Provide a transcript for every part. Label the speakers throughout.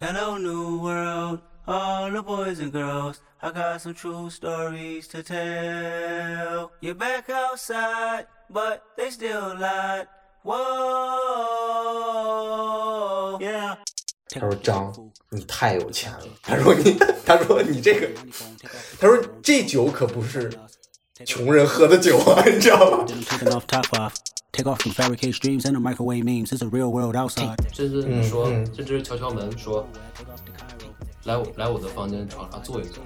Speaker 1: An old new world, all the boys and girls. I got some true stories to tell. You're back outside, but they still lied. Whoa, yeah.
Speaker 2: 他说张，你 太有钱了。他说你，他说你这个，他说这酒可不是穷人喝的酒啊，你知道吗？
Speaker 3: Then I'm taking off top off. Take off from fabricated dreams and the microwave memes. It's a real world outside.
Speaker 4: 甚至你说，
Speaker 2: 嗯
Speaker 4: 甚至敲敲门说，来我来我的房间床上坐 一坐，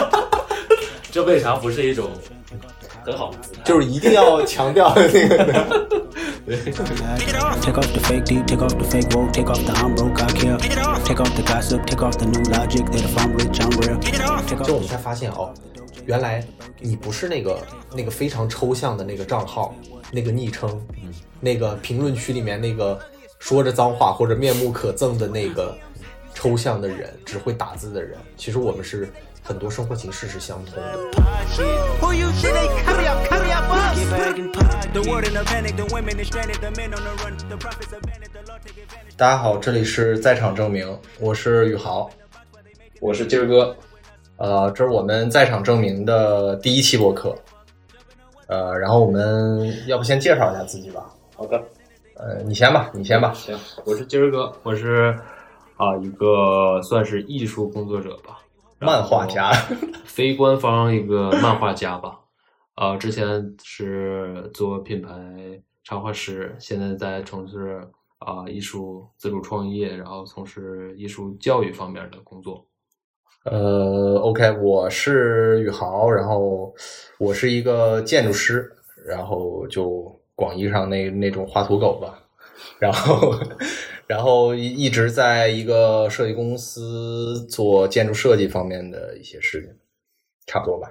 Speaker 4: 这为啥不是一种很好？
Speaker 2: 就是一定要强调那个，
Speaker 3: Take off the fake deep, take off the fake woke, take off the I'm broke, I care. Take off the gossip, take off the new logic that if I'm rich, I'm real. Take
Speaker 2: 就我们才发现哦，原来你不是那个那个非常抽象的那个账号、那个昵称、那个评论区里面那个说着脏话或者面目可憎的那个抽象的人，只会打字的人。其实我们是很多生活形式是相通的。
Speaker 5: Who you think they carry up, carry up us?
Speaker 1: The
Speaker 3: world in a panic, the women is stranded, the men on the run, the prophets are vanished, the law take advantage.
Speaker 2: 大家好，这里是在场证明，我是宇豪。
Speaker 4: 我是今儿哥，
Speaker 2: 呃，这是我们在场证明的第一期播客。呃，然后我们要不先介绍一下自己吧？
Speaker 4: 好的，
Speaker 2: 呃，你先吧，你先吧。
Speaker 4: 行，我是今儿哥，我是啊一个算是艺术工作者吧，
Speaker 2: 漫画家，
Speaker 4: 非官方一个漫画家吧，啊、之前是做品牌插画师，现在在从事啊、艺术自主创业，然后从事艺术教育方面的工作。
Speaker 2: 呃，OK，我是宇豪，然后我是一个建筑师，然后就广义上那那种画图狗吧，然后 然后一一直在一个设计公司做建筑设计方面的一些事情，差不多吧。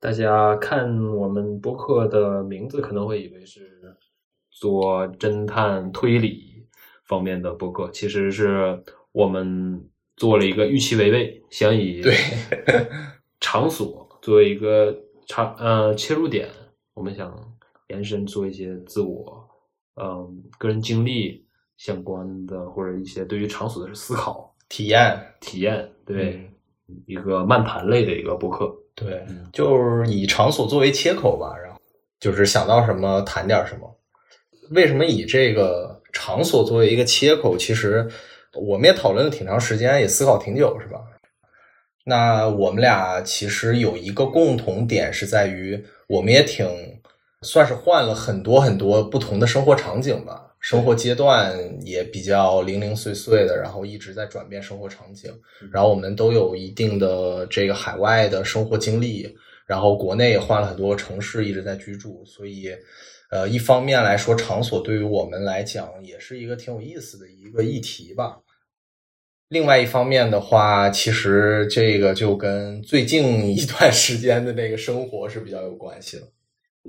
Speaker 4: 大家看我们播客的名字，可能会以为是做侦探推理方面的播客，其实是我们做了一个预期违背，想以
Speaker 2: 对
Speaker 4: 场所作为一个场呃切入点，我们想延伸做一些自我嗯、个人经历相关的，或者一些对于场所的思考
Speaker 2: 体验，
Speaker 4: 体验，对、一个漫谈类的一个播客。
Speaker 2: 对，就是以场所作为切口吧，然后就是想到什么谈点什么。为什么以这个场所作为一个切口？其实我们也讨论了挺长时间，也思考挺久，是吧？那我们俩其实有一个共同点是在于，我们也挺算是换了很多很多不同的生活场景吧，生活阶段也比较零零碎碎的，然后一直在转变生活场景。然后我们都有一定的这个海外的生活经历，然后国内也换了很多城市一直在居住，所以，呃，一方面来说，场所对于我们来讲也是一个挺有意思的一个议题吧。另外一方面的话，其实这个就跟最近一段时间的这个生活是比较有关系的。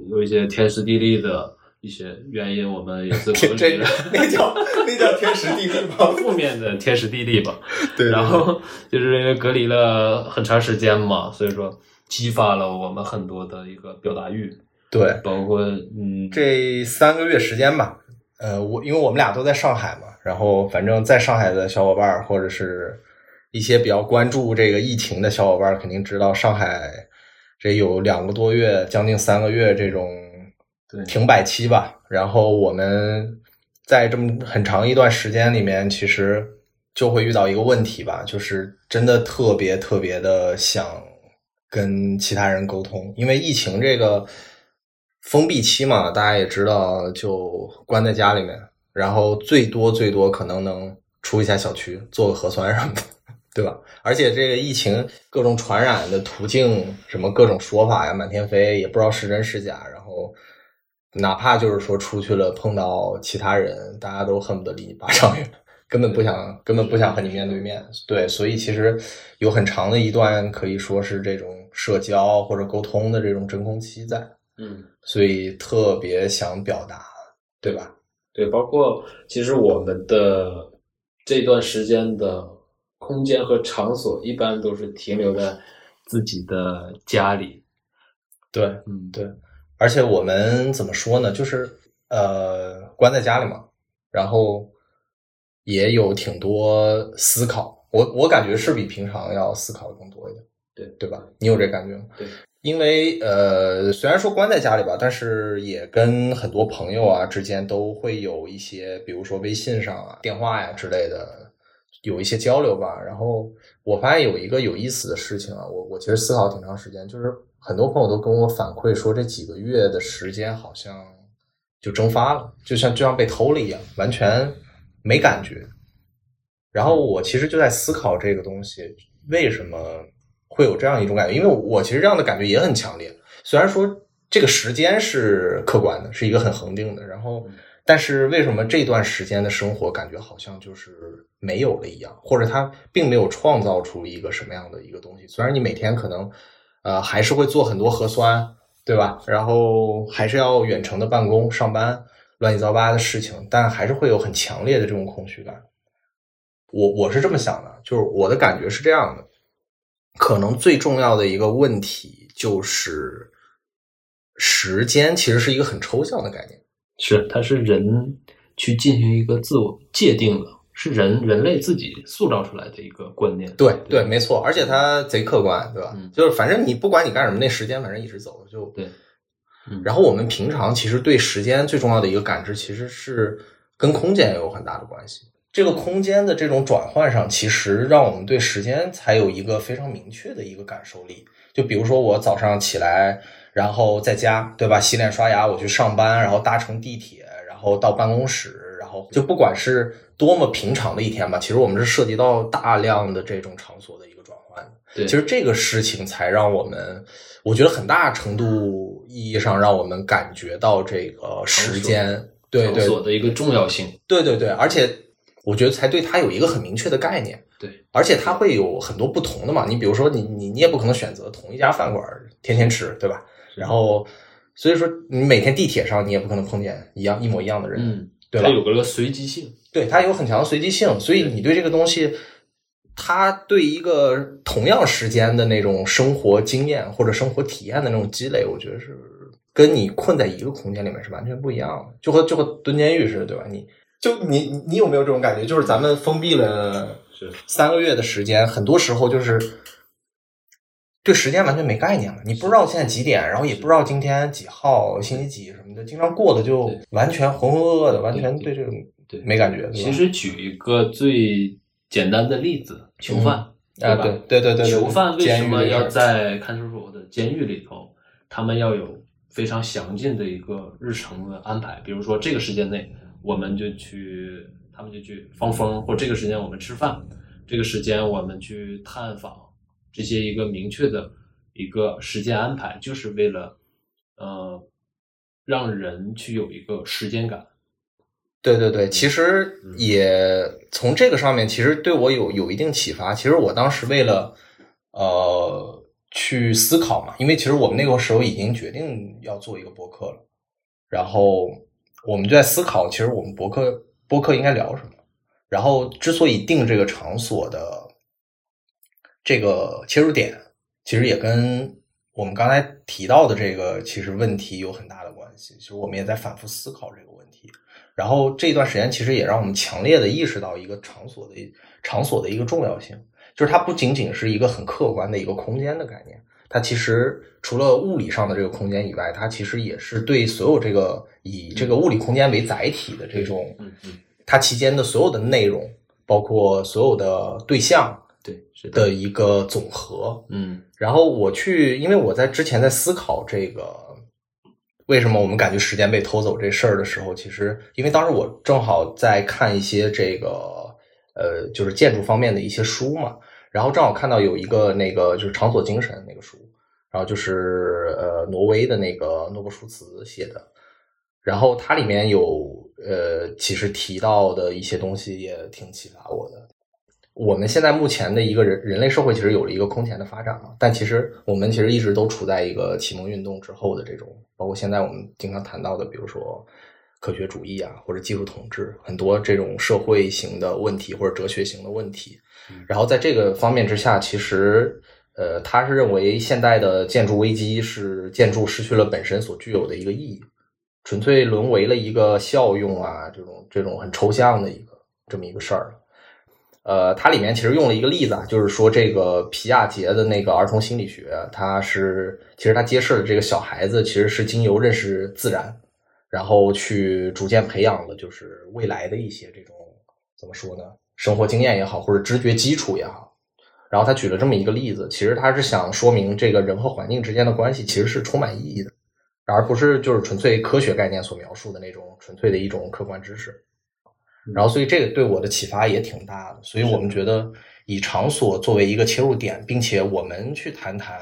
Speaker 4: 有一些天时地利的一些原因，我们也是
Speaker 2: 这
Speaker 4: 合
Speaker 2: 这
Speaker 4: 理
Speaker 2: 个
Speaker 4: 的
Speaker 2: 那叫那叫天时地利吗？
Speaker 4: 负面的天时地利吧。
Speaker 2: 对
Speaker 4: 然后就是因为隔离了很长时间嘛，所以说激发了我们很多的一个表达欲，
Speaker 2: 对，
Speaker 4: 包括嗯，
Speaker 2: 这三个月时间吧，呃，我因为我们俩都在上海嘛，然后反正在上海的小伙伴儿或者是一些比较关注这个疫情的小伙伴儿，肯定知道上海这有两个多月，将近三个月这种
Speaker 4: 对
Speaker 2: 停摆期吧。然后我们在这么很长一段时间里面，其实就会遇到一个问题吧，就是真的特别特别的想跟其他人沟通，因为疫情这个封闭期嘛，大家也知道，就关在家里面，然后最多最多可能能出一下小区，做个核酸什么的，对吧？而且这个疫情各种传染的途径，什么各种说法呀，满天飞，也不知道是真是假。然后，哪怕就是说出去了碰到其他人，大家都恨不得离你八丈远， 根本不想，根本不想和你面对面。对，所以其实有很长的一段可以说是这种社交或者沟通的这种真空期在，
Speaker 4: 嗯，
Speaker 2: 所以特别想表达，对吧？
Speaker 4: 对，包括其实我们的这段时间的空间和场所，一般都是停留在自己的家里，
Speaker 2: 对，
Speaker 4: 嗯，
Speaker 2: 对，而且我们怎么说呢？就是呃，关在家里嘛，然后也有挺多思考。我我感觉是比平常要思考的更多一点，
Speaker 6: 对
Speaker 2: 对吧？你有这感觉吗？
Speaker 6: 对，
Speaker 2: 因为呃，虽然说关在家里吧，但是也跟很多朋友啊之间都会有一些，比如说微信上啊、电话呀、之类的，有一些交流吧。然后我发现有一个有意思的事情啊，我我其实思考挺长时间，就是很多朋友都跟我反馈说，这几个月的时间好像就蒸发了，就像就像被偷了一样，完全没感觉。然后我其实就在思考这个东西为什么会有这样一种感觉，因为我其实这样的感觉也很强烈。虽然说这个时间是客观的，是一个很恒定的，然后但是为什么这段时间的生活感觉好像就是没有了一样，或者它并没有创造出一个什么样的一个东西？虽然你每天可能呃还是会做很多核酸，对吧？然后还是要远程的办公、上班，乱七糟八的事情，但还是会有很强烈的这种空虚感。我我是这么想的，就是我的感觉是这样的，可能最重要的一个问题就是，时间其实是一个很抽象的概念。
Speaker 6: 是，它是人去进行一个自我界定的，是人人类自己塑造出来的一个观念。
Speaker 2: 对对，没错，而且它贼客观，对吧？
Speaker 6: 嗯
Speaker 2: 就是反正你不管你干什么，那时间反正一直走，就
Speaker 6: 对。嗯
Speaker 2: 然后我们平常其实对时间最重要的一个感知，其实是跟空间有很大的关系。这个空间的这种转换上，其实让我们对时间才有一个非常明确的一个感受力。就比如说我早上起来，然后在家，对吧？洗脸刷牙，我去上班，然后搭乘地铁，然后到办公室，然后就不管是多么平常的一天吧，其实我们是涉及到大量的这种场所的一个转换的。
Speaker 6: 对，
Speaker 2: 其实这个事情才让我们，我觉得很大程度意义上让我们感觉到这个时间，对
Speaker 6: 场
Speaker 2: 对
Speaker 6: 所的一个重要性。
Speaker 2: 对对对，而且我觉得才对它有一个很明确的概念，
Speaker 6: 对，
Speaker 2: 而且它会有很多不同的嘛。你比如说你，你你也不可能选择同一家饭馆天天吃，对吧？然后所以说，你每天地铁上你也不可能碰见一样一模一样的人，
Speaker 6: 嗯，
Speaker 2: 对吧
Speaker 6: 它？有个随机性。
Speaker 2: 对它有很强的随机性，所以你对这个东西，它对一个同样时间的那种生活经验或者生活体验的那种积累，我觉得是跟你困在一个空间里面是完全不一样的，就和就和蹲监狱似的，对吧？你就你你你有没有这种感觉？就是咱们封闭了
Speaker 6: 是
Speaker 2: 三个月的时间，很多时候就是。对时间完全没概念了，你不知道现在几点，然后也不知道今天几号、星期几什么的，经常过得就
Speaker 6: 对
Speaker 2: 完全浑浑噩噩的，完全
Speaker 6: 对
Speaker 2: 对这个
Speaker 6: 对，
Speaker 2: 没感觉。对吧
Speaker 6: 其实举一个最简单的例子，囚犯，
Speaker 2: 嗯啊，
Speaker 6: 吧？
Speaker 2: 对对对对，对
Speaker 6: 囚犯为什么要？
Speaker 2: 监狱里
Speaker 6: 在看守所的监狱里头？他们要有非常详尽的一个日程的安排，比如说这个时间内我们就去，他们就去放风，或者这个时间我们吃饭，这个时间我们去探访，这些一个明确的一个时间安排，就是为了呃让人去有一个时间感。
Speaker 2: 对对对，其实也从这个上面，其实对我有有一定启发。其实我当时为了呃去思考嘛，因为其实我们那个时候已经决定要做一个博客了，然后我们就在思考，其实我们博客博客应该聊什么。然后之所以定这个场所的这个切入点，其实也跟我们刚才提到的这个其实问题有很大的关系。其实我们也在反复思考这个问题。然后这一段时间其实也让我们强烈的意识到一个场所的场所的一个重要性，就是它不仅仅是一个很客观的一个空间的概念，它其实除了物理上的这个空间以外，它其实也是对所有这个以这个物理空间为载体的这种
Speaker 6: 嗯嗯，
Speaker 2: 它期间的所有的内容，包括所有的对象
Speaker 6: 对，是
Speaker 2: 的，一个总和。
Speaker 6: 嗯。
Speaker 2: 然后我去，因为我在之前在思考这个为什么我们感觉时间被偷走这事儿的时候，其实因为当时我正好在看一些这个呃，就是建筑方面的一些书嘛，然后正好看到有一个那个就是场所精神那个书，然后就是呃挪威的那个诺伯舒茨写的，然后它里面有呃其实提到的一些东西也挺启发我的，我们现在目前的一个人人类社会，其实有了一个空前的发展嘛，但其实我们其实一直都处在一个启蒙运动之后的这种，包括现在我们经常谈到的，比如说科学主义啊，或者技术统治，很多这种社会型的问题或者哲学型的问题。然后在这个方面之下，其实呃，他是认为现代的建筑危机是建筑失去了本身所具有的一个意义，纯粹沦为了一个效用啊，这种这种很抽象的一个这么一个事儿。呃，它里面其实用了一个例子啊，就是说这个皮亚杰的那个儿童心理学，它是其实它揭示了这个小孩子其实是经由认识自然，然后去逐渐培养了就是未来的一些这种怎么说呢，生活经验也好，或者知觉基础也好。然后他举了这么一个例子，其实他是想说明这个人和环境之间的关系其实是充满意义的，而不是就是纯粹科学概念所描述的那种纯粹的一种客观知识。然后，所以这个对我的启发也挺大的。所以我们觉得以场所作为一个切入点，并且我们去谈谈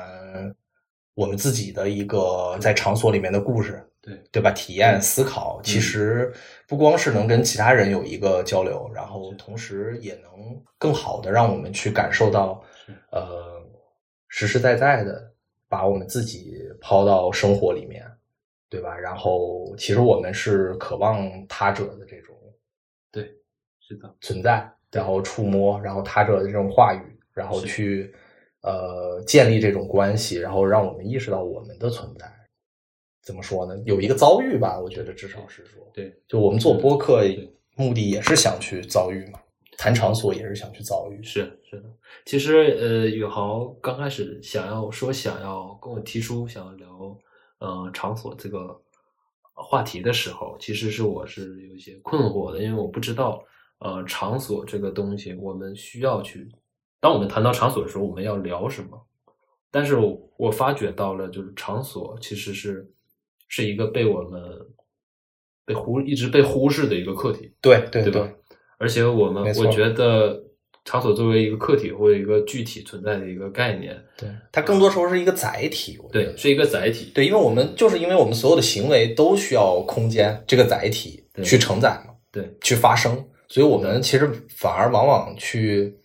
Speaker 2: 我们自己的一个在场所里面的故事，
Speaker 4: 对
Speaker 2: 对吧？体验、思考，其实不光是能跟其他人有一个交流，然后同时也能更好的让我们去感受到，呃，实实在在的把我们自己抛到生活里面，对吧？然后，其实我们是渴望他者的这种。
Speaker 4: 是的，
Speaker 2: 存在，然后触摸，然后他者的这种话语，然后去呃建立这种关系，然后让我们意识到我们的存在。怎么说呢？有一个遭遇吧，我觉得至少是说，
Speaker 4: 对，嗯
Speaker 2: 就我们做播客
Speaker 4: 对
Speaker 2: 目的也是想去遭遇嘛，谈场所也是想去遭遇。
Speaker 4: 是是的。其实呃，宇豪刚开始想要说想要跟我提出想要聊呃场所这个话题的时候，其实是我是有一些困惑的，因为我不知道呃场所这个东西我们需要去，当我们谈到场所的时候，我们要聊什么？但是我我发觉到了，就是场所其实是是一个被我们被忽一直被忽视的一个课题。
Speaker 2: 对对
Speaker 4: 对吧而且我们
Speaker 2: 没错
Speaker 4: 我觉得场所作为一个客体或者一个具体存在的一个概念，
Speaker 2: 对，它更多时候是一个载体，我觉得
Speaker 4: 对，是一个载体，
Speaker 2: 对，因为我们就是因为我们所有的行为都需要空间这个载体
Speaker 4: 对
Speaker 2: 去承载嘛，
Speaker 4: 对，
Speaker 2: 去发生，所以我们其实反而往往去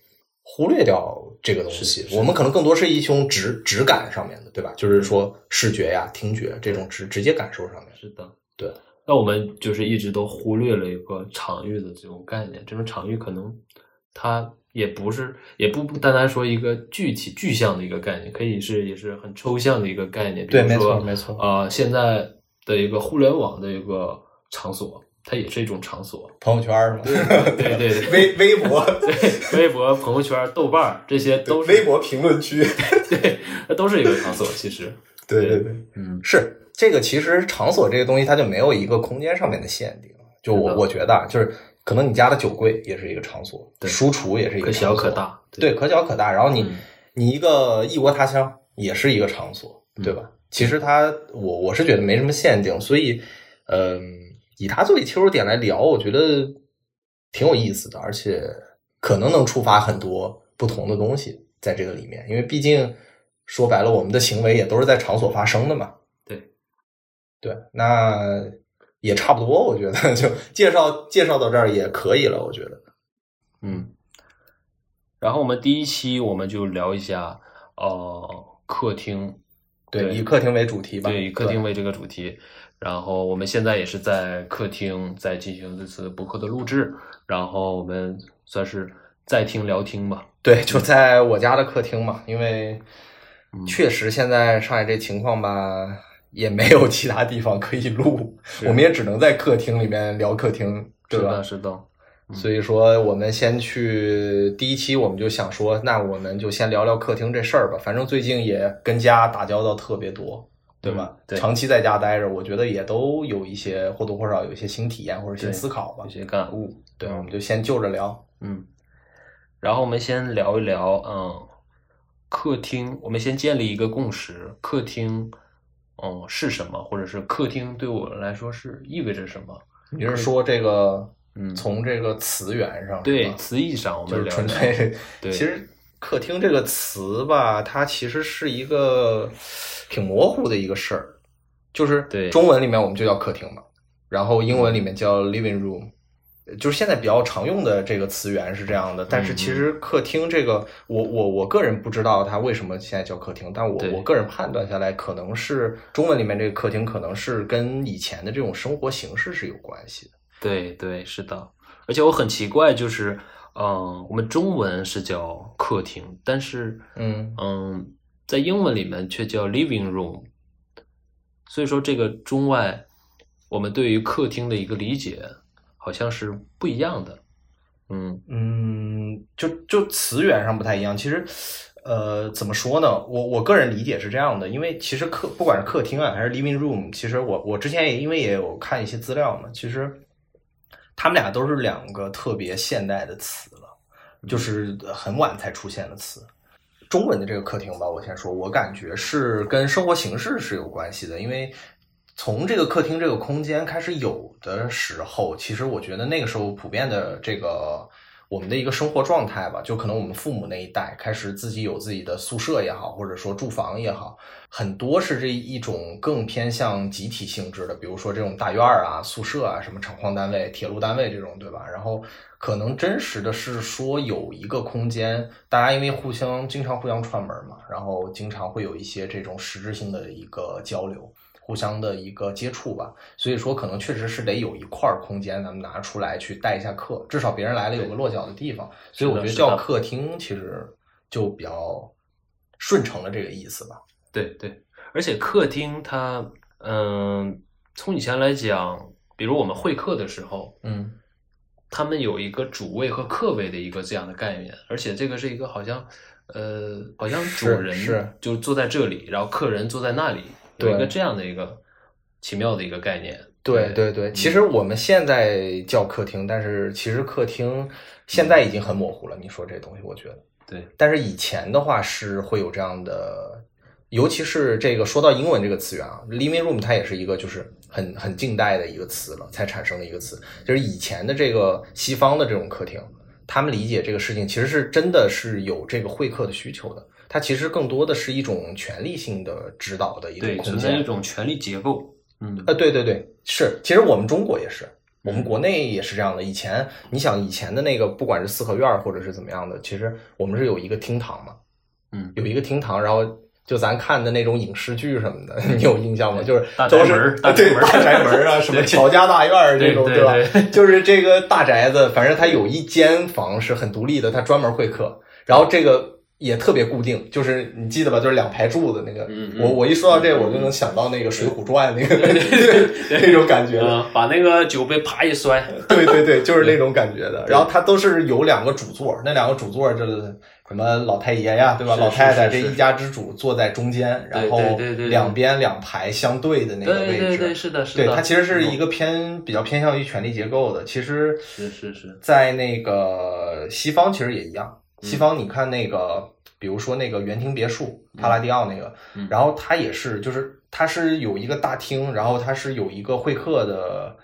Speaker 2: 忽略掉这个东西
Speaker 4: 是。是
Speaker 2: 我们可能更多是嗯一种直质感上面的，对吧？就是说视觉呀、听觉这种直直接感受上面。
Speaker 4: 是的，
Speaker 2: 对。
Speaker 4: 那我们就是一直都忽略了一个场域的这种概念，这种场域可能它也不是，也不不单单说一个具体具象的一个概念，可以是也是很抽象的一个概念，比
Speaker 2: 对，
Speaker 4: 如
Speaker 2: 没错，
Speaker 4: 说
Speaker 2: 没错。
Speaker 4: 呃，现在的一个互联网的一个场所，它也是一种场 所，
Speaker 2: 朋友圈儿嘛，
Speaker 4: 对对对。
Speaker 2: 微微 博，
Speaker 4: 对，微博、朋友圈、豆瓣儿这些都是
Speaker 2: 微博评论区，
Speaker 4: 对，那都是一个场所，其实，
Speaker 2: 对对对。
Speaker 4: 嗯，
Speaker 2: 是这个，其实场所这个东西，它就没有一个空间上面的限定。就我
Speaker 4: 是的
Speaker 2: 我觉得，啊，就是可能你家的酒柜也是一个场所，
Speaker 4: 对
Speaker 2: 书橱也是一个
Speaker 4: 可小
Speaker 2: 场所
Speaker 4: 可，大，
Speaker 2: 对，可小可大。然后你、
Speaker 4: 嗯
Speaker 2: 你一个异国他乡也是一个场所，对
Speaker 4: 嗯
Speaker 2: 吧？其实它我我是觉得没什么限定，所以嗯、以它作为切入点来聊，我觉得挺有意思的，而且可能能触发很多不同的东西在这个里面，因为毕竟说白了，我们的行为也都是在场所发生的嘛。
Speaker 4: 对
Speaker 2: 对，那也差不多，我觉得 就介绍介绍到这儿也可以了，我觉得。
Speaker 4: 嗯。然后我们第一期我们就聊一下，呃，客厅，对
Speaker 2: 以客厅为主题吧。
Speaker 4: 对，以客厅为这个主题。然后我们现在也是在客厅在进行这次播客的录制，然后我们算是在听聊听吧，
Speaker 2: 对，就在我家的客厅嘛，因为
Speaker 4: 嗯
Speaker 2: 确实现在上海这情况吧，也没有其他地方可以录，我们也只能在客厅里面聊客厅，对
Speaker 4: 是
Speaker 2: 吧
Speaker 4: 的，？是的，
Speaker 2: 所以说，我们先去第一期，我们就想说，那我们就先聊聊客厅这事儿吧。反正最近也跟家打交道特别多，对吧
Speaker 4: 嗯？对
Speaker 2: 长期在家待着，我觉得也都有一些或多或少有一些新体验或者新
Speaker 4: 对嗯
Speaker 2: 思考吧
Speaker 4: 有。些感悟，
Speaker 2: 对，我们就先就着聊。
Speaker 4: 嗯，然后我们先聊一聊，嗯，客厅，我们先建立一个共识，客厅，嗯，是什么，或者是客厅对我来说是意味着什么？
Speaker 2: 你是说这个，
Speaker 4: 嗯
Speaker 2: 从这个词源上是
Speaker 4: 对，
Speaker 2: 吧
Speaker 4: 词义上我
Speaker 2: 就
Speaker 4: 们
Speaker 2: 是纯
Speaker 4: 聊一聊，
Speaker 2: 粹。
Speaker 4: 对
Speaker 2: 其实“客厅”这个词吧，它其实是一个挺模糊的一个事儿，就是
Speaker 4: 对
Speaker 2: 中文里面我们就叫客厅嘛，然后英文里面叫
Speaker 4: 嗯
Speaker 2: living room。就是现在比较常用的这个词源是这样的，但是
Speaker 4: 嗯
Speaker 2: 其实客厅这个，我我我个人不知道它为什么现在叫客厅，但我
Speaker 4: 对
Speaker 2: 我个人判断下来，可能是中文里面这个客厅可能是跟以前的这种生活形式是有关系的。
Speaker 4: 对对，是的，而且我很奇怪，就是，嗯，我们中文是叫客厅，但是，
Speaker 2: 嗯，
Speaker 4: 嗯，在英文里面却叫 living room，所以说这个中外，我们对于客厅的一个理解好像是不一样的。嗯
Speaker 2: 嗯，就就词源上不太一样。其实，呃，怎么说呢？我我个人理解是这样的，因为其实客不管是客厅啊，还是 living room，其实我我之前也因为也有看一些资料嘛，其实他们俩都是两个特别现代的词了，就是很晚才出现的词。中文的这个客厅吧，我先说，我感觉是跟生活形式是有关系的，因为从这个客厅这个空间开始有的时候，其实我觉得那个时候普遍的这个我们的一个生活状态吧，就可能我们父母那一代开始自己有自己的宿舍也好，或者说住房也好，很多是这一种更偏向集体性质的，比如说这种大院儿啊、宿舍啊、什么厂矿单位、铁路单位这种，对吧？然后可能真实的是说有一个空间，大家因为互相经常互相串门嘛，然后经常会有一些这种实质性的一个交流。互相的一个接触吧，所以说可能确实是得有一块儿空间，咱们拿出来去带一下客，至少别人来了有个落脚的地方。所以我觉得
Speaker 4: 是的
Speaker 2: 叫客厅其实就比较顺承了这个意思吧。
Speaker 4: 对对，而且客厅它，嗯，从以前来讲，比如我们会客的时候，
Speaker 2: 嗯，
Speaker 4: 他们有一个主位和客位的一个这样的概念，而且这个是一个好像，呃，好像主
Speaker 2: 是
Speaker 4: 人
Speaker 2: 是
Speaker 4: 就坐在这里，然后客人坐在那里，有
Speaker 2: 对
Speaker 4: 一个这样的一个奇妙的一个概念。
Speaker 2: 对对对，其实我们现在叫客厅，但是其实客厅现在已经很模糊了。你说这东西，我觉得
Speaker 4: 对。
Speaker 2: 但是以前的话是会有这样的，尤其是这个说到英文这个词源啊，living room 它也是一个就是很很近代的一个词了，才产生的一个词，就是以前的这个西方的这种客厅，他们理解这个事情其实是真的是有这个会客的需求的，它其实更多的是一种权力性的指导的一种
Speaker 4: 对，
Speaker 2: 空
Speaker 4: 存在
Speaker 2: 间
Speaker 4: 一。种权力结构。嗯
Speaker 2: 呃，对对对，是，其实我们中国也是，我们国内也是这样的。以前你想以前的那个，不管是四合院儿或者是怎么样的，其实我们是有一个厅堂嘛，
Speaker 4: 嗯
Speaker 2: 有一个厅堂，然后就咱看的那种影视剧什么的， 你有印象吗？就是
Speaker 4: 大
Speaker 2: 都
Speaker 4: 宅
Speaker 2: 是
Speaker 4: 门儿大宅
Speaker 2: 对
Speaker 4: 门儿
Speaker 2: 大宅门儿啊，什么
Speaker 4: 对
Speaker 2: 乔家大院儿这
Speaker 4: 对
Speaker 2: 种，
Speaker 4: 对
Speaker 2: 吧？
Speaker 4: 对
Speaker 2: 就是这个大宅子，反正它有一间房是很独立的，它专门会客，然后这个也特别固定，就是你记得吧？就是两排柱子那个，
Speaker 4: 嗯嗯
Speaker 2: 我我一说到这个，我就能想到 那个《水浒传》那个那种感觉的，
Speaker 4: 嗯，把那个酒杯啪一摔，
Speaker 2: 对对对，就是那种感觉的。然后它都是有两个主座，那两个主座就是什么老太爷呀，对吧？
Speaker 4: 是
Speaker 2: 老太太
Speaker 4: 是
Speaker 2: 这
Speaker 4: 是
Speaker 2: 一家之主坐在中间，然
Speaker 4: 对
Speaker 2: 后
Speaker 4: 对对对对
Speaker 2: 两边两排相对的那个位置，
Speaker 4: 对对对，是的，是
Speaker 2: 对，
Speaker 4: 的，
Speaker 2: 它其实是一个偏比较偏向于权力结构的。其实
Speaker 4: 是是是嗯
Speaker 2: 在那个西方其实也一样。西方你看那个，比如说那个园庭别墅，帕拉迪奥那个，
Speaker 4: 嗯
Speaker 2: 然后它也是，就是它是有一个大厅，然后它是有一个会客的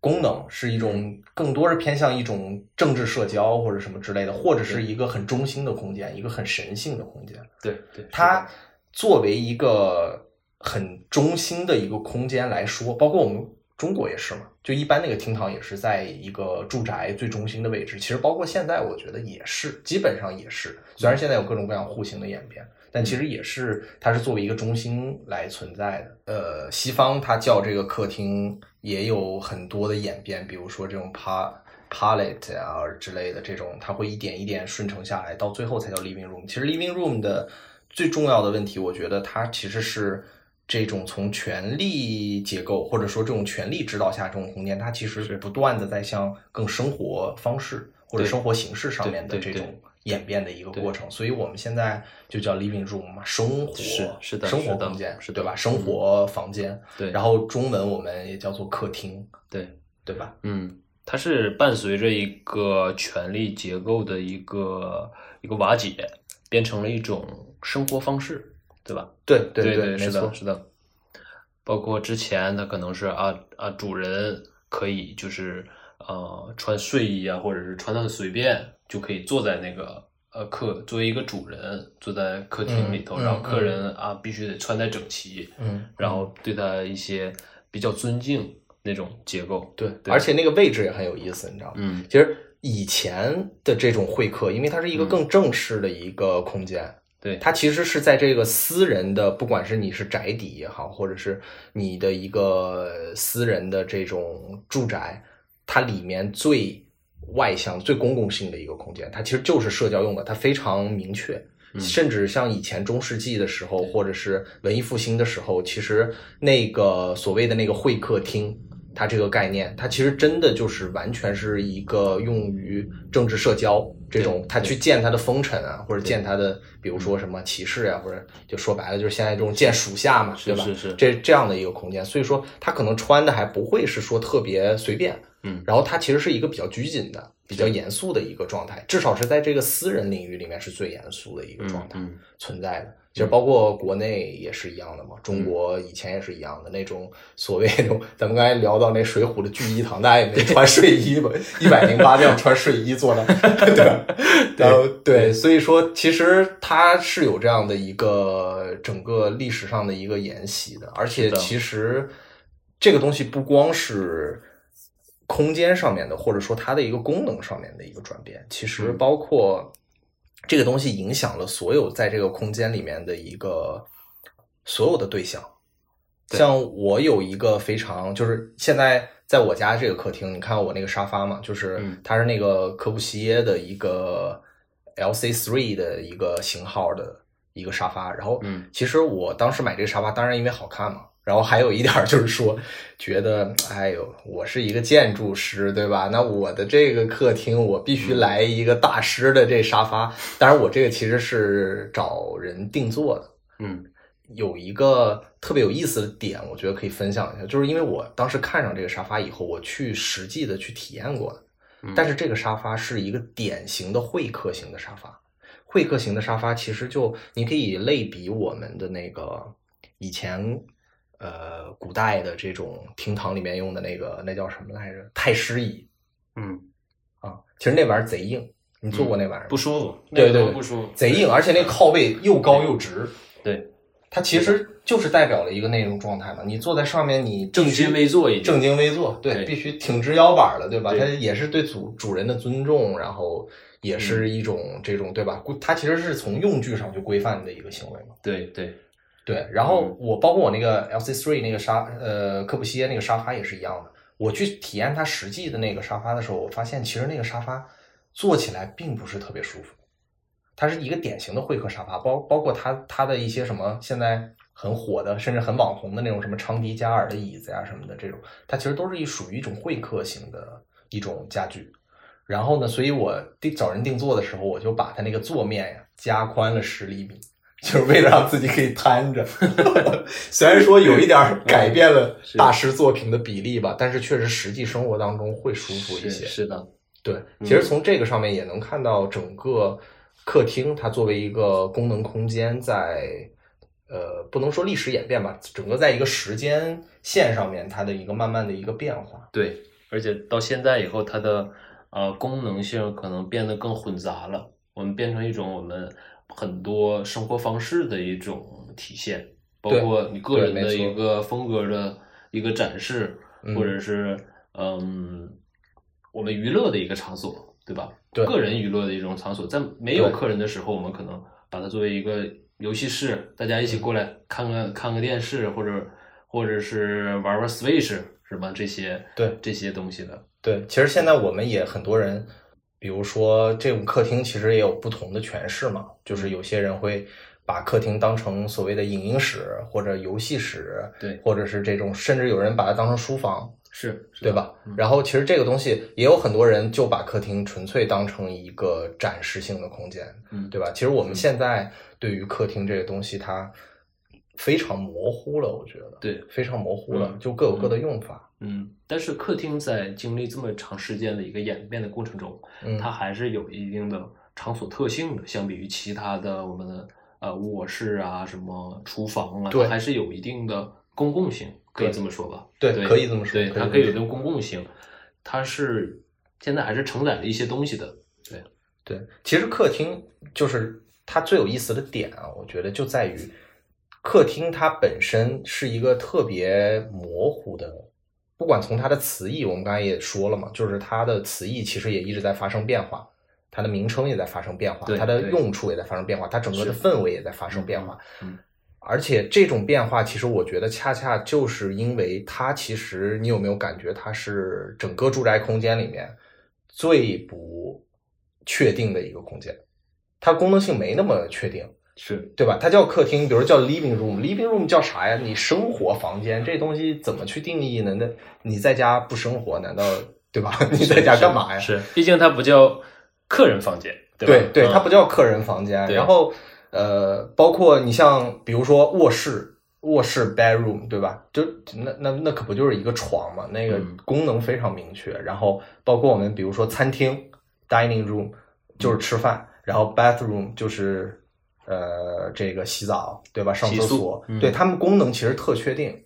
Speaker 2: 功能，是一
Speaker 4: 嗯
Speaker 2: 种更多是偏向一种政治社交或者什么之类的，或者是一个很中心的空间，一个很神性的空间。
Speaker 4: 对对，是
Speaker 2: 它
Speaker 4: 的
Speaker 2: 作为一个很中心的一个空间来说，包括我们中国也是嘛，就一般那个厅堂也是在一个住宅最中心的位置。其实包括现在，我觉得也是，基本上也是。虽然现在有各种各样户型的演变，但
Speaker 4: 嗯
Speaker 2: 其实也是它是作为一个中心来存在的。呃，西方它叫这个客厅也有很多的演变，比如说这种 pa。palette 啊之类的这种，它会一点一点顺承下来，到最后才叫 living room。其实 living room 的最重要的问题，我觉得它其实是这种从权力结构或者说这种权力指导下这种空间，它其实
Speaker 4: 是
Speaker 2: 不断的在向更生活方式或者
Speaker 4: 对
Speaker 2: 生活形式上
Speaker 4: 对
Speaker 2: 面的这
Speaker 4: 对
Speaker 2: 种
Speaker 4: 对
Speaker 2: 演变的一个
Speaker 4: 对
Speaker 2: 过程。所以我们现在就叫 living room 嘛，生活
Speaker 4: 是是的
Speaker 2: 生
Speaker 4: 是
Speaker 2: 活
Speaker 4: 的
Speaker 2: 空间
Speaker 4: 是的嗯
Speaker 2: 对吧？生活房间，
Speaker 4: 对，
Speaker 2: 然后中文我们也叫做客厅，
Speaker 4: 对，
Speaker 2: 对吧？
Speaker 4: 嗯，它是伴随着一个权力结构的一个一个瓦解，变成了一种生活方式，对吧？
Speaker 2: 对
Speaker 4: 对
Speaker 2: 对，没
Speaker 4: 是
Speaker 2: 错
Speaker 4: 的，，是的。包括之前它可能是啊啊，主人可以就是呃穿睡衣啊，或者是穿的很随便，就可以坐在那个呃客作为一个主人坐在客厅里头，
Speaker 2: 嗯
Speaker 4: 然后
Speaker 2: 嗯
Speaker 4: 客
Speaker 2: 嗯
Speaker 4: 人啊必须得穿戴整齐，
Speaker 2: 嗯，
Speaker 4: 然后对他一些比较尊敬那种结构，
Speaker 2: 对，而且那个位置也很有意思，你知道吗？
Speaker 4: 嗯。
Speaker 2: 其实以前的这种会客，因为它是一个更正式的一个空间，
Speaker 4: 对，
Speaker 2: 它其实是在这个私人的，不管是你是宅邸也好，或者是你的一个私人的这种住宅，它里面最外向、最公共性的一个空间，它其实就是社交用的，它非常明确。
Speaker 4: 嗯
Speaker 2: 甚至像以前中世纪的时候，或者是文艺复兴的时候，其实那个所谓的那个会客厅，它这个概念，它其实真的就是完全是一个用于政治社交这种
Speaker 4: 对，嗯
Speaker 2: 它去建它的风尘啊，或者建它的，比如说什么骑士啊，或者就说白了就是现在这种建属下嘛，
Speaker 4: 是
Speaker 2: 对吧？
Speaker 4: 是是
Speaker 2: 这这样的一个空间，所以说它可能穿的还不会是说特别随便，
Speaker 4: 嗯
Speaker 2: 然后它其实是一个比较拘谨的、比较严肃的一个状态，至少是在这个私人领域里面是最严肃的一个状态。
Speaker 4: 嗯
Speaker 2: 存在的。其实包括国内也是一样的嘛，
Speaker 4: 嗯
Speaker 2: 中国以前也是一样的那种所谓的，咱们刚才聊到那《水浒》的聚义堂，大家也没穿睡衣吧？一百零八 将穿睡衣做的，对吧？ 然后对，所以说其实它是有这样的一个整个历史上的一个沿袭的，而且
Speaker 4: 是的
Speaker 2: 其实这个东西不光是空间上面的，或者说它的一个功能上面的一个转变，其实
Speaker 4: 嗯
Speaker 2: 包括这个东西影响了所有在这个空间里面的一个所有的对象。
Speaker 4: 对
Speaker 2: 像我有一个非常，就是现在在我家这个客厅，你看我那个沙发嘛，就是
Speaker 4: 嗯
Speaker 2: 它是那个科布西耶的一个 LC three 的一个型号的一个沙发，然后
Speaker 4: 嗯
Speaker 2: 其实我当时买这个沙发，当然因为好看嘛，然后还有一点儿就是说，觉得哎呦，我是一个建筑师，对吧？那我的这个客厅，我必
Speaker 4: 嗯
Speaker 2: 须来一个大师的这沙发。当然，我这个其实是找人定做的。
Speaker 4: 嗯
Speaker 2: 有一个特别有意思的点，我觉得可以分享一下，就是因为我当时看上这个沙发以后，我去实际的去体验过的。
Speaker 4: 嗯，
Speaker 2: 但是这个沙发是一个典型的会客型的沙发。会客型的沙发其实就你可以类比我们的那个以前呃古代的这种厅堂里面用的那个那叫什么来着太师椅
Speaker 4: 嗯
Speaker 2: 啊，其实那玩意儿贼硬，你坐过那玩意儿吗、
Speaker 4: 不舒服，
Speaker 2: 对
Speaker 4: 那个
Speaker 2: 对
Speaker 4: 不舒服，
Speaker 2: 贼硬，而且那靠背又高又直，
Speaker 4: 对，
Speaker 2: 它其实就是代表了一个那种状态嘛。你坐在上面，你正
Speaker 4: 正襟危坐一点
Speaker 2: 正襟危坐，对，
Speaker 4: 对
Speaker 2: 必须挺直腰板儿的，对吧？
Speaker 4: 对
Speaker 2: 它也是对主主人的尊重，然后也
Speaker 4: 嗯
Speaker 2: 是一种这种对吧？规它其实是从用具上去规范的一个行为嘛。
Speaker 4: 对对，
Speaker 2: 对，然后我包括我那个 LC three 那个沙呃科布西耶那个沙发也是一样的。我去体验它实际的那个沙发的时候，我发现其实那个沙发坐起来并不是特别舒服，它是一个典型的会客沙发，包包括它它的一些什么现在很火的，甚至很网红的那种什么长笛加耳的椅子呀、什么的这种，它其实都是一属于一种会客型的一种家具。然后呢，所以我定找人定做的时候，我就把它那个座面呀加宽了十厘米，就是为了让自己可以摊着。 虽然说有一点儿改变了
Speaker 4: 是
Speaker 2: 大师作品的比例吧，但是确实实际生活当中会舒服一
Speaker 4: 是
Speaker 2: 些。
Speaker 4: 是的，
Speaker 2: 对，
Speaker 4: 嗯
Speaker 2: 其实从这个上面也能看到整个客厅它作为一个功能空间在，呃，不能说历史演变吧，整个在一个时间线上面它的一个慢慢的一个变化。
Speaker 4: 对，而且到现在以后，它的呃功能性可能变得更混杂了，我们变成一种我们很多生活方式的一种体现，包
Speaker 2: 对
Speaker 4: 括你个
Speaker 2: 对
Speaker 4: 人
Speaker 2: 没
Speaker 4: 的一
Speaker 2: 错
Speaker 4: 个风格的一个展示，
Speaker 2: 嗯
Speaker 4: 或者是嗯我们娱乐的一个场所，对吧？
Speaker 2: 对
Speaker 4: 个人娱乐的一种场所，在没有
Speaker 2: 对
Speaker 4: 客人的时候，我们可能把它作为一个游戏室，大家一起
Speaker 2: 嗯
Speaker 4: 过来看看看个电视，或者或者是玩玩 Switch 是吧？这些
Speaker 2: 对
Speaker 4: 这些东西的，
Speaker 2: 对，其实现在我们也很多人，比如说这种客厅，其实也有不同的诠释嘛。就是有些人会把客厅当成所谓的影音室或者游戏室，
Speaker 4: 对
Speaker 2: 或者是这种，甚至有人把它当成书房，
Speaker 4: 是，是
Speaker 2: 对
Speaker 4: 的？
Speaker 2: 吧
Speaker 4: 嗯？
Speaker 2: 然后其实这个东西也有很多人就把客厅纯粹当成一个展示性的空间，
Speaker 4: 嗯，
Speaker 2: 对吧？其实我们现在对于客厅这个东西，它非常模糊了，我觉得，
Speaker 4: 对，
Speaker 2: 非常模糊了
Speaker 4: 嗯，
Speaker 2: 就各有各的用法。
Speaker 4: 嗯。但是客厅在经历这么长时间的一个演变的过程中，
Speaker 2: 嗯，
Speaker 4: 它还是有一定的场所特性的，相比于其他的我们的呃卧室啊、什么厨房啊，
Speaker 2: 对
Speaker 4: 它还是有一定的公共性，可以
Speaker 2: 对
Speaker 4: 这么说吧？
Speaker 2: 对
Speaker 4: 对，
Speaker 2: 可以这么说
Speaker 4: 对，
Speaker 2: 可以
Speaker 4: 它
Speaker 2: 这
Speaker 4: 可以
Speaker 2: 么
Speaker 4: 有一
Speaker 2: 说
Speaker 4: 定公共性，它是现在还是承载了一些东西的。
Speaker 2: 对，其实客厅就是它最有意思的点啊，我觉得就在于客厅它本身是一个特别模糊的，不管从它的词义，我们刚才也说了嘛，就是它的词义其实也一直在发生变化，它的名称也在发生变化，
Speaker 4: 对
Speaker 2: 它的
Speaker 4: 对
Speaker 2: 用处也在发生变化，它整个的
Speaker 4: 是
Speaker 2: 氛围也在发生变化。
Speaker 4: 嗯
Speaker 2: 而且这种变化，其实我觉得恰恰就是因为它，其实你有没有感觉它是整个住宅空间里面最不确定的一个空间？它功能性没那么确定，
Speaker 6: 是
Speaker 2: 对吧？它叫客厅，比如叫 living room，living room 叫啥呀？你生活房间这东西怎么去定义呢？那你在家不生活，难道对吧？ 你在家干嘛呀？
Speaker 4: 是，毕竟它不叫客人房间，对吧
Speaker 2: 对？对，它
Speaker 4: 嗯
Speaker 2: 不叫客人房间。
Speaker 4: 对
Speaker 2: 然后呃，包括你像比如说卧室，卧室 bedroom 对吧？就那那那可不就是一个床嘛？那个
Speaker 6: 嗯
Speaker 2: 功能非常明确。然后包括我们比如说餐厅 dining room 就是吃饭，然后 bathroom 就是。呃，这个洗澡对吧？上
Speaker 4: 洗
Speaker 2: 厕
Speaker 4: 漱
Speaker 2: 所，
Speaker 4: 嗯
Speaker 2: 对他们功能其实特确定，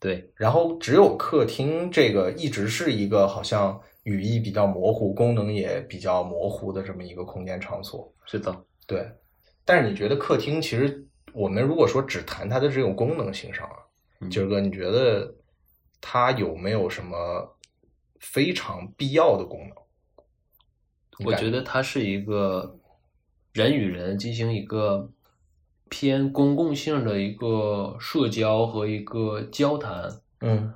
Speaker 4: 对，
Speaker 2: 然后只有客厅这个一直是一个好像语义比较模糊、功能也比较模糊的这么一个空间场所。
Speaker 4: 是的，
Speaker 2: 对，但是你觉得客厅其实我们如果说只谈它的这种功能性上啊，
Speaker 6: 嗯
Speaker 2: 杰、哥，你觉得它有没有什么非常必要的功能？你
Speaker 4: 我
Speaker 2: 感
Speaker 4: 觉得它是一个人与人进行一个偏公共性的一个社交和一个交谈，
Speaker 2: 嗯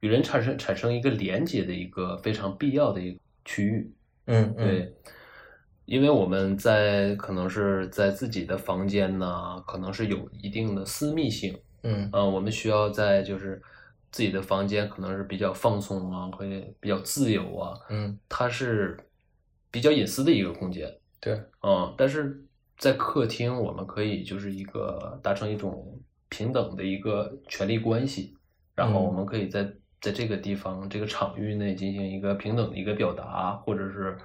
Speaker 4: 与人产生产生一个连接的一个非常必要的一个区域。
Speaker 2: 嗯嗯
Speaker 4: 对，因为我们在可能是在自己的房间呢，可能是有一定的私密性，
Speaker 2: 嗯
Speaker 4: 嗯，我们需要在就是自己的房间可能是比较放松啊，会比较自由啊，
Speaker 2: 嗯，
Speaker 4: 它是比较隐私的一个空间，
Speaker 2: 对，
Speaker 4: 嗯，但是在客厅我们可以就是一个达成一种平等的一个权利关系，然后我
Speaker 2: 嗯
Speaker 4: 们可以在在这个地方这个场域内进行一个平等的一个表达，或者是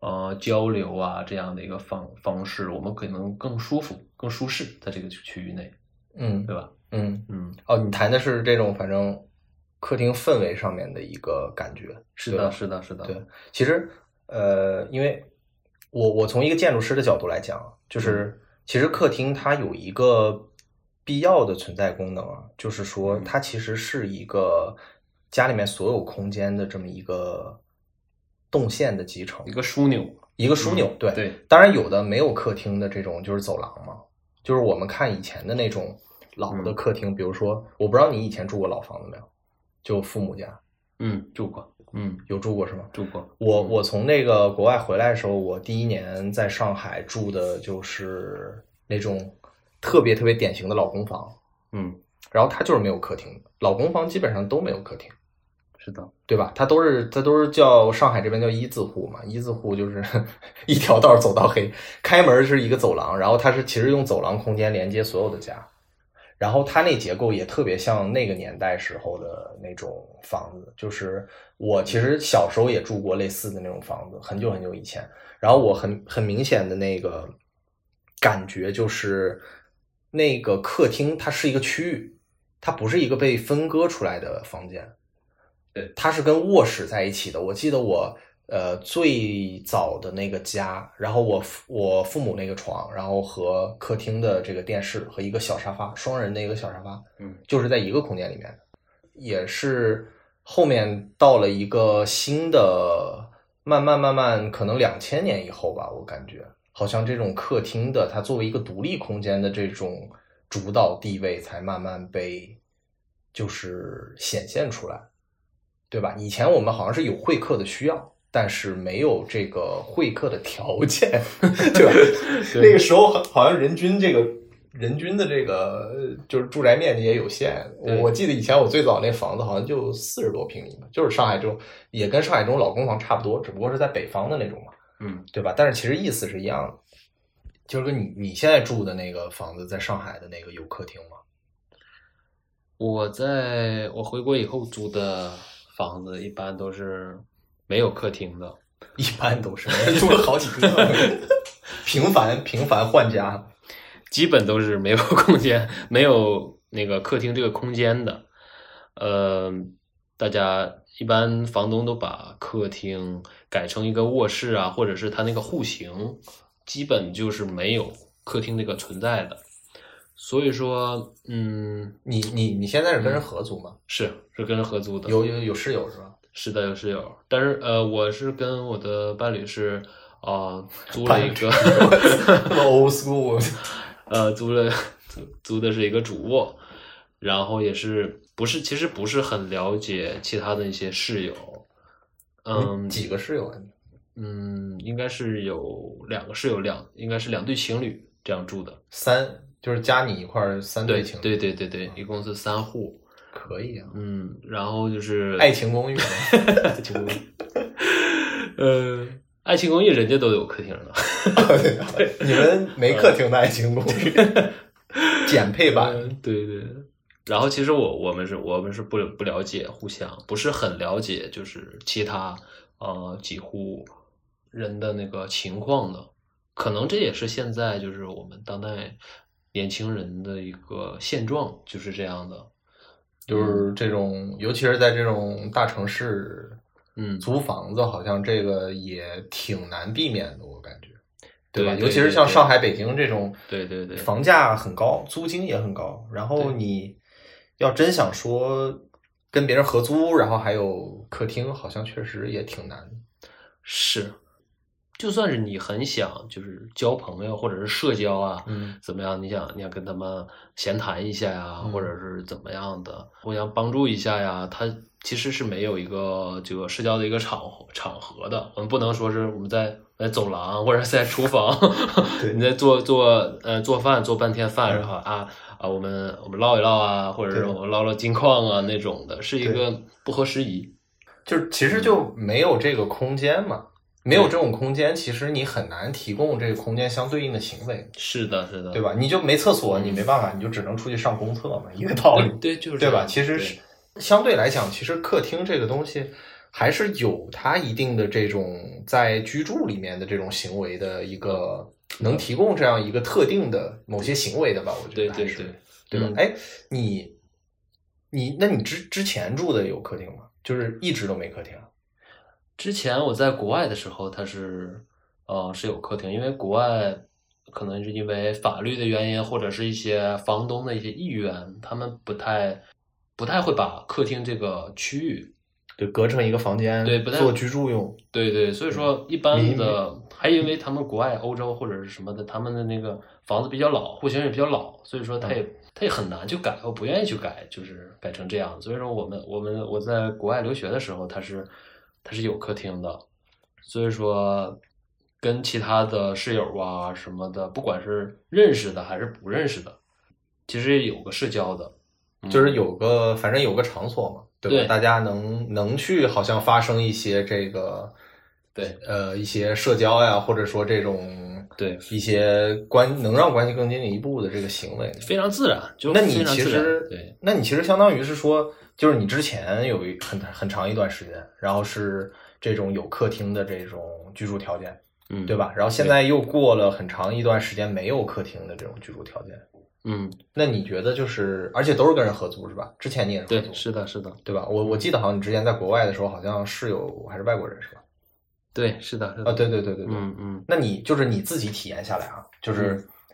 Speaker 4: 呃交流啊这样的一个方方式，我们可能更舒服、更舒适在这个区域内，
Speaker 2: 嗯
Speaker 4: 对吧？
Speaker 2: 嗯
Speaker 4: 嗯，
Speaker 2: 哦，你谈的是这种反正客厅氛围上面的一个感觉，
Speaker 4: 是
Speaker 2: 对
Speaker 4: 的，
Speaker 2: 吧
Speaker 4: 是的，是的，
Speaker 2: 对，其实呃，因为我我从一个建筑师的角度来讲，
Speaker 4: 嗯
Speaker 2: 就是其实客厅它有一个必要的存在功能啊，就是
Speaker 4: 嗯
Speaker 2: 说它其实是一个家里面所有空间的这么一个动线的集成
Speaker 4: 一，个枢纽，嗯
Speaker 2: 一个枢纽。对，
Speaker 4: 对，
Speaker 2: 当然有的没有客厅的这种就是走廊嘛，就是我们看以前的那种老的
Speaker 4: 嗯
Speaker 2: 客厅，比如说我不知道你以前住过老房子没有，就父母家
Speaker 4: 嗯，住过，嗯，
Speaker 2: 有住过是吗？
Speaker 4: 住过，
Speaker 2: 我我从那个国外回来的时候，我第一年在上海住的就是那种特别特别典型的老公房，
Speaker 4: 嗯，
Speaker 2: 然后它就是没有客厅的，老公房基本上都没有客厅，
Speaker 4: 是的，
Speaker 2: 对吧？它都是它都是叫上海这边叫一字户嘛，一字户就是 一条道走到黑，开门是一个走廊，然后它是其实用走廊空间连接所有的家，然后它那结构也特别像那个年代时候的那种房子，就是我其实小时候也住过类似的那种房子，很久很久以前。然后我很很明显的那个感觉就是，那个客厅它是一个区域，它不是一个被分割出来的房间，
Speaker 4: 对，
Speaker 2: 它是跟卧室在一起的。我记得我呃最早的那个家，然后我父我父母那个床，然后和客厅的这个电视和一个小沙发，双人的一个小沙发，
Speaker 4: 嗯，
Speaker 2: 就是在一个空间里面的，也是后面到了一个新的，慢慢慢慢，可能两千年以后吧，我感觉好像这种客厅的，它作为一个独立空间的这种主导地位，才慢慢被就是显现出来，对吧？以前我们好像是有会客的需要。但是没有这个会客的条件， 对吧？ 那个时候好好像人均这个人均的这个呃就是住宅面积也有限。我
Speaker 4: 对
Speaker 2: 我记得以前我最早那房子好像就四十多平米嘛，就是上海这种也跟上海这种老公房差不多，只不过是在北方的那种嘛，
Speaker 4: 嗯，
Speaker 2: 对吧？但是其实意思是一样的。就是跟你你现在住的那个房子，在上海的那个有客厅吗？
Speaker 4: 我在我回国以后租的房子，一般都是没有客厅的。
Speaker 2: 一般都是住了好几个， 频繁频繁换家。
Speaker 4: 基本都是没有空间， 没有那个客厅这个空间的。呃，大家一般房东都把客厅改成一个卧室啊，或者是他那个户型，基本就是没有客厅这个存在的。所以说，嗯，
Speaker 2: 你你你现在是跟人合租吗？
Speaker 4: 是是跟人合租的，
Speaker 2: 有有有室友是吧？
Speaker 4: 是的，有室友，但是呃，我是跟我的伴侣是呃租了
Speaker 2: 伴
Speaker 4: 一
Speaker 2: 侣
Speaker 4: 个
Speaker 2: old school，
Speaker 4: 呃，租了租租的是一个主卧，然后也是不是其实不是很了解其他的一些室友，嗯
Speaker 2: 几个室友啊？
Speaker 4: 嗯，应该是有两个室友，两应该是两对情侣，这样住的。
Speaker 2: 三就是加你一块儿三
Speaker 4: 对
Speaker 2: 对情侣，
Speaker 4: 对对对对，一共是三户。
Speaker 2: 可以啊，
Speaker 4: 嗯，然后就是
Speaker 2: 爱情公寓，
Speaker 4: 爱情 公寓，呃，爱情公寓人家都有客厅了，
Speaker 2: 啊你们没客厅的爱情公 寓，减配版，
Speaker 4: 嗯对对。然后其实我我们是我们是不不了解互相，不是很了解，就是其他呃几户人的那个情况的，可能这也是现在就是我们当代年轻人的一个现状，就是这样的。
Speaker 2: 就是这种，尤其是在这种大城市，
Speaker 4: 嗯，
Speaker 2: 租房子好像这个也挺难避免的，我感觉，吧？
Speaker 4: 对对
Speaker 2: 尤其是
Speaker 4: 对
Speaker 2: 像
Speaker 4: 对
Speaker 2: 上海、北京这种，
Speaker 4: 对对对
Speaker 2: 房价很高，租金也很高，然后
Speaker 4: 对
Speaker 2: 你要真想说跟别人合租，然后还有客厅，好像确实也挺难。
Speaker 4: 是，就算是你很想就是交朋友或者是社交啊，
Speaker 2: 嗯，
Speaker 4: 怎么样？你想你想跟他们闲谈一下呀，
Speaker 2: 嗯
Speaker 4: 或者是怎么样的，互相帮助一下呀？他其实是没有一个这个社交的一个场合场合的。我们不能说是我们在在走廊或者是在厨房
Speaker 2: 对，嗯
Speaker 4: 你在做做呃做饭做半天饭，然后啊啊我们我们唠一唠啊，或者是
Speaker 2: 对
Speaker 4: 我们唠唠近况啊那种的，是一个不合时宜。
Speaker 2: 就是其
Speaker 4: 嗯
Speaker 2: 实就没有这个空间嘛，没有这种空间，其实你很难提供这个空间相对应的行为，
Speaker 4: 是的，是的，
Speaker 2: 对吧？你就没厕所，
Speaker 4: 嗯
Speaker 2: 你没办法，你就只能出去上公厕嘛，一个道理
Speaker 4: 对？，对，就是
Speaker 2: 对
Speaker 4: 这
Speaker 2: 吧？
Speaker 4: 样
Speaker 2: 其实
Speaker 4: 对
Speaker 2: 是相对来讲，其实客厅这个东西还是有它一定的这种在居住里面的这种行为的一个能提供这样一个特定的某些行为的吧？我觉
Speaker 4: 对
Speaker 2: 得
Speaker 4: 对
Speaker 2: 还是
Speaker 4: 对，
Speaker 2: 对吧
Speaker 4: 嗯？
Speaker 2: 哎，你你那你之之前住的有客厅吗？就是一直都没客厅啊。
Speaker 4: 之前我在国外的时候，它是呃是有客厅，因为国外可能是因为法律的原因，或者是一些房东的一些意愿，他们不太不太会把客厅这个区域，
Speaker 2: 就隔成一个房间，
Speaker 4: 对不太
Speaker 2: 做居住用。
Speaker 4: 对对，所以说
Speaker 2: 你
Speaker 4: 一般的，还因为他们国外欧洲或者是什么的，他们的那个房子比较老，户型也比较老，所以说
Speaker 2: 嗯
Speaker 4: 他也他也很难去改，我不愿意去改，就是改成这样。所以说我们我们我在国外留学的时候，它是它是有客厅的，所以说跟其他的室友啊什么的，不管是认识的还是不认识的，其实也有个社交的，嗯
Speaker 2: 就是有个，反正有个场所嘛，对吧？
Speaker 4: 对
Speaker 2: 大家能能去，好像发生一些这个，
Speaker 4: 对
Speaker 2: 呃，一些社交呀，或者说这种
Speaker 4: 对
Speaker 2: 一些关能让关系更进一步的这个行为。
Speaker 4: 非常自然，就
Speaker 2: 那你
Speaker 4: 非常
Speaker 2: 其
Speaker 4: 自然
Speaker 2: 实
Speaker 4: 对。，
Speaker 2: 那你其实相当于是说，就是你之前有一很很长一段时间，然后是这种有客厅的这种居住条件，
Speaker 4: 嗯
Speaker 2: 对吧？然后现在又过了很长一段时间没有客厅的这种居住条件，
Speaker 4: 嗯，
Speaker 2: 那你觉得就是，而且都是跟人合租是吧？之前你也是合
Speaker 4: 对，
Speaker 2: 租，
Speaker 4: 是的，是的。
Speaker 2: 对吧？我我记得好像你之前在国外的时候，好像室友还是外国人是吧？
Speaker 4: 对，是的，是的，
Speaker 2: 啊，对对对对对。
Speaker 4: 嗯嗯，
Speaker 2: 那你就是你自己体验下来啊，就是，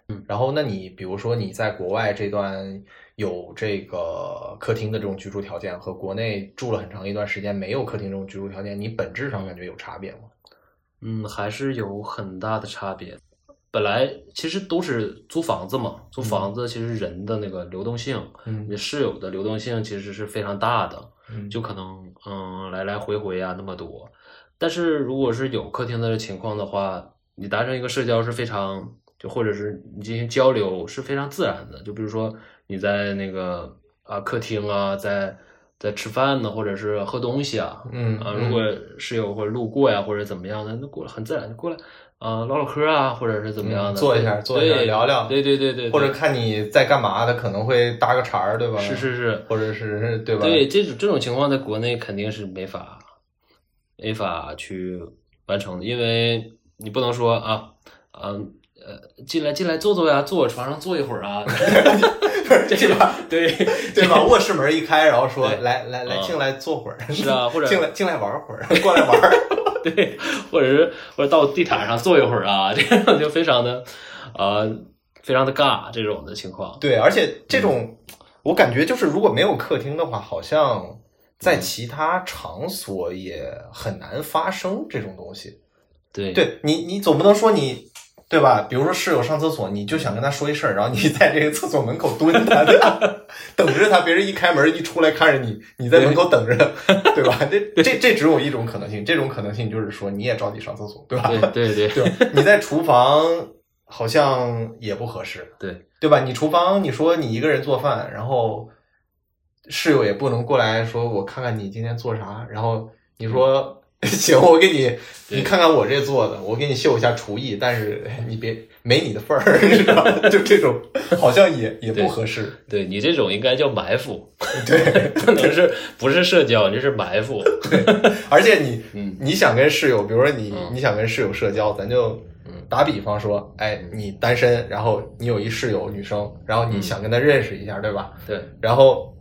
Speaker 4: 嗯嗯
Speaker 2: 然后那你比如说你在国外这段有这个客厅的这种居住条件，和国内住了很长一段时间没有客厅这种居住条件，你本质上感觉有差别吗？
Speaker 4: 嗯，还是有很大的差别。本来其实都是租房子嘛，租房子其实人的那个流动性，
Speaker 2: 嗯
Speaker 4: 你的室友的流动性其实是非常大的，
Speaker 2: 嗯
Speaker 4: 就可能嗯来来回回啊那么多。但是如果是有客厅的情况的话，你达成一个社交是非常，就或者是你进行交流是非常自然的。就比如说你在那个啊客厅啊，在在吃饭呢，或者是喝东西啊，
Speaker 2: 嗯
Speaker 4: 啊，如果室友或者路过呀，或者怎么样的，那过来很自然就过来啊唠唠嗑啊，或者是怎么样
Speaker 2: 嗯
Speaker 4: 的，
Speaker 2: 坐一下
Speaker 4: 对
Speaker 2: 坐一下
Speaker 4: 对
Speaker 2: 聊聊
Speaker 4: 对对对对，
Speaker 2: 或者
Speaker 4: 对
Speaker 2: 看你在干嘛的，可能会搭个茬儿，对吧？
Speaker 4: 是是是，
Speaker 2: 或者是对吧？
Speaker 4: 对这种这种情况，在国内肯定是没法没法去完成的，因为你不能说啊，嗯呃，进来进来坐坐呀，坐我床上坐一会儿啊，
Speaker 2: 对吧？
Speaker 4: 对
Speaker 2: 对 吧？卧室门一开，然后说
Speaker 4: 对
Speaker 2: 来来来，
Speaker 4: 嗯
Speaker 2: 进来坐会儿，
Speaker 4: 是啊或 者
Speaker 2: 进来进来玩会儿，过来玩儿。
Speaker 4: 对，或者是或者到地毯上坐一会儿啊， 这样就非常的呃非常的尬这种的情况，
Speaker 2: 对，而且这种我感觉就是如果没有客厅的话，好像在其他场所也很难发生这种东西。
Speaker 4: 对
Speaker 2: 对你，你总不能说你。对吧？比如说室友上厕所，你就想跟他说一声，然后你 在这个厕所门口蹲他，对吧 等着他，别人一开门一出来看着你，你在门口等着， 对吧？这这这只有一种 可能性，这种可能性就是说你也着急上厕所，对吧？
Speaker 4: 对对对
Speaker 2: 对吧，你在厨房好像也不合适，
Speaker 4: 对
Speaker 2: 对吧？你厨房，你说你一个人做饭，然后室友也不能过来说我看看你今天做啥，然后你说 行，我给你，
Speaker 4: 嗯对
Speaker 2: 你看看我这做的，我给你秀一下厨艺，但是你别没你的份儿， 你知道吗？就这种好像也也
Speaker 4: 对
Speaker 2: 不合适，
Speaker 4: 对你这种应该叫埋伏，
Speaker 2: 对。
Speaker 4: 不能是不是社交，你这是埋伏。
Speaker 2: 而且你，
Speaker 4: 嗯
Speaker 2: 你想跟室友，比如说你，
Speaker 4: 嗯
Speaker 2: 你想跟室友社交，咱就
Speaker 4: 嗯
Speaker 2: 打比方说，哎，你单身，然后你有一室友女生，然后你
Speaker 4: 嗯
Speaker 2: 想跟她认识一下，对吧？
Speaker 4: 对
Speaker 2: 然后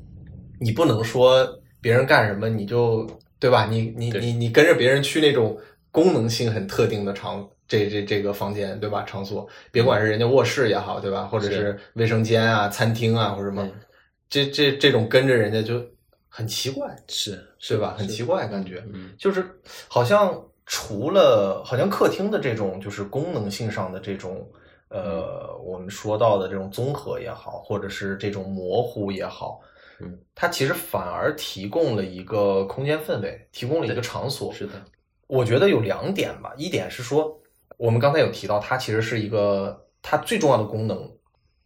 Speaker 2: 你不能说别人干什么，你就对吧？你你
Speaker 4: 对
Speaker 2: 你你跟着别人去那种功能性很特定的场。这这这个房间对吧？场所，别管是人家卧室也好，对吧？或者
Speaker 4: 嗯是
Speaker 2: 是卫生间啊、餐厅啊，或者什么
Speaker 4: 嗯，
Speaker 2: 这这这种跟着人家就很奇怪，
Speaker 4: 是
Speaker 2: 对吧？很奇怪，感觉。
Speaker 4: 嗯
Speaker 2: 就是好像除了好像客厅的这种就是功能性上的这种呃，我们说到的这种综合也好，或者是这种模糊也好，
Speaker 4: 嗯，
Speaker 2: 它其实反而提供了一个空间氛围，提供了一个
Speaker 4: 对
Speaker 2: 场所。
Speaker 4: 是的，
Speaker 2: 我觉得有两点吧，一点是说我们刚才有提到，它其实是一个它最重要的功能。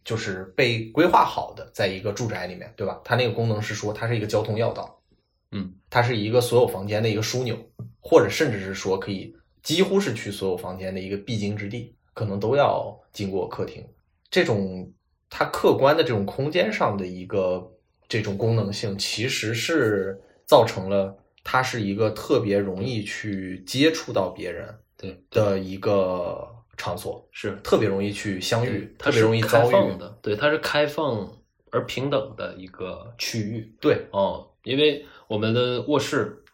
Speaker 2: 就是被规划好的，在一个住宅里面，对吧？它那个功能是说，它是一个交通要道，
Speaker 4: 嗯
Speaker 2: 它是一个所有房间的一个枢纽，或者甚至是说可以几乎是去所有房间的一个必经之地，可能都要经过客厅。这种它客观的这种空间上的一个这种功能性，其实是造成了它是一个特别容易去接触到别人
Speaker 4: 对
Speaker 2: 的一个场所，
Speaker 4: 是
Speaker 2: 特别容易去相遇，特
Speaker 4: 它
Speaker 2: 别
Speaker 4: 是
Speaker 2: 容易
Speaker 4: 开
Speaker 2: 遭遇
Speaker 4: 放。的，对，它是开放而平等的一个区域。
Speaker 2: 对，
Speaker 4: 哦，因为我们的卧室，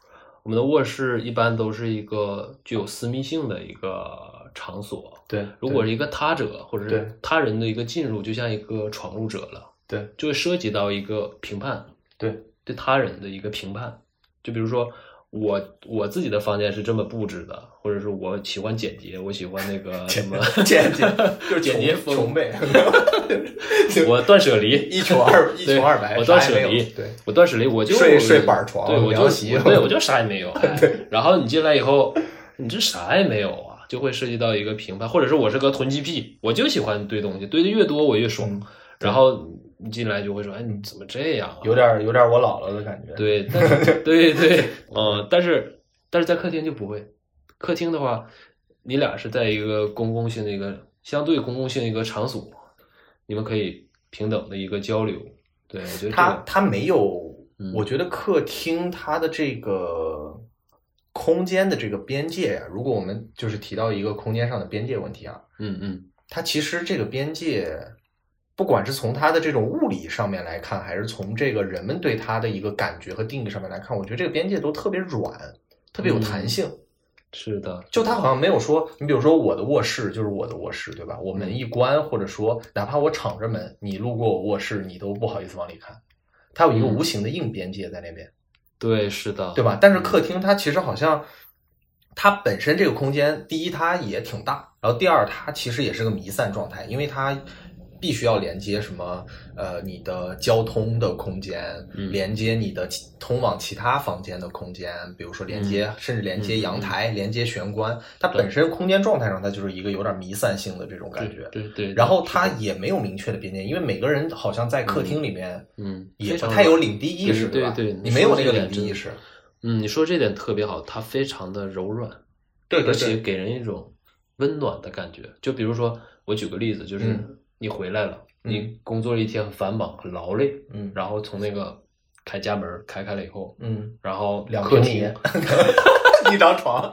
Speaker 4: 我们的卧室一般都是一个具有私密性的一个场所。
Speaker 2: 对，
Speaker 4: 如果是一个他者或者
Speaker 2: 对
Speaker 4: 是他人的一个进入，就像一个闯入者了，
Speaker 2: 对，
Speaker 4: 就会涉及到一个评判，
Speaker 2: 对
Speaker 4: 对他人的一个评判。就比如说我我自己的房间是这么布置的，或者是我喜欢简洁，我喜欢那 个什么
Speaker 2: 简 洁就是
Speaker 4: 简洁
Speaker 2: 穷
Speaker 4: 风
Speaker 2: 穷呗，
Speaker 4: 我断舍离，
Speaker 2: 一穷二一
Speaker 4: 对
Speaker 2: 穷二白，
Speaker 4: 我断
Speaker 2: 啥也
Speaker 4: 舍
Speaker 2: 没有
Speaker 4: 离，
Speaker 2: 对，
Speaker 4: 我断舍离，我就
Speaker 2: 睡睡板床
Speaker 4: 对我
Speaker 2: 凉
Speaker 4: 就
Speaker 2: 席
Speaker 4: 对我就啥也没有。 哎然后你进来以后，你这啥也没有啊，就会涉及到一个评判，或者是我是个囤积癖，我就喜欢堆东西，堆的越多我越爽。
Speaker 2: 嗯
Speaker 4: 然后你进来就会说，哎，你怎么这样、啊？
Speaker 2: 有点有点我姥姥的感觉。，
Speaker 4: 对，但 是对对，嗯、但是但是在客厅就不会，客厅的话，你俩是在一个公共性的一个相对公共性的一个场所，你们可以平等的一个交流。对，我觉得这
Speaker 2: 它
Speaker 4: 个
Speaker 2: 它没有，
Speaker 4: 嗯
Speaker 2: 我觉得客厅它的这个空间的这个边界呀、如果我们就是提到一个空间上的边界问题啊，
Speaker 4: 嗯嗯，
Speaker 2: 它其实这个边界，不管是从它的这种物理上面来看，还是从这个人们对它的一个感觉和定义上面来看，我觉得这个边界都特别软，特别有弹
Speaker 4: 嗯
Speaker 2: 性。
Speaker 4: 是的，
Speaker 2: 就它好像没有说，你比如说我的卧室就是我的卧室，对吧？我门一关，或者说哪怕我敞着门，你路过我卧室，你都不好意思往里看。它有一个
Speaker 4: 嗯
Speaker 2: 无形的硬边界在那边，
Speaker 4: 对，是的，
Speaker 2: 对吧？但是客厅它其实好像，它本身这个空间，第一它也挺大，然后第二它其实也是个弥散状态，因为它必须要连接什么呃你的交通的空间，
Speaker 4: 嗯
Speaker 2: 连接你的其通往其他房间的空间，比如说
Speaker 4: 嗯
Speaker 2: 连接、甚至连接阳台、连接玄关，它本身空间状态上它就是一个有点弥散性的这种感觉。
Speaker 4: 对对。
Speaker 2: 然后
Speaker 4: 是
Speaker 2: 它
Speaker 4: 的
Speaker 2: 也没有明确的边界，因为每个人好像在客厅里面
Speaker 4: 嗯，
Speaker 2: 也
Speaker 4: 非
Speaker 2: 不
Speaker 4: 常
Speaker 2: 太
Speaker 4: 软
Speaker 2: 有领地意识，
Speaker 4: 对
Speaker 2: 吧？
Speaker 4: 对，
Speaker 2: 你没有
Speaker 4: 说
Speaker 2: 那
Speaker 4: 这
Speaker 2: 个
Speaker 4: 点
Speaker 2: 领地
Speaker 4: 真
Speaker 2: 意
Speaker 4: 的
Speaker 2: 识。。
Speaker 4: 嗯，你说这点特别好，它非常的柔软，
Speaker 2: 对
Speaker 4: 而且给人一种温暖的感觉。就比如说，我举个例子，就是
Speaker 2: 嗯
Speaker 4: 你回来了，
Speaker 2: 嗯
Speaker 4: 你工作了一天很繁忙、很劳累，
Speaker 2: 嗯
Speaker 4: 然后从那个开家门开开了以后，
Speaker 2: 嗯，
Speaker 4: 然后
Speaker 2: 两
Speaker 4: 客
Speaker 2: 平
Speaker 4: 厅
Speaker 2: 米，一张床，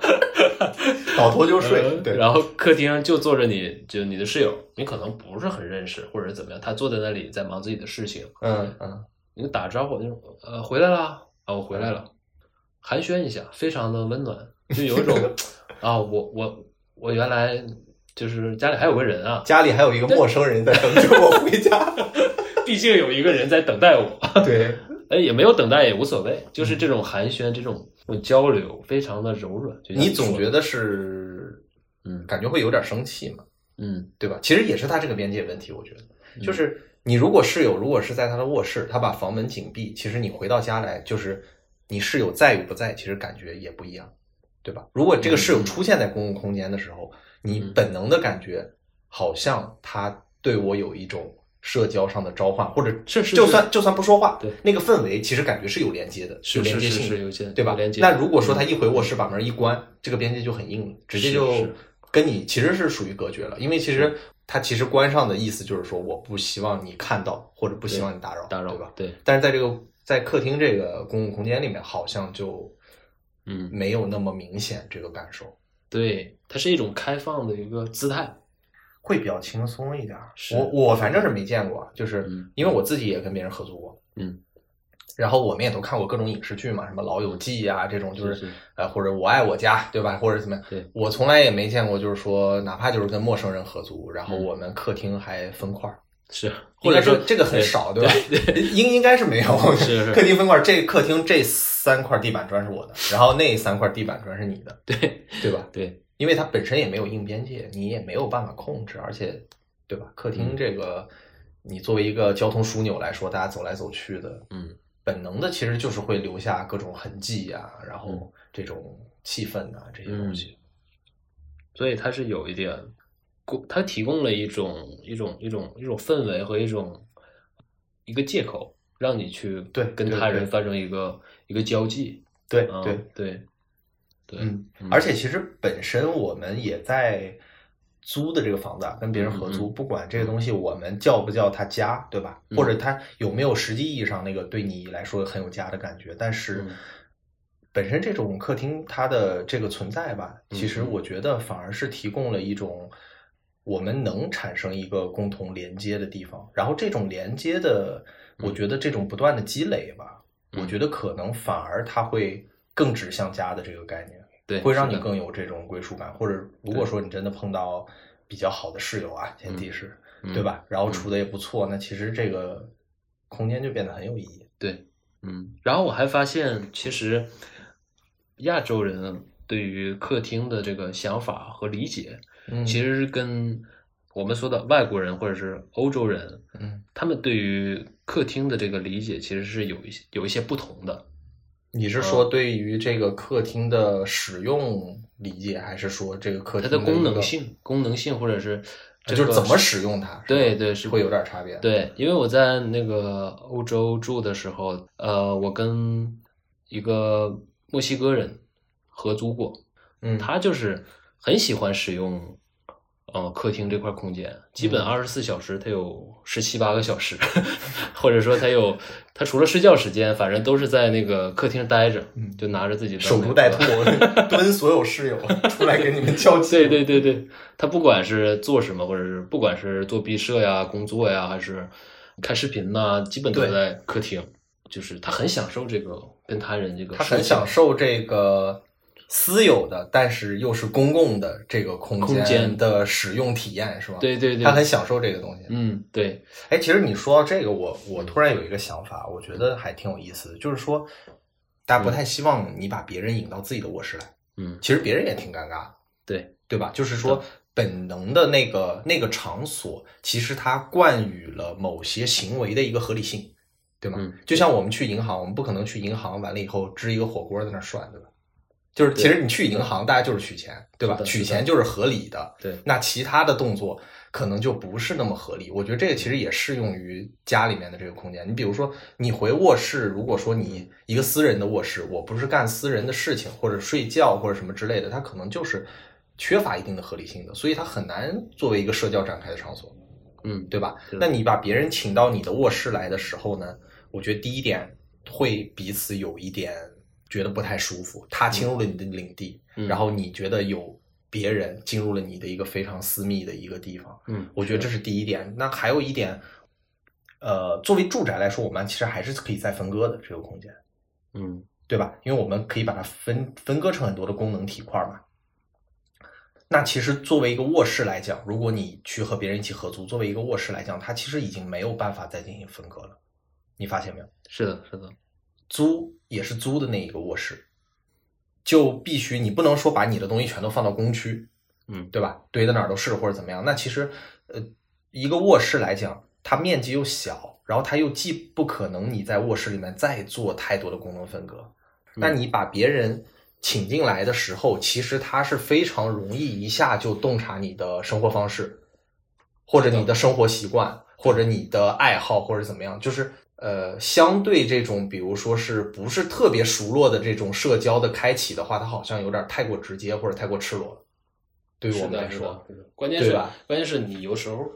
Speaker 2: 倒头就睡。
Speaker 4: 嗯
Speaker 2: 呃对，
Speaker 4: 然后客厅就坐着你，就你的室友，你可能不是很认识，或者怎么样，他坐在那里在忙自己的事情，
Speaker 2: 嗯嗯，
Speaker 4: 你打招呼，就是呃回来啦，啊我回来了，寒暄一下，非常的温暖，就有 一种啊我我我原来就是家里还有个人 啊，
Speaker 2: 家里还有一个陌生人在等着我回家。
Speaker 4: 毕竟有一个人在等待我，
Speaker 2: 对，
Speaker 4: 哎也没有等待也无所谓，就是
Speaker 2: 嗯
Speaker 4: 这种寒暄这种这种交流非常的柔软，就像
Speaker 2: 你总
Speaker 4: 说的
Speaker 2: 觉得是，
Speaker 4: 嗯
Speaker 2: 感觉会有点生气嘛，
Speaker 4: 嗯
Speaker 2: 对吧？其实也是他这个边界问题，我觉得就是。你如果室友如果是在他的卧室，他把房门紧闭，其实你回到家来，就是你室友在与不在，其实感觉也不一样，对吧？如果这个室友
Speaker 4: 嗯
Speaker 2: 出现在公共空间的时候，你
Speaker 4: 嗯
Speaker 2: 本能的感觉好像他对我有一种社交上的召唤，或者
Speaker 4: 是是
Speaker 2: 就是算就算不说话，
Speaker 4: 对
Speaker 2: 那个氛围其实感觉是有连接的，
Speaker 4: 是
Speaker 2: 有连
Speaker 4: 是
Speaker 2: 接
Speaker 4: 是
Speaker 2: 性的
Speaker 4: 是有些
Speaker 2: 对吧
Speaker 4: 有连？接嗯
Speaker 2: 那如果说他一回卧室把门一关，这个边界就很硬了，直接
Speaker 4: 是
Speaker 2: 就是跟你其实是属于隔绝了，因为其实他其实关上的意思就是说我不希望你看到或者不希望你打扰，
Speaker 4: 打扰
Speaker 2: 对吧？
Speaker 4: 对，
Speaker 2: 但是在这个在客厅这个公共空间里面，好像就
Speaker 4: 嗯，
Speaker 2: 没有那么明显这个感受，
Speaker 4: 对，它是一种开放的一个姿态，
Speaker 2: 会比较轻松一点儿。
Speaker 4: 是
Speaker 2: 我我反正是没见过啊，就是
Speaker 4: 嗯
Speaker 2: 因为我自己也跟别人合作过，
Speaker 4: 嗯，
Speaker 2: 然后我们也都看过各种影视剧嘛，什么《老友记》啊这种，就是
Speaker 4: 是是
Speaker 2: 呃或者《我爱我家》对吧，或者怎么样，
Speaker 4: 对
Speaker 2: 我从来也没见过，就是说哪怕就是跟陌生人合租，然后
Speaker 4: 嗯
Speaker 2: 我们客厅还分块儿。
Speaker 4: 是，
Speaker 2: 或
Speaker 4: 或
Speaker 2: 者
Speaker 4: 者
Speaker 2: 说
Speaker 4: 说
Speaker 2: 这个很
Speaker 4: 对
Speaker 2: 少，对吧？ 应应该是没有。
Speaker 4: 是是
Speaker 2: 客厅分块，这客厅这三块地板砖是我的，然后那三块地板砖是你的，
Speaker 4: 对
Speaker 2: 对吧？
Speaker 4: 对，
Speaker 2: 因为它本身也没有硬边界，你也没有办法控制，而且，对吧？客厅这个，你作为一个交通枢纽来说，大家走来走去的，
Speaker 4: 嗯，
Speaker 2: 本能的其实就是会留下各种痕迹啊，然后
Speaker 4: 嗯
Speaker 2: 这种气氛啊这些东西。
Speaker 4: 所以它是有一点，过它提供了一种一种一种一种氛围和一种一个借口，让你去
Speaker 2: 对
Speaker 4: 跟
Speaker 2: 对
Speaker 4: 他
Speaker 2: 对
Speaker 4: 人发生一个一个交际，
Speaker 2: 对
Speaker 4: 啊
Speaker 2: 对，
Speaker 4: 对对，
Speaker 2: 嗯，而且其实本身我们也在租的这个房子啊，跟别人合租，
Speaker 4: 嗯嗯
Speaker 2: 不管这个东西我们叫不叫它家，对吧？
Speaker 4: 嗯
Speaker 2: 或者它有没有实际意义上那个对你来说很有家的感觉，但是
Speaker 4: 嗯
Speaker 2: 本身这种客厅它的这个存在吧，
Speaker 4: 嗯
Speaker 2: 其实我觉得反而是提供了一种。我们能产生一个共同连接的地方，然后这种连接的，我觉得这种不断的积累吧，我
Speaker 4: 嗯
Speaker 2: 觉得可能反而它会更指向家的这个概念。
Speaker 4: 对
Speaker 2: 会让
Speaker 4: 是
Speaker 2: 你
Speaker 4: 的
Speaker 2: 更有这种归属感。或者如果说你真的碰到比较好的室友啊，前提是，
Speaker 4: 嗯
Speaker 2: 对吧？然后处的也不错，那其实这个空间就变得很有意义。
Speaker 4: 对，嗯，然后我还发现，其实亚洲人对于客厅的这个想法和理解，
Speaker 2: 嗯
Speaker 4: 其实是跟我们说的外国人或者是欧洲人，
Speaker 2: 嗯，
Speaker 4: 他们对于客厅的这个理解其实是有一些有一些不同的。
Speaker 2: 你
Speaker 4: 哦
Speaker 2: 是说对于这个客厅的使用理解，还是说这个客
Speaker 4: 它
Speaker 2: 厅
Speaker 4: 的功
Speaker 2: 一
Speaker 4: 能
Speaker 2: 个，啊
Speaker 4: 性、功能性或者是这
Speaker 2: 就是
Speaker 4: 个
Speaker 2: 怎么使用它？是吧
Speaker 4: 对对是
Speaker 2: 会有点差别。，
Speaker 4: 对，因为我在那个欧洲住的时候，呃，我跟一个墨西哥人合租过，
Speaker 2: 嗯，
Speaker 4: 他就是很喜欢使用，呃，客厅这块空间，基本
Speaker 2: 嗯
Speaker 4: 二十四小时，他有十七八个小时， 或者说他有，他除了睡觉时间，反正都是在那个客厅待着，
Speaker 2: 嗯
Speaker 4: 就拿着自己的
Speaker 2: 守
Speaker 4: 那
Speaker 2: 株
Speaker 4: 个
Speaker 2: 待兔， 蹲所有室友出来给你们交际。
Speaker 4: 对对对对，他不管是做什么，或者是不管是做毕设呀、工作呀，还是看视频呐、基本都
Speaker 2: 对
Speaker 4: 在客厅，就是他很享受这个跟他人这个
Speaker 2: 他
Speaker 4: 社
Speaker 2: 很
Speaker 4: 交
Speaker 2: 享受这个私有的，但是又是公共的这个空
Speaker 4: 空间
Speaker 2: 的使用体验，是吧？
Speaker 4: 对对对，
Speaker 2: 他很享受这个东西。
Speaker 4: 嗯对
Speaker 2: 哎，其实你说到这个，我我突然有一个想法，我觉得还挺有意思的，就是说，大家不太希望你把别人引到自己的卧室来，
Speaker 4: 嗯
Speaker 2: 其实别人也挺尴尬的，
Speaker 4: 对
Speaker 2: 对吧？就是说，本能的那个那个场所，其实它冠予了某些行为的一个合理性，对吗？
Speaker 4: 嗯
Speaker 2: 就像我们去银行，我们不可能去银行完了以后支一个火锅在那儿涮，对吧？就是其实你去银行，大家就是取钱，对吧
Speaker 4: 是？的
Speaker 2: 取
Speaker 4: 是的
Speaker 2: 钱就是合理的。
Speaker 4: 对
Speaker 2: 那其他的动作可能就不是那么合理。我觉得这个其实也适用于家里面的这个空间。你比如说，你回卧室，如果说你一个私人的卧室，我不是干私人的事情，或者睡觉或者什么之类的，它可能就是缺乏一定的合理性的，所以它很难作为一个社交展开的场所。
Speaker 4: 嗯
Speaker 2: 对吧？
Speaker 4: 是的
Speaker 2: 那你把别人请到你的卧室来的时候呢，我觉得第一点会彼此有一点觉得不太舒服，他侵入了你的领地，
Speaker 4: 嗯
Speaker 2: 然后你觉得有别人进入了你的一个非常私密的一个地方，
Speaker 4: 嗯，
Speaker 2: 我觉得这是第一点。那还有一点，呃，作为住宅来说，我们其实还是可以再分割的这个空间，
Speaker 4: 嗯
Speaker 2: 对吧？因为我们可以把它分分割成很多的功能体块嘛。那其实作为一个卧室来讲，如果你去和别人一起合租，作为一个卧室来讲，它其实已经没有办法再进行分割了。你发现没有？
Speaker 4: 是的是的
Speaker 2: 租也是租的那一个卧室，就必须你不能说把你的东西全都放到公区，
Speaker 4: 嗯
Speaker 2: 对吧？堆的哪儿都是或者怎么样？那其实，呃，一个卧室来讲，它面积又小，然后它又既不可能你在卧室里面再做太多的功能分割，
Speaker 4: 嗯
Speaker 2: 那你把别人请进来的时候，其实他是非常容易一下就洞察你的生活方式，或者你的生活习惯，或者你的爱好，或者怎么样，就是呃，相对这种比如说是不是特别熟络的这种社交的开启的话，它好像有点太过直接或者太过赤裸了，对于我
Speaker 4: 是
Speaker 2: 们来
Speaker 4: 的，是
Speaker 2: 说
Speaker 4: 的，，是的关键
Speaker 2: 对
Speaker 4: 是
Speaker 2: 吧
Speaker 4: 关键是你有时候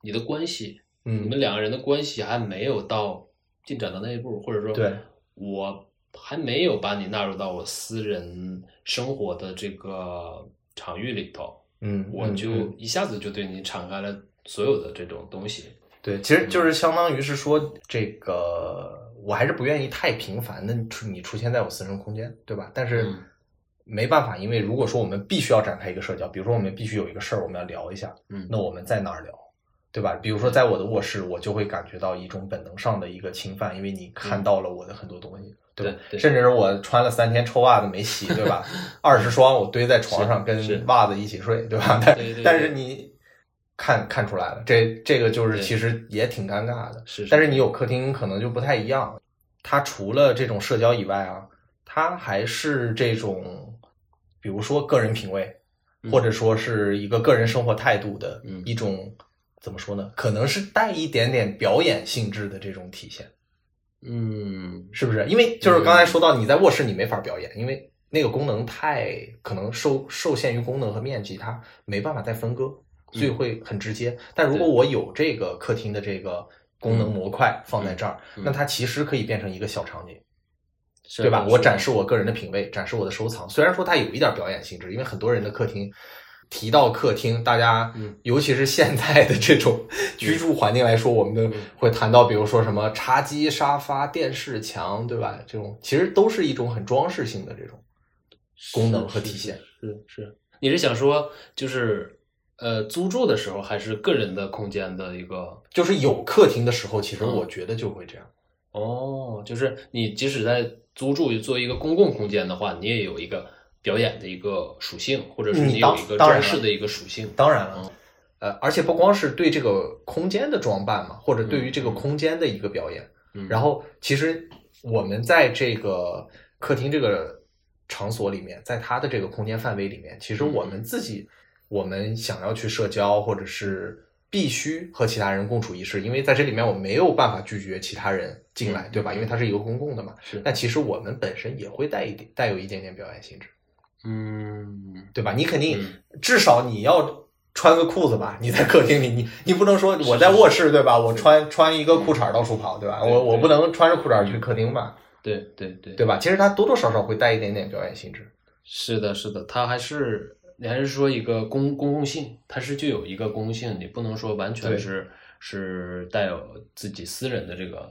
Speaker 4: 你的关系，你
Speaker 2: 嗯
Speaker 4: 们两个人的关系还没有到进展到那一步，或者说，
Speaker 2: 对，
Speaker 4: 我还没有把你纳入到我私人生活的这个场域里头，
Speaker 2: 嗯，
Speaker 4: 我
Speaker 2: 嗯
Speaker 4: 就
Speaker 2: 嗯
Speaker 4: 一下子就对你敞开了所有的这种东西。
Speaker 2: 对，其实
Speaker 4: 嗯
Speaker 2: 就是相当于是说，这个我还是不愿意太频繁的出你出现在我私人空间，对吧？但是
Speaker 4: 嗯
Speaker 2: 没办法，因为如果说我们必须要展开一个社交，比如说我们必须有一个事儿我们要聊一下，
Speaker 4: 嗯
Speaker 2: 那我们在哪儿聊，对吧？比如说在我的卧室，我就会感觉到一种本能上的一个侵犯，因为你看到了我的很多东西。对吧，
Speaker 4: 嗯对对
Speaker 2: 甚至是我穿了三天臭袜子没洗，对 吧？二十双我堆在床上跟
Speaker 4: 是
Speaker 2: 袜子一起睡，对吧？但
Speaker 4: 对对
Speaker 2: 但是
Speaker 4: 对
Speaker 2: 你看看出来了，这这个就是
Speaker 4: 对
Speaker 2: 其实也挺尴尬的。
Speaker 4: 是
Speaker 2: 但是你有客厅可能就不太一样，它除了这种社交以外啊，它还是这种，比如说个人品味，
Speaker 4: 嗯
Speaker 2: 或者说是一个个人生活态度的
Speaker 4: 嗯
Speaker 2: 一种，怎么说呢？可能是带一点点表演性质的这种体现，
Speaker 4: 嗯，
Speaker 2: 是不是？因为就是刚才说到你在卧室你没法表演，因为那个功能太可能受受限于功能和面积，它没办法再分割，所以
Speaker 4: 嗯
Speaker 2: 会很直接。但如果我有这个客厅的这个功能模块放在这儿，
Speaker 4: 嗯嗯嗯
Speaker 2: 那它其实可以变成一个小场景。
Speaker 4: 是
Speaker 2: 对吧？
Speaker 4: 的
Speaker 2: 我
Speaker 4: 是
Speaker 2: 展
Speaker 4: 的
Speaker 2: 示我个人的品味，展示我的收藏。虽然说它有一点表演性质，因为很多人的客厅提到客厅，大家、
Speaker 4: 嗯
Speaker 2: 尤其是现在的这种居住环境来说，我们
Speaker 4: 嗯
Speaker 2: 的会谈到，比如说什么茶几、沙发、电视墙，对吧？这种其实都是一种很装饰性的这种功能和体现。
Speaker 4: 是是，你是想说就是呃租住的时候还是个人的空间的一个
Speaker 2: 就是有客厅的时候，其实
Speaker 4: 嗯
Speaker 2: 我觉得就会这样。
Speaker 4: 哦，就是你即使在租住做一个公共空间的话，你也有一个表演的一个属性，或者是
Speaker 2: 嗯
Speaker 4: 你有
Speaker 2: 当
Speaker 4: 一个
Speaker 2: 当然
Speaker 4: 装饰
Speaker 2: 了
Speaker 4: 的一个属性。
Speaker 2: 当然了，呃，而且不光是对这个空间的装扮嘛，或者对于这个
Speaker 4: 嗯嗯
Speaker 2: 空间的一个表演。
Speaker 4: 嗯
Speaker 2: 然后，其实我们在这个客厅这个场所里面，在它的这个空间范围里面，其实我
Speaker 4: 嗯
Speaker 2: 们自己，我们想要去社交，或者是必须和其他人共处一室，因为在这里面我没有办法拒绝其他人进来，
Speaker 4: 嗯
Speaker 2: 对吧？因为它是一个公共的嘛。
Speaker 4: 是
Speaker 2: 那其实我们本身也会带一点，带有一点点表演性质。
Speaker 4: 嗯，
Speaker 2: 对吧？你肯定至少你要穿个裤子吧？你在客厅里，你你不能说
Speaker 4: 是
Speaker 2: 我在卧室对吧？我穿穿一个裤衩到处跑对吧？
Speaker 4: 对
Speaker 2: 我我
Speaker 4: 对
Speaker 2: 不能穿着裤衩去客厅吧？
Speaker 4: 对对对
Speaker 2: 对吧？其实它多多少少会带一点点表演性质。
Speaker 4: 是的，是的，它还是你还是说一个公公共性，它是具有一个公共性，你不能说完全
Speaker 2: 对
Speaker 4: 是是带有自己私人的这个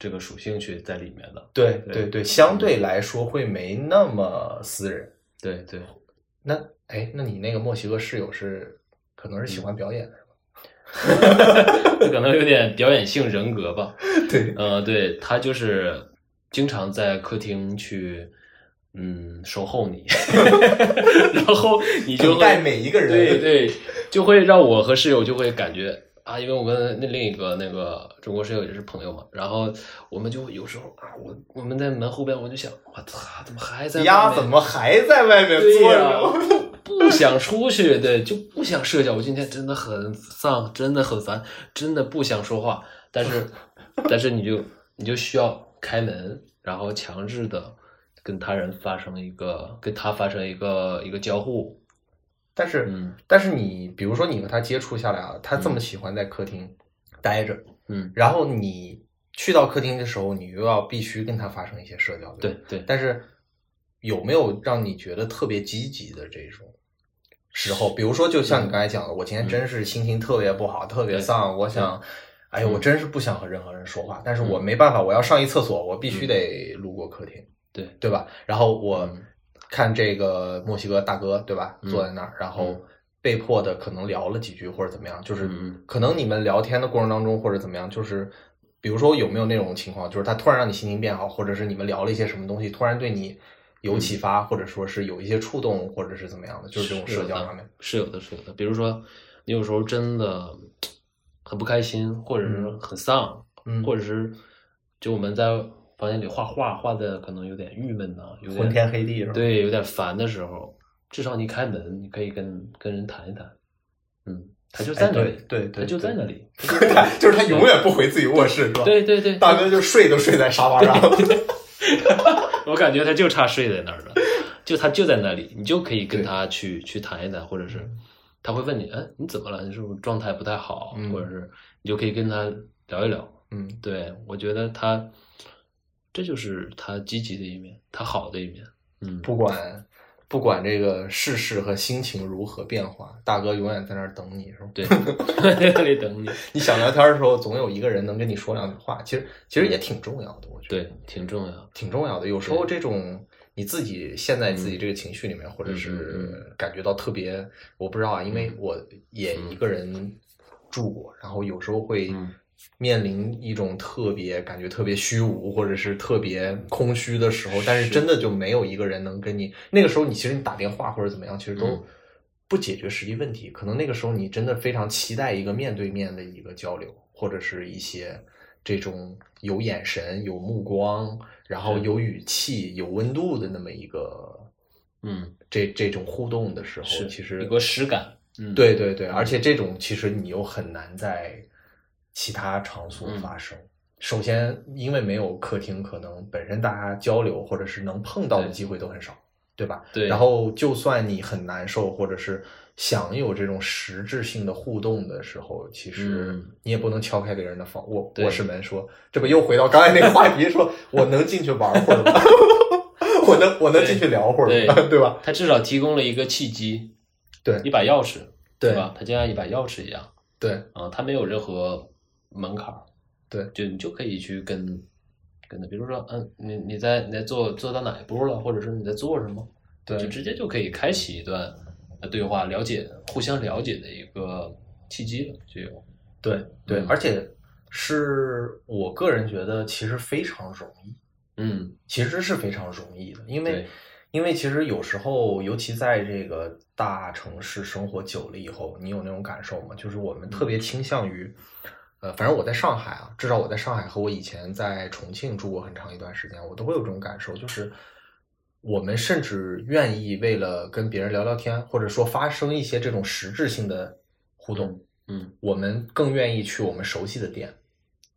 Speaker 4: 这个属性去在里面的。
Speaker 2: 对
Speaker 4: 对
Speaker 2: 对对，相对来说会没那么私人。
Speaker 4: 对对，
Speaker 2: 那哎，那你那个墨西哥室友是可能是喜欢表演的，
Speaker 4: 这可能有点表演性人格吧。
Speaker 2: 对，
Speaker 4: 呃，对，他就是经常在客厅去，嗯，守候你， 然后你就
Speaker 2: 等待
Speaker 4: 会，
Speaker 2: 每一个人。
Speaker 4: 对对，就会让我和室友就会感觉啊，因为我跟那另一个那个中国室友也是朋友嘛，然后我们就有时候啊，我我们在门后边，我就想，我操，怎么还在
Speaker 2: 呀，
Speaker 4: 外面
Speaker 2: 怎么还在外面
Speaker 4: 对
Speaker 2: 坐
Speaker 4: 呀、
Speaker 2: 着？
Speaker 4: 不不想出去，对，就不想社交。我今天真的很丧，真的很烦，真的不想说话。但是，但是你就你就需要开门，然后强制的跟他人发生一个跟他发生一个一个交互。
Speaker 2: 但是，
Speaker 4: 嗯
Speaker 2: 但是你比如说你和他接触下来啊，他这么喜欢在客厅待着，
Speaker 4: 嗯，
Speaker 2: 然后你去到客厅的时候，你又要必须跟他发生一些社交，吧
Speaker 4: 对对，
Speaker 2: 但是有没有让你觉得特别积极的这种时候？比如说，就
Speaker 4: 嗯
Speaker 2: 像你刚才讲的，我今天真是心情特别不好，特别丧，我想。哎
Speaker 4: 嗯
Speaker 2: 呦，我真是不想和任何人说话，但是我没办法，我要上一厕所，我必须得路过客厅，
Speaker 4: 嗯对
Speaker 2: 对吧？然后我
Speaker 4: 嗯
Speaker 2: 看这个墨西哥大哥，对吧？
Speaker 4: 嗯
Speaker 2: 坐在那儿，然后
Speaker 4: 嗯
Speaker 2: 被迫的可能聊了几句或者怎么样，就是
Speaker 4: 嗯嗯
Speaker 2: 可能你们聊天的过程当中或者怎么样，就是比如说有没有那种情况，就是他突然让你心情变好，或者是你们聊了一些什么东西，突然对你有启发，或者说是有一些触动，或者是怎么样的，就是这种社交上面。
Speaker 4: 是有的，是有的。比如说，你有时候真的很不开心，或者是
Speaker 2: 嗯
Speaker 4: 很丧，
Speaker 2: 嗯，
Speaker 4: 或者是就我们在房间里画画，画的可能有点郁闷呐、有点
Speaker 2: 昏天黑地是吧？，
Speaker 4: 对，有点烦的时候，至少你开门，你可以跟跟人谈一谈，嗯，他就在那
Speaker 2: 哎对
Speaker 4: 里，
Speaker 2: 对
Speaker 4: 他
Speaker 2: 对，
Speaker 4: 就在那
Speaker 2: 里。
Speaker 4: 里，
Speaker 2: 他 就是他永远不回自己卧室，是吧？
Speaker 4: 对对对，
Speaker 2: 大哥就睡都睡在沙发上。
Speaker 4: 我感觉他就差睡在那儿了，就他就在那里，你就可以跟他去去谈一谈，或者是
Speaker 2: 嗯
Speaker 4: 他会问你，哎，你怎么了？你是不是状态不太好？
Speaker 2: 嗯
Speaker 4: 或者是你就可以跟他聊一聊。
Speaker 2: 嗯，
Speaker 4: 对我觉得他这就是他积极的一面，他好的一面。嗯，
Speaker 2: 不管不管这个世事和心情如何变化，大哥永远在那儿等你，是吧？
Speaker 4: 对， 在那里等你。
Speaker 2: 你想聊天的时候，总有一个人能跟你说两句话，其实其实也挺重要的，我觉得
Speaker 4: 对，挺重要。
Speaker 2: 挺重要的。有时候这种你自己陷在自己这个情绪里面，或者
Speaker 4: 嗯嗯
Speaker 2: 是感觉到特别，我不知道啊，因为我也一个人住过，然后有时候会
Speaker 6: 嗯
Speaker 2: 面临一种特别感觉特别虚无，或者是特别空虚的时候，但是真的就没有一个人能跟你。那个时候，你其实你打电话或者怎么样，其实都
Speaker 4: 嗯。
Speaker 2: 不解决实际问题，可能那个时候你真的非常期待一个面对面的一个交流，或者是一些这种有眼神、有目光，然后有语气、有温度的那么一个
Speaker 4: 嗯，
Speaker 2: 这这种互动的时候，
Speaker 4: 是，
Speaker 2: 其实
Speaker 4: 有个实感。嗯，
Speaker 2: 对对对，而且这种其实你又很难在其他场所
Speaker 4: 嗯
Speaker 2: 发生。首先，因为没有客厅，可能本身大家交流或者是能碰到的
Speaker 4: 对
Speaker 2: 机会都很少，对吧？
Speaker 4: 对
Speaker 2: 然后，就算你很难受，或者是想有这种实质性的互动的时候，其实
Speaker 4: 嗯
Speaker 2: 你也不能敲开别人的房卧
Speaker 4: 对
Speaker 2: 卧室门说，这不又回到刚才那个话题， 说我能进去玩会儿吗？ 我能我能进去聊会儿吗？
Speaker 4: 对
Speaker 2: 对吧？
Speaker 4: 他至少提供了一个契机，
Speaker 2: 对
Speaker 4: 一把钥匙，
Speaker 2: 对
Speaker 4: 吧？他就像一把钥匙一样。
Speaker 2: 对
Speaker 4: 啊，它没有任何门槛儿，
Speaker 2: 对
Speaker 4: 就你就可以去跟跟他，比如说，嗯，你你在你在做做到哪一步了，或者是你在做什么，
Speaker 2: 对，
Speaker 4: 就直接就可以开启一段呃对话，了解互相了解的一个契机了，就有，
Speaker 2: 对对，
Speaker 4: 嗯
Speaker 2: 而且是我个人觉得其实非常容易，
Speaker 4: 嗯，
Speaker 2: 其实是非常容易的，因为
Speaker 4: 对，
Speaker 2: 因为其实有时候，尤其在这个大城市生活久了以后，你有那种感受吗？就是我们
Speaker 4: 嗯
Speaker 2: 特别倾向于，呃，反正我在上海啊，至少我在上海和我以前在重庆住过很长一段时间，我都会有这种感受，就是我们甚至愿意为了跟别人聊聊天，或者说发生一些这种实质性的互动，
Speaker 4: 嗯，
Speaker 2: 我们更愿意去我们熟悉的店，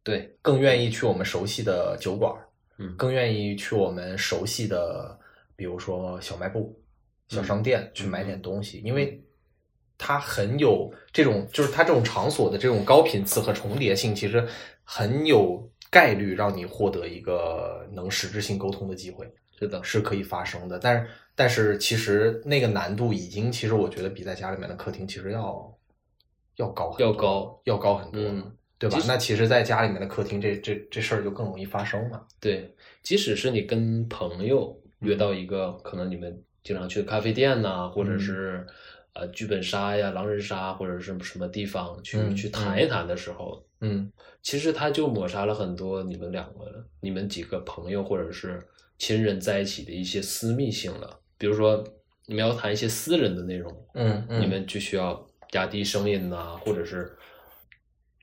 Speaker 4: 对，
Speaker 2: 更愿意去我们熟悉的酒馆儿，
Speaker 4: 嗯
Speaker 2: 更愿意去我们熟悉的，比如说小卖部、
Speaker 4: 嗯
Speaker 2: 小商店、去买点东西，因为它很有这种，就是它这种场所的这种高频次和重叠性，其实很有概率让你获得一个能实质性沟通的机会。
Speaker 4: 是的，
Speaker 2: 是可以发生的，但是但是其实那个难度已经，其实我觉得比在家里面的客厅其实要要高很多
Speaker 4: 要高
Speaker 2: 要高很多了，
Speaker 4: 嗯
Speaker 2: 对吧
Speaker 4: 其？实
Speaker 2: 那其实，在家里面的客厅这这这事儿就更容易发生了。
Speaker 4: 对，即使是你跟朋友约到一个可能你们经常去的咖啡店呐、或者
Speaker 2: 嗯
Speaker 4: 是呃剧本杀呀、狼人杀或者是什么地方去、
Speaker 2: 嗯
Speaker 4: 去
Speaker 2: 嗯
Speaker 4: 谈一谈的时候，
Speaker 2: 嗯，
Speaker 4: 其实他就抹杀了很多你们两个、你们几个朋友或者是亲人在一起的一些私密性了。比如说，你们要谈一些私人的内容，
Speaker 2: 嗯嗯，
Speaker 4: 你们就需要压低声音呐、或者是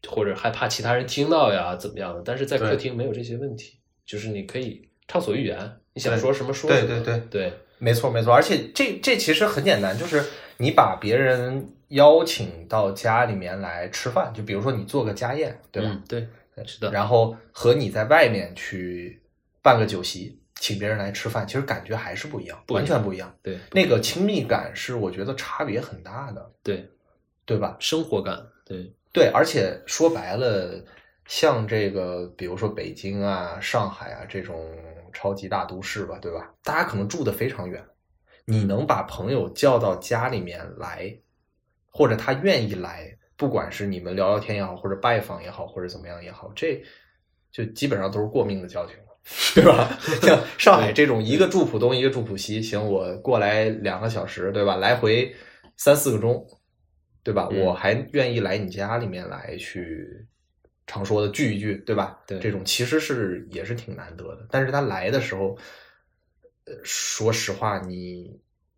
Speaker 4: 或者害怕其他人听到呀，怎么样的？但是在
Speaker 2: 对
Speaker 4: 客厅没有这些问题，就是你可以畅所欲言，你想
Speaker 2: 对
Speaker 4: 说什么说
Speaker 2: 对
Speaker 4: 什么。
Speaker 2: 对
Speaker 4: 对对
Speaker 2: 没错没错，而且这这其实很简单，就是你把别人邀请到家里面来吃饭，就比如说你做个家宴，对吧？
Speaker 4: 嗯对，是的，
Speaker 2: 然后和你在外面去办个酒席，请别人来吃饭，其实感觉还是不一样，
Speaker 4: 不一
Speaker 2: 完
Speaker 4: 样
Speaker 2: 全不一样。
Speaker 4: 对
Speaker 2: 那个亲密感是我觉得差别很大的，
Speaker 4: 对
Speaker 2: 对吧？
Speaker 4: 生活感，对
Speaker 2: 对，而且说白了，像这个，比如说北京啊、上海啊这种超级大都市吧，对吧？大家可能住的非常远，你能把朋友叫到家里面来，或者他愿意来，不管是你们聊聊天也好，或者拜访也好，或者怎么样也好，这就基本上都是过命的交情了。对吧？ 像上海这种一个住浦东，一个住浦西，行，我过来两个小时，对吧？来回三四个钟，对吧？
Speaker 4: 嗯
Speaker 2: 我还愿意来你家里面来去常说的聚一聚，对吧？
Speaker 4: 对
Speaker 2: 这种其实是也是挺难得的。但是他来的时候，呃，说实话，你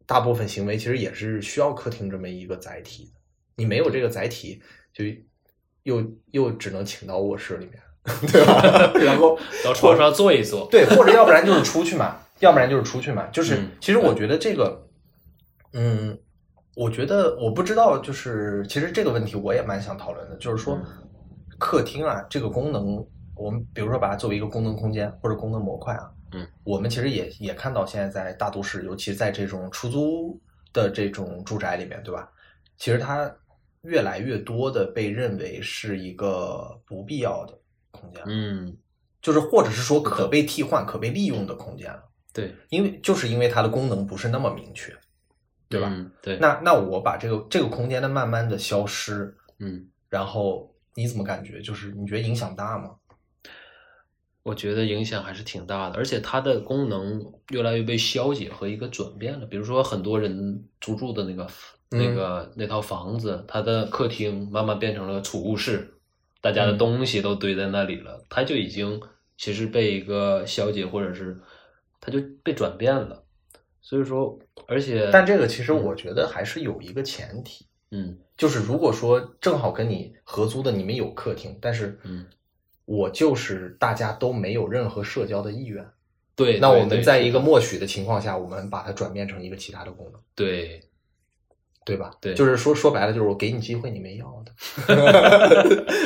Speaker 2: 大部分行为其实也是需要客厅这么一个载体的。你没有这个载体，就又又只能请到卧室里面，对 吧？然后
Speaker 4: 到床上坐一坐，
Speaker 2: 对，或者要不然就是出去买，要不然就是出去买。就是
Speaker 4: 嗯
Speaker 2: 其实我觉得这个，嗯，我觉得我不知道，就是其实这个问题我也蛮想讨论的，就是说客厅啊这个功能，我们比如说把它作为一个功能空间或者功能模块啊，
Speaker 6: 嗯，
Speaker 2: 我们其实也也看到现在在大都市，尤其在这种出租的这种住宅里面，对吧？其实它越来越多的被认为是一个不必要的空间，
Speaker 6: 嗯，
Speaker 2: 就是或者是说可被替换、可被利用的空间了，
Speaker 6: 对，
Speaker 2: 因为就是因为它的功能不是那么明确，对吧？
Speaker 6: 嗯对，
Speaker 2: 那那我把这个这个空间的慢慢的消失，
Speaker 6: 嗯，
Speaker 2: 然后你怎么感觉？就是你觉得影响大吗？
Speaker 4: 我觉得影响还是挺大的，而且它的功能越来越被消解和一个转变了。比如说，很多人租住的那个、那
Speaker 2: 嗯
Speaker 4: 个那套房子，它的客厅慢慢变成了储物室，大家的
Speaker 2: 嗯
Speaker 4: 东西都堆在那里了，它就已经其实被一个消解，或者是它就被转变了。所以说，而且，
Speaker 2: 但这个其实我觉得还是有一个前提，
Speaker 4: 嗯
Speaker 2: 就是如果说正好跟你合租的你们有客厅，但是
Speaker 4: 嗯，
Speaker 2: 我就是大家都没有任何社交的意愿，
Speaker 4: 对，
Speaker 2: 那
Speaker 4: 对
Speaker 2: 我们
Speaker 4: 对
Speaker 2: 在
Speaker 4: 是
Speaker 2: 一个
Speaker 4: 的
Speaker 2: 默许的情况下，我们把它转变成一个其他的功能，
Speaker 4: 对
Speaker 2: 对吧？
Speaker 4: 对
Speaker 2: 就是说说白了，就是我给你机会，你没要的，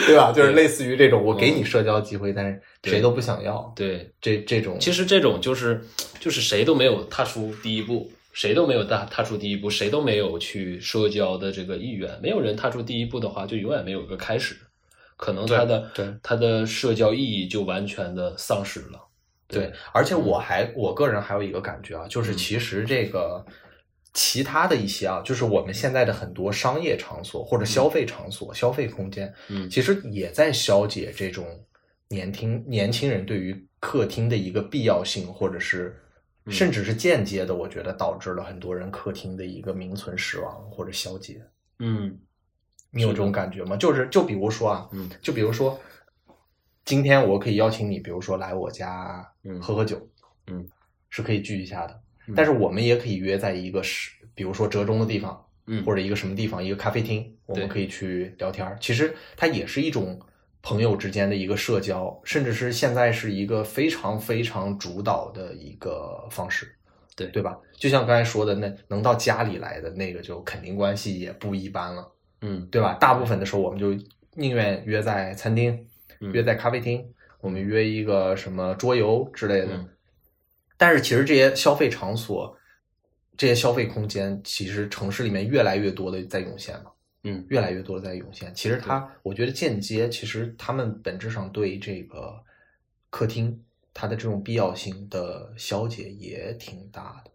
Speaker 2: 对吧？就是类似于这种，我给你社交机会，但是谁
Speaker 4: 嗯对
Speaker 2: 都不想要，
Speaker 4: 对，
Speaker 2: 这这种
Speaker 4: 其实这种就是就是谁都没有踏出第一步，谁都没有踏踏出第一步，谁都没有去社交的这个意愿。没有人踏出第一步的话，就永远没有一个开始，可能他的
Speaker 2: 对对
Speaker 4: 他的社交意义就完全的丧失了。
Speaker 2: 对，而
Speaker 4: 嗯
Speaker 2: 且我还我个人还有一个感觉啊，就是其实这个其他的一些啊，就是我们现在的很多商业场所或者消费场所、消费空间，
Speaker 4: 嗯
Speaker 2: 其实也在消解这种年轻年轻人对于客厅的一个必要性，或者是
Speaker 4: 嗯
Speaker 2: 甚至是间接的，我觉得导致了很多人客厅的一个名存实亡或者消解。
Speaker 4: 嗯
Speaker 2: 你有
Speaker 4: 是
Speaker 2: 这种
Speaker 4: 的
Speaker 2: 感觉吗？就是就比如说啊，
Speaker 4: 嗯，
Speaker 2: 就比如说今天我可以邀请你，比如说来我家
Speaker 4: 嗯
Speaker 2: 喝喝酒，
Speaker 4: 嗯，
Speaker 2: 是可以聚一下的。
Speaker 4: 嗯
Speaker 2: 但是我们也可以约在一个是，比如说折中的地方，
Speaker 4: 嗯
Speaker 2: 或者一个什么地方，一个咖啡厅，我们
Speaker 4: 对
Speaker 2: 可以去聊天儿。其实它也是一种朋友之间的一个社交，甚至是现在是一个非常非常主导的一个方式，
Speaker 4: 对
Speaker 2: 对吧？就像刚才说的，那能到家里来的那个，就肯定关系也不一般了。
Speaker 4: 嗯
Speaker 2: 对吧？大部分的时候我们就宁愿约在餐厅，
Speaker 4: 嗯
Speaker 2: 约在咖啡厅，我们约一个什么桌游之类的
Speaker 4: 嗯。
Speaker 2: 但是其实这些消费场所、这些消费空间，其实城市里面越来越多的在涌现嘛，
Speaker 4: 嗯，
Speaker 2: 越来越多的在涌现。其实它，我觉得间接其实他们本质上对这个客厅它的这种必要性的消解也挺大的。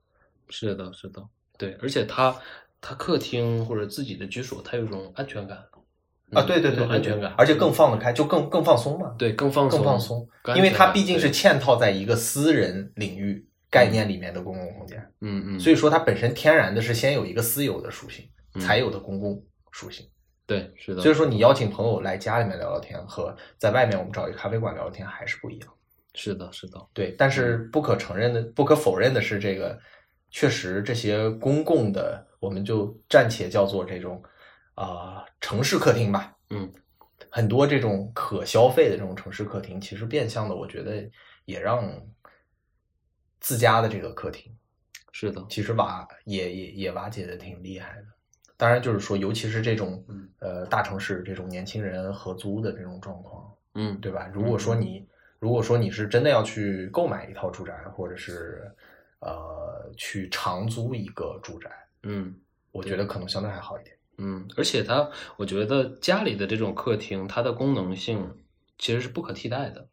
Speaker 4: 是的，是的，对，而且他他客厅或者自己的居所，他有一种安全感
Speaker 2: 啊，对对
Speaker 4: 有
Speaker 2: 对，
Speaker 4: 一种
Speaker 2: 对
Speaker 4: 安全
Speaker 2: 对
Speaker 4: 感，嗯
Speaker 2: 而且更放得开，就更更放松嘛。
Speaker 4: 对更放松，
Speaker 2: 更放松，
Speaker 4: 更
Speaker 2: 因为
Speaker 4: 安全
Speaker 2: 它
Speaker 4: 感
Speaker 2: 毕竟是
Speaker 4: 对
Speaker 2: 嵌套在一个私人领域概念里面的公共空间，
Speaker 4: 嗯嗯，
Speaker 2: 所以说它本身天然的是先有一个私有的属性，
Speaker 4: 嗯
Speaker 2: 才有的公共属性。
Speaker 4: 对是的，
Speaker 2: 所以说你邀请朋友来家里面聊聊天，和在外面我们找一个咖啡馆聊聊天还是不一样。
Speaker 4: 是的，是的，
Speaker 2: 对，但是
Speaker 4: 嗯
Speaker 2: 不可承认的、不可否认的是，这个确实这些公共的，我们就暂且叫做这种啊、城市客厅吧，
Speaker 4: 嗯，
Speaker 2: 很多这种可消费的这种城市客厅，其实变相的，我觉得也让自家的这个客厅，
Speaker 4: 是的，
Speaker 2: 其实瓦也也也瓦解的挺厉害的。当然，就是说，尤其是这种
Speaker 4: 嗯
Speaker 2: 呃大城市这种年轻人合租的这种状况，
Speaker 4: 嗯
Speaker 2: 对吧？如果说你如果说你是真的要去购买一套住宅，或者是呃去长租一个住宅，
Speaker 4: 嗯。
Speaker 2: 我觉得可能相对还好一点。
Speaker 4: 嗯，而且它，我觉得家里的这种客厅，它的功能性其实是不可替代的，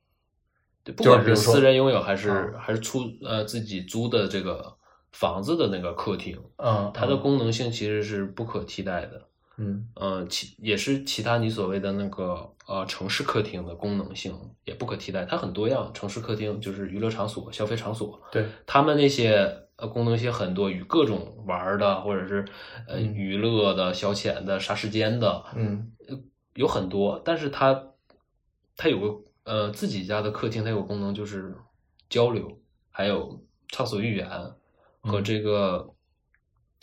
Speaker 4: 对，不
Speaker 2: 就是
Speaker 4: 管
Speaker 2: 比如
Speaker 4: 是
Speaker 2: 说啊
Speaker 4: 私人拥有还是还是出呃自己租的这个房子的那个客厅，
Speaker 2: 嗯，
Speaker 4: 它的
Speaker 2: 嗯
Speaker 4: 功能性其实是不可替代的。
Speaker 2: 嗯
Speaker 4: 呃，其也是其他你所谓的那个呃城市客厅的功能性也不可替代，它很多样。城市客厅就是娱乐场所、消费场所，
Speaker 2: 对
Speaker 4: 他们那些呃功能性很多，与各种玩儿的或者是呃
Speaker 2: 嗯
Speaker 4: 娱乐的、消遣的、杀时间的，
Speaker 2: 嗯
Speaker 4: 呃，有很多。但是它它有个呃自己家的客厅，它有个功能就是交流，还有畅所欲言和
Speaker 2: 嗯
Speaker 4: 这个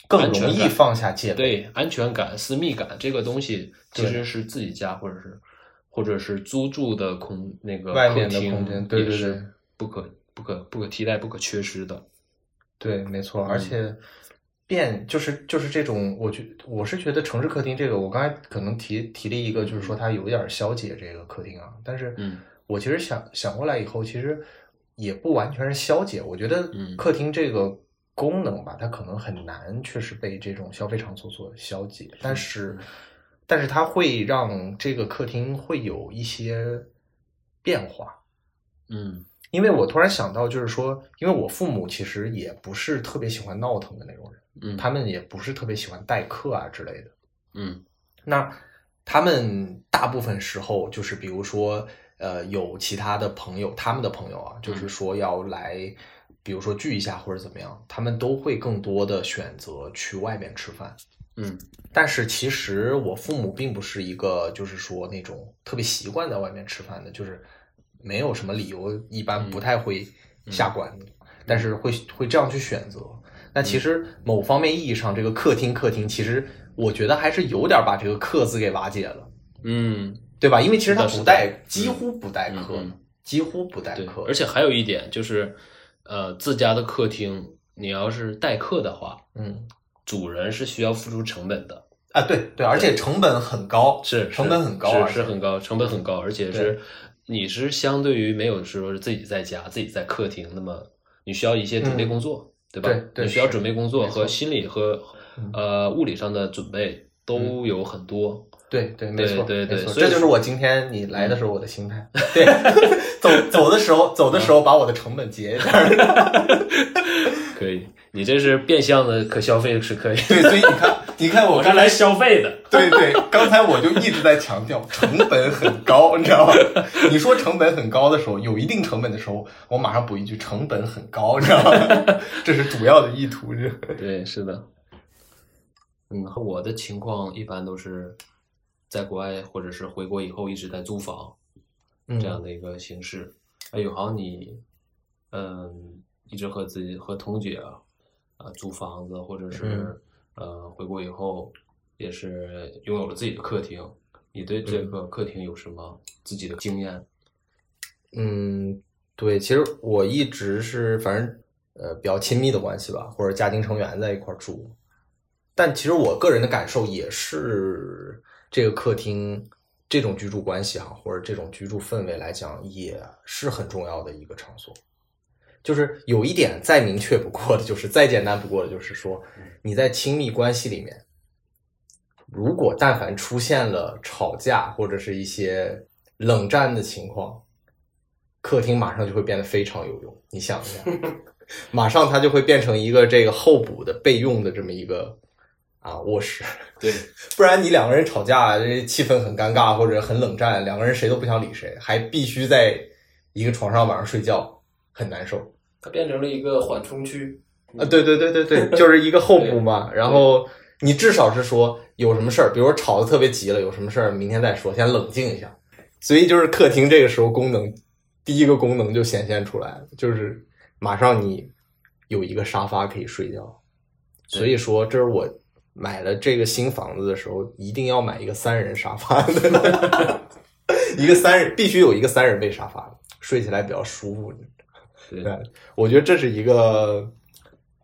Speaker 2: 更
Speaker 4: 安
Speaker 2: 容
Speaker 4: 全
Speaker 2: 易
Speaker 4: 感
Speaker 2: 放下戒备。
Speaker 4: 对安全感、私密感这个东西，其
Speaker 2: 对
Speaker 4: 实是自己家或者是或者是租住的空那个
Speaker 2: 外
Speaker 4: 客
Speaker 2: 面的
Speaker 4: 厅
Speaker 2: 空间对
Speaker 4: 也
Speaker 2: 对
Speaker 4: 是
Speaker 2: 对
Speaker 4: 不可不可不可替代、不可缺失的。
Speaker 2: 对，没错，而
Speaker 4: 嗯
Speaker 2: 且变就是就是这种，我觉我是觉得城市客厅这个，我刚才可能提提了一个，就是说它有一点消解这个客厅啊，但是
Speaker 6: 嗯，
Speaker 2: 我其实想想过来以后，其实也不完全是消解，我觉得
Speaker 6: 嗯
Speaker 2: 客厅这个功能吧，它可能很难确实被这种消费场所所消解，
Speaker 6: 嗯
Speaker 2: 但是但是它会让这个客厅会有一些变化，
Speaker 6: 嗯
Speaker 2: 因为我突然想到，就是说，因为我父母其实也不是特别喜欢闹腾的那种人，
Speaker 6: 嗯，
Speaker 2: 他们也不是特别喜欢代课啊之类的。
Speaker 6: 嗯
Speaker 2: 那他们大部分时候就是，比如说，呃，有其他的朋友，他们的朋友啊，就是说要来，比如说聚一下或者怎么样，他们都会更多的选择去外面吃饭。
Speaker 6: 嗯
Speaker 2: 但是其实我父母并不是一个，就是说那种特别习惯在外面吃饭的，就是没有什么理由，一般不太会下馆子，但是会会这样去选择。那其实某方面意义上，这个客厅客厅，其实我觉得还是有点把这个“客”字给瓦解了，
Speaker 6: 嗯，
Speaker 2: 对吧？因为其实它
Speaker 4: 是
Speaker 2: 不
Speaker 4: 的
Speaker 2: 带，几乎不带
Speaker 6: 嗯
Speaker 2: 客，
Speaker 6: 嗯
Speaker 2: 几乎不带
Speaker 4: 对
Speaker 2: 客，，
Speaker 4: 而且还有一点就是，呃，自家的客厅，你要是待客的话，
Speaker 2: 嗯
Speaker 4: 主人是需要付出成本的，
Speaker 2: 啊，对对，而且成本很高，
Speaker 4: 是
Speaker 2: 哦成本很高，啊而
Speaker 4: 是
Speaker 2: 且
Speaker 4: 是很高，成本很高，而且是你是相对于没有说是自己在家、自己在客厅，那么你需要一些准备
Speaker 2: 嗯
Speaker 4: 工作，对吧？
Speaker 2: 对对
Speaker 4: 你需要
Speaker 2: 是
Speaker 4: 准备工作
Speaker 2: 没错
Speaker 4: 和心理和
Speaker 2: 嗯
Speaker 4: 呃物理上的准备都有很多，
Speaker 2: 对对，没
Speaker 4: 对
Speaker 2: 错，
Speaker 4: 对
Speaker 2: 没
Speaker 4: 对
Speaker 2: 错
Speaker 4: 所以
Speaker 2: 这就是
Speaker 4: 说
Speaker 2: 我今天你来的时候我的心态。对， 走走的时候，走的时候把我的成本结一下。
Speaker 4: 可以，你这是变相的可消费是可以，
Speaker 2: 对，所以你看，你看我
Speaker 4: 我是
Speaker 2: 刚才
Speaker 4: 来，消费的，
Speaker 2: 对对，刚才我就一直在强调成本很高，你知道吧？你说成本很高的时候，有一定成本的时候，我马上补一句成本很高，你知道吧？ 这是主要的意图。这
Speaker 4: 对，是的。
Speaker 6: 嗯，我的情况一般都是在国外或者是回国以后一直在租房这样的一个形式。那永航你，嗯，一直和自己和彤姐啊、呃租房子，或者是、呃回国以后也是拥有了自己的客厅。你对这个客厅有什么自己的经验？
Speaker 2: 嗯，对，其实我一直是反正呃比较亲密的关系吧，或者家庭成员在一块儿住，但其实我个人的感受也是，这个客厅这种居住关系哈、或者这种居住氛围来讲，也是很重要的一个场所。就是有一点再明确不过的，就是再简单不过的，就是说你在亲密关系里面，如果但凡出现了吵架或者是一些冷战的情况，客厅马上就会变得非常有用。你想一下，马上它就会变成一个这个候补的备用的这么一个啊卧室。
Speaker 6: 对，
Speaker 2: 不然你两个人吵架，这气氛很尴尬或者很冷战，两个人谁都不想理谁，还必须在一个床上晚上睡觉，很难受。
Speaker 4: 它变成了一个缓冲区。
Speaker 2: 啊，对对对对对，就是一个候补嘛。然后你至少是说有什么事儿，比如说吵得特别急了，有什么事儿明天再说，先冷静一下。所以就是客厅这个时候功能，第一个功能就显现出来了，就是马上你有一个沙发可以睡觉。所以说，这是我买了这个新房子的时候，一定要买一个三人沙发的， 一个三人必须有一个三人位沙发，睡起来比较舒服。
Speaker 4: 对
Speaker 2: 对，我觉得这是一个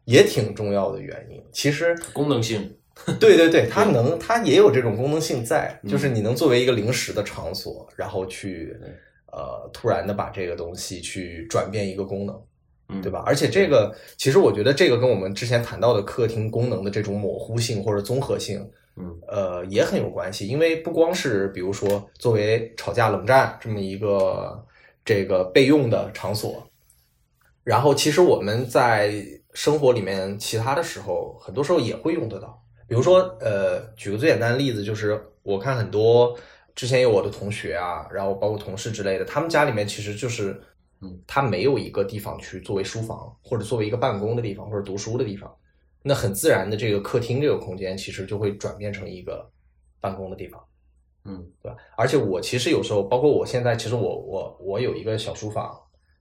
Speaker 2: 也挺重要的原因。其实，
Speaker 4: 功能性，
Speaker 2: 对对对，它能，它也有这种功能性在，就是你能作为一个临时的场所，然后去呃突然的把这个东西去转变一个功能。
Speaker 6: 嗯
Speaker 2: 对吧？而且这个，其实我觉得这个跟我们之前谈到的客厅功能的这种模糊性或者综合性，
Speaker 6: 嗯，
Speaker 2: 呃，也很有关系。因为不光是比如说作为吵架冷战这么一个这个备用的场所，然后其实我们在生活里面其他的时候，很多时候也会用得到。比如说，呃，举个最简单的例子，就是我看很多之前有我的同学啊，然后包括同事之类的，他们家里面其实就是，
Speaker 6: 嗯，
Speaker 2: 他没有一个地方去作为书房，或者作为一个办公的地方，或者读书的地方，那很自然的这个客厅这个空间其实就会转变成一个办公的地方，
Speaker 6: 嗯，
Speaker 2: 对吧？而且我其实有时候，包括我现在，其实我我我有一个小书房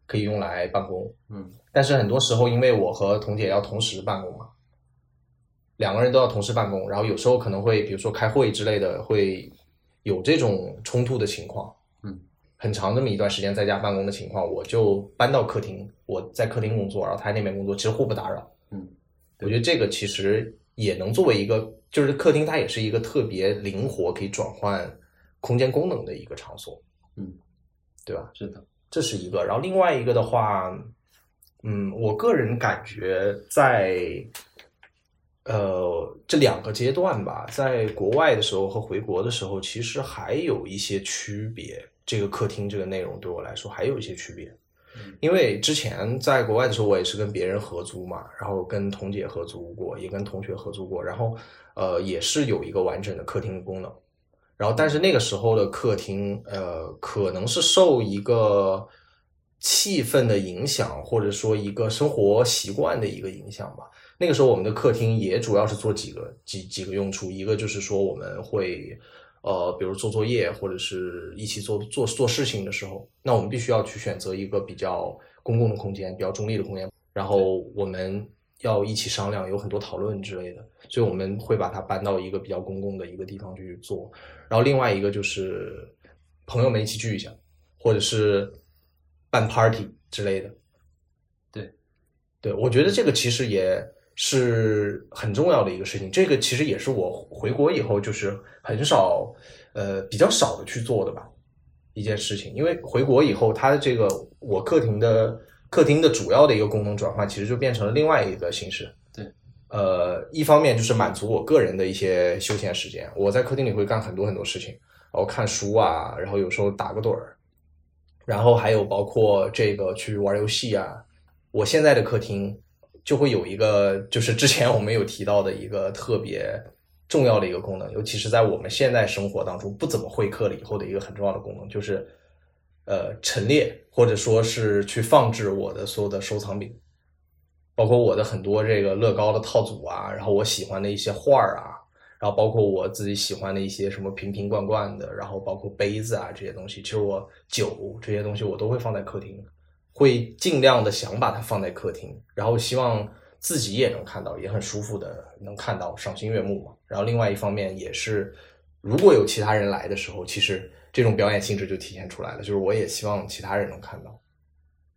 Speaker 2: 可以用来办公，
Speaker 6: 嗯，
Speaker 2: 但是很多时候因为我和彤姐要同时办公嘛，两个人都要同时办公，然后有时候可能会比如说开会之类的，会有这种冲突的情况。
Speaker 6: 嗯，
Speaker 2: 很长这么一段时间在家办公的情况，我就搬到客厅，我在客厅工作，然后他在那边工作，其实互不打扰。
Speaker 6: 嗯，
Speaker 2: 我觉得这个其实也能作为一个，就是客厅它也是一个特别灵活可以转换空间功能的一个场所，
Speaker 4: 嗯，
Speaker 2: 对吧？
Speaker 4: 是的，
Speaker 2: 这是一个。然后另外一个的话，嗯，我个人感觉在呃这两个阶段吧，在国外的时候和回国的时候，其实还有一些区别。这个客厅这个内容对我来说还有一些区别，因为之前在国外的时候，我也是跟别人合租嘛，然后跟彤姐合租过，也跟同学合租过，然后呃也是有一个完整的客厅功能。然后，但是那个时候的客厅，呃，可能是受一个气氛的影响，或者说一个生活习惯的一个影响吧。那个时候，我们的客厅也主要是做几个几几个用处，一个就是说我们会，呃，比如做作业或者是一起做做做事情的时候，那我们必须要去选择一个比较公共的空间，比较中立的空间，然后我们要一起商量，有很多讨论之类的，所以我们会把它搬到一个比较公共的一个地方去做。然后另外一个就是朋友们一起聚一下，或者是办 party 之类的。
Speaker 4: 对，
Speaker 2: 对我觉得这个其实也是很重要的一个事情。这个其实也是我回国以后就是很少，呃，比较少的去做的吧一件事情。因为回国以后，它的这个我客厅的客厅的主要的一个功能转换，其实就变成了另外一个形式。呃，一方面就是满足我个人的一些休闲时间，我在客厅里会干很多很多事情，然后看书啊，然后有时候打个盹儿，然后还有包括这个去玩游戏啊。我现在的客厅就会有一个，就是之前我们有提到的一个特别重要的一个功能，尤其是在我们现在生活当中不怎么会客了以后的一个很重要的功能，就是呃陈列或者说是去放置我的所有的收藏品。包括我的很多这个乐高的套组啊，然后我喜欢的一些画儿啊，然后包括我自己喜欢的一些什么瓶瓶罐罐的，然后包括杯子啊这些东西，其实我酒这些东西我都会放在客厅，会尽量的想把它放在客厅，然后希望自己也能看到，也很舒服的能看到，赏心悦目嘛。然后另外一方面也是，如果有其他人来的时候，其实这种表演性质就体现出来了，就是我也希望其他人能看到。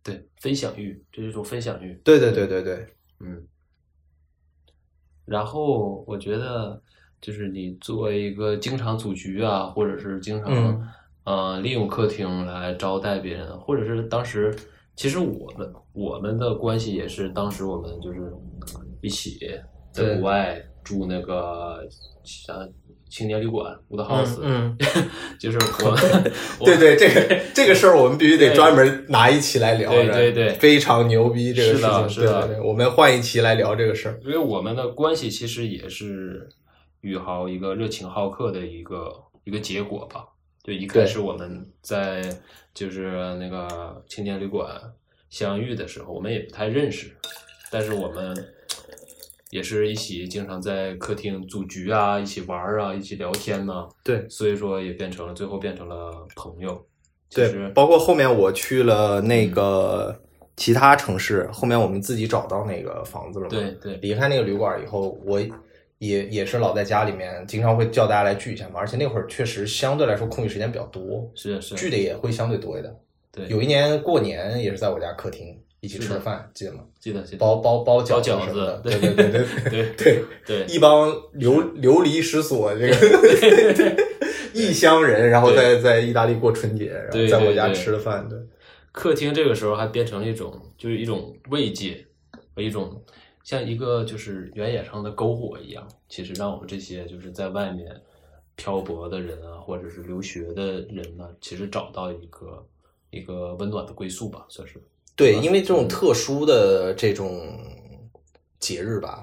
Speaker 4: 对，分享欲，这是一种分享欲。
Speaker 2: 对对对对对，
Speaker 4: 嗯，然后我觉得，就是你作为一个经常组局啊，或者是经常
Speaker 2: 嗯
Speaker 4: 呃利用客厅来招待别人，或者是当时其实我们我们的关系也是当时我们就是一起在
Speaker 2: 对
Speaker 4: 国外住那个像青年旅馆 Wood House，
Speaker 2: 嗯。
Speaker 4: 就是 我们我
Speaker 2: 对 对，这个这个事儿我们必须得
Speaker 4: 对
Speaker 2: 专门拿一期来聊，
Speaker 4: 对对对
Speaker 2: 非常牛逼这个事
Speaker 4: 是的
Speaker 2: 情，
Speaker 4: 是
Speaker 2: 对
Speaker 4: 的
Speaker 2: 对对，我们换一期来聊这个事儿，
Speaker 4: 因为我们的关系其实也是宇豪一个热情好客的一个一个结果吧。就一开始我们在就是那个青年旅馆相遇的时候，我们也不太认识，但是我们也是一起经常在客厅组局啊，一起玩儿啊，一起聊天呐、
Speaker 2: 对
Speaker 4: 所以说也变成了最后变成了朋友。其
Speaker 2: 对，
Speaker 4: 实
Speaker 2: 包括后面我去了那个其他城市，后面我们自己找到那个房子了嘛，
Speaker 4: 嗯对对
Speaker 2: 离开那个旅馆以后，我也也是老在家里面，经常会叫大家来聚一下嘛，而且那会儿确实相对来说空余时间比较多，
Speaker 4: 是是，
Speaker 2: 聚的也会相对多一点。
Speaker 4: 对
Speaker 2: 有一年过年也是在我家客厅一起
Speaker 4: 是
Speaker 2: 吃
Speaker 4: 的
Speaker 2: 了饭，记得吗？
Speaker 4: 记得记得
Speaker 2: 包包包
Speaker 4: 包
Speaker 2: 饺
Speaker 4: 饺
Speaker 2: 什么的，
Speaker 4: 对
Speaker 2: 对对对对
Speaker 4: 对
Speaker 2: 对。
Speaker 4: 对
Speaker 2: 一帮流流离失所这个 异乡人，然后在在意大利过春节，然后
Speaker 4: 对
Speaker 2: 在
Speaker 4: 对
Speaker 2: 我家
Speaker 4: 对
Speaker 2: 吃了饭，对
Speaker 4: 客厅这个时候还变成了一种，就是一种慰藉和一种像一个就是原野上的篝火一样，其实让我们这些就是在外面漂泊的人啊，或者是留学的人呢、其实找到一个一个温暖的归宿吧，算是。
Speaker 2: 对，因为这种特殊的这种节日吧，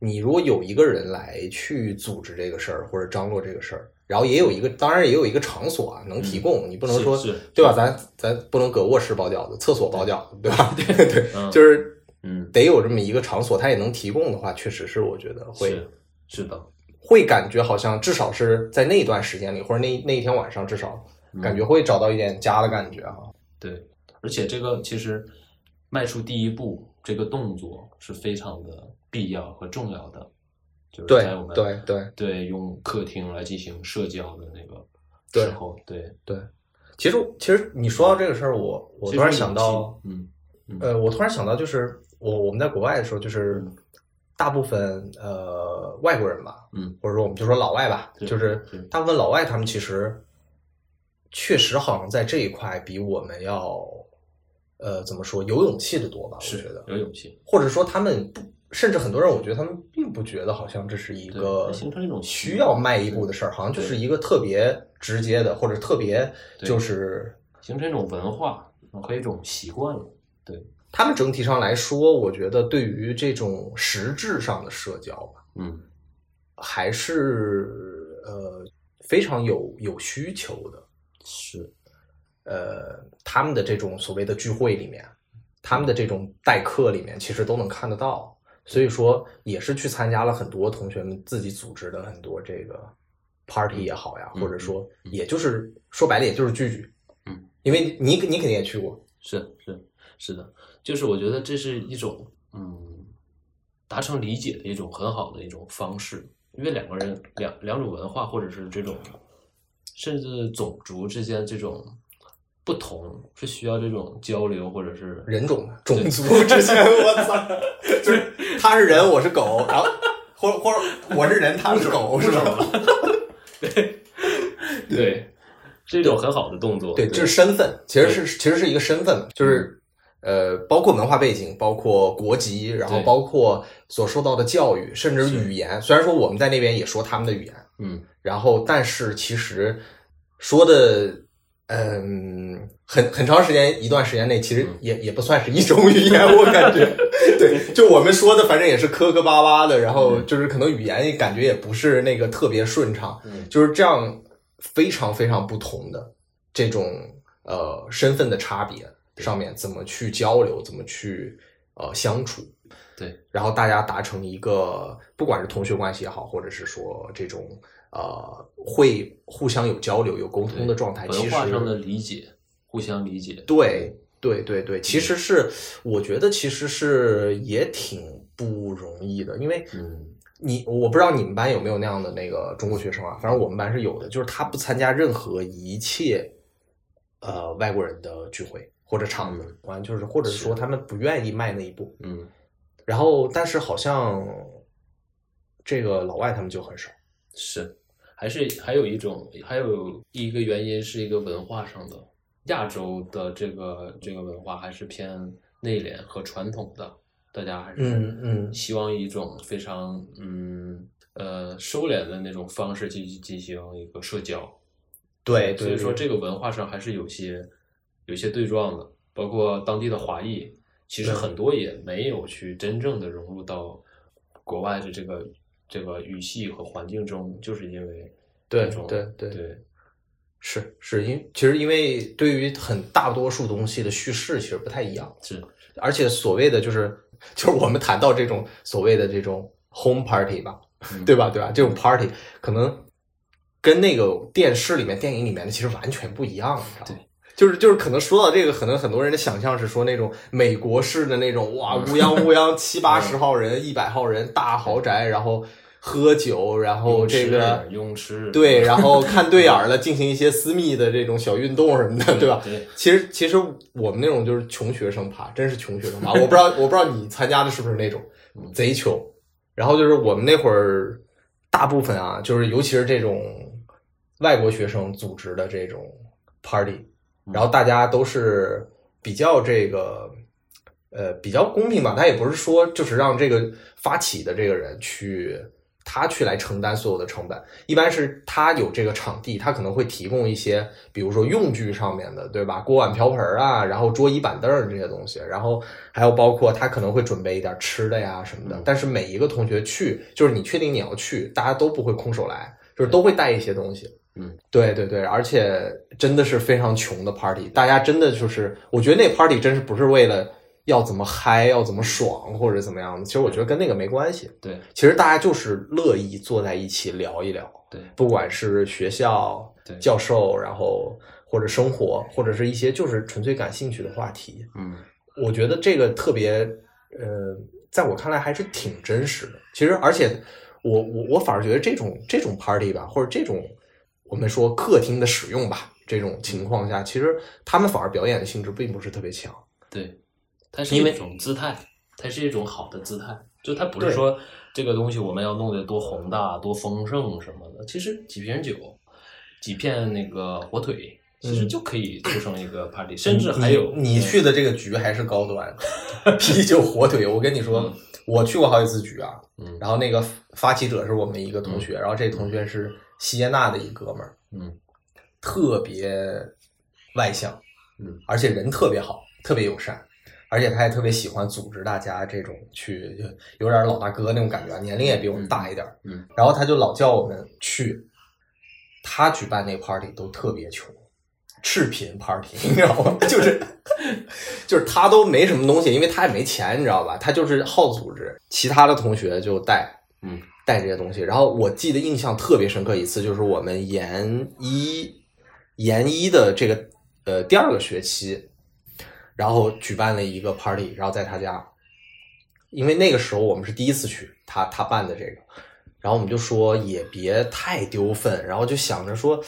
Speaker 2: 你如果有一个人来去组织这个事儿或者张罗这个事儿，然后也有一个，当然也有一个场所啊能提供，你不能
Speaker 4: 是
Speaker 2: 说
Speaker 4: 是
Speaker 2: 对吧？咱咱不能搁卧室包饺子，厕所包饺子，对吧？ 对对，
Speaker 4: 嗯
Speaker 2: 就是
Speaker 4: 嗯，
Speaker 2: 得有这么一个场所，它也能提供的话，确实是我觉得会
Speaker 4: 是是的，
Speaker 2: 会感觉好像至少是在那一段时间里，或者那那一天晚上，至少
Speaker 4: 嗯
Speaker 2: 感觉会找到一点家的感觉哈、
Speaker 4: 对，而且这个其实迈出第一步这个动作是非常的必要和重要的，就是
Speaker 2: 对
Speaker 4: 在我们
Speaker 2: 对对
Speaker 4: 对，用客厅来进行社交的那个
Speaker 2: 对
Speaker 4: 时候，对，
Speaker 2: 对，其实其实你说到这个事儿，我我
Speaker 4: 其
Speaker 2: 突然
Speaker 4: 实
Speaker 2: 想
Speaker 4: 你
Speaker 2: 到，
Speaker 4: 嗯，
Speaker 2: 呃，我突然想到就是我我们在国外的时候，就是大部分呃外国人吧，
Speaker 6: 嗯，
Speaker 2: 或者说我们就说老外吧，
Speaker 6: 对
Speaker 2: 就是
Speaker 6: 对
Speaker 2: 大部分老外他们其实确实好像在这一块比我们要呃怎么说有勇气的多吧？我觉得，
Speaker 6: 有勇气，
Speaker 2: 或者说他们不，甚至很多人我觉得他们并不觉得好像这是一
Speaker 6: 对
Speaker 2: 个
Speaker 6: 它形成一种习
Speaker 2: 需
Speaker 6: 惯
Speaker 2: 要迈一步的事儿，好像就
Speaker 6: 对
Speaker 2: 是一个特别直接的，或者特别
Speaker 6: 对
Speaker 2: 就是
Speaker 6: 形成一种文化
Speaker 4: 嗯
Speaker 6: 和一种习惯了。
Speaker 2: 他们整体上来说，我觉得对于这种实质上的社交吧，
Speaker 6: 嗯，
Speaker 2: 还是呃非常有有需求的。
Speaker 6: 是
Speaker 2: 呃，他们的这种所谓的聚会里面，他
Speaker 6: 嗯
Speaker 2: 们的这种代课里面，其实都能看得到。所以说，也是去参加了很多同学们自己组织的很多这个 party 也好呀，
Speaker 6: 嗯
Speaker 2: 或者说，
Speaker 6: 嗯
Speaker 2: 也就是说白了，也就是聚聚。
Speaker 6: 嗯，
Speaker 2: 因为你你肯定也去过，
Speaker 6: 是是
Speaker 4: 是的，就是我觉得这是一种嗯，达成理解的一种很好的一种方式，因为两个人两两种文化或者是这种，甚至种族之间这种不同是需要这种交流或者是
Speaker 2: 人种嘛种族之间， 我操，就是他是人，我是狗，然后或或者我是人，他是狗，是吧？
Speaker 4: 对，是一种很好的动作。
Speaker 2: 对，这是身份，其实是其实是一个身份，就是呃，包括文化背景，包括国籍，然后
Speaker 4: 对
Speaker 2: 包括所受到的教育，甚至语言。虽然说我们在那边也说他们的语言，
Speaker 6: 嗯，
Speaker 2: 然后但是其实说的。嗯，很很长时间一段时间内，其实也、也不算是一种语言，我感 觉，对，就我们说的，反正也是磕磕巴巴的，然后就是可能语言感觉也不是那个特别顺畅，
Speaker 6: 嗯
Speaker 2: 就是这样非常非常不同的，这种呃身份的差别上面，怎么去交流，怎么去呃相处，
Speaker 6: 对，
Speaker 2: 然后大家达成一个，不管是同学关系也好，或者是说这种呃会互相有交流、有沟通的状态，其
Speaker 4: 文
Speaker 2: 实
Speaker 4: 化上的理解，互相理解。
Speaker 2: 对对对对，
Speaker 4: 嗯
Speaker 2: 其实是我觉得其实是也挺不容易的，因为
Speaker 6: 嗯
Speaker 2: 你我不知道你们班有没有那样的那个中国学生啊，反正我们班是有的，就是他不参加任何一切呃外国人的聚会或者
Speaker 4: 嗯
Speaker 2: 场子，完、就是或者是说他们不愿意迈那一步。
Speaker 6: 嗯，
Speaker 2: 然后，但是好像这个老外他们就很少，
Speaker 4: 是，还是还有一种，还有一个原因是一个文化上的，亚洲的这个这个文化还是偏内敛和传统的，大家还
Speaker 2: 嗯
Speaker 4: 是
Speaker 2: 嗯
Speaker 4: 希望以一种非常嗯呃收敛的那种方式去进行一个社交，
Speaker 2: 对，
Speaker 4: 所以说这个文化上还是有些有些对撞的，包括当地的华裔，其实
Speaker 2: 对
Speaker 4: 很多也没有去真正的融入到国外的这个这个语系和环境中，就是因为
Speaker 2: 对
Speaker 4: 这种
Speaker 2: 对对
Speaker 4: 对
Speaker 2: 是是因其实因为对于很大多数东西的叙事其实不太一样，
Speaker 4: 是
Speaker 2: 而且所谓的就是 就是我们谈到这种所谓的这种 home party 吧，
Speaker 6: 嗯
Speaker 2: 对吧？对吧？这种 party 可能跟那个电视里面、电影里面的其实完全不一样，你知道吗？就是就是可能说到这个，可能很多人的想象是说那种美国式的那种哇，乌泱乌泱七八十号人、一百号人大豪宅，然后喝酒，然后
Speaker 4: 泳
Speaker 2: 这
Speaker 4: 池
Speaker 2: 个
Speaker 4: 泳 池
Speaker 2: 对，然后看对眼儿了，进行一些私密的这种小运动什么的，对吧？
Speaker 4: 对
Speaker 2: 其实其实我们那种就是穷学生趴，真是穷学生趴。我不知道我不知道你参加的是不是那种贼穷。然后就是我们那会儿大部分啊，就是尤其是这种外国学生组织的这种 party，然后大家都是比较这个。呃，比较公平吧，他也不是说就是让这个发起的这个人去他去来承担所有的成本，一般是他有这个场地，他可能会提供一些，比如说用具上面的，对吧？锅碗瓢盆啊，然后桌椅板凳儿这些东西，然后还有包括他可能会准备一点吃的呀什么的。但是每一个同学去，就是你确定你要去，大家都不会空手来，就是都会带一些东西。
Speaker 6: 嗯，
Speaker 2: 对对对，而且真的是非常穷的 party，大家真的就是，我觉得那 party 真是不是为了要怎么嗨，要怎么爽或者怎么样的，其实我觉得跟那个没关系。
Speaker 4: 对
Speaker 2: 其实大家就是乐意坐在一起聊一聊，
Speaker 4: 对
Speaker 2: 不管是学校
Speaker 4: 对
Speaker 2: 教授，然后或者生活，或者是一些就是纯粹感兴趣的话题，
Speaker 6: 嗯，
Speaker 2: 我觉得这个特别，呃，在我看来还是挺真实的。其实，而且我我我反而觉得这种这种 party 吧，或者这种我们说客厅的使用吧，这种情况下，其实他们反而表演的性质并不是特别强。
Speaker 4: 对，它是
Speaker 2: 因为
Speaker 4: 一种姿态，它是一种好的姿态，就它不是
Speaker 2: 对
Speaker 4: 说这个东西我们要弄得多宏大、多丰盛什么的，其实几瓶酒、几片那个火腿，其实
Speaker 2: 嗯
Speaker 4: 就可以促成一个 party，、甚至还有嗯
Speaker 2: 你你去的这个局还是高端， 啤酒火腿。我跟你说，我去过好几次局啊。
Speaker 4: 嗯
Speaker 2: 然后那个发起者是我们一个同学，然后这同学是锡耶纳的一哥们儿，
Speaker 4: 嗯，
Speaker 2: 特别外向，
Speaker 4: 嗯，
Speaker 2: 而且人特别好，特别友善，而且他也特别喜欢组织大家这种去，就有点老大哥那种感觉啊，年龄也比我们大一点，
Speaker 4: 嗯嗯，
Speaker 2: 然后他就老叫我们去，他举办那 party 都特别穷。赤贫 party，你知 道吗？就是就是他都没什么东西，因为他也没钱，你知道吧？他就是好组织，其他的同学就带，
Speaker 4: 嗯，
Speaker 2: 带这些东西。然后我记得印象特别深刻一次，就是我们研一研一的这个呃第二个学期，然后举办了一个 party，然后在他家，因为那个时候我们是第一次去他他办的这个，然后我们就说也别太丢份，然后就想着说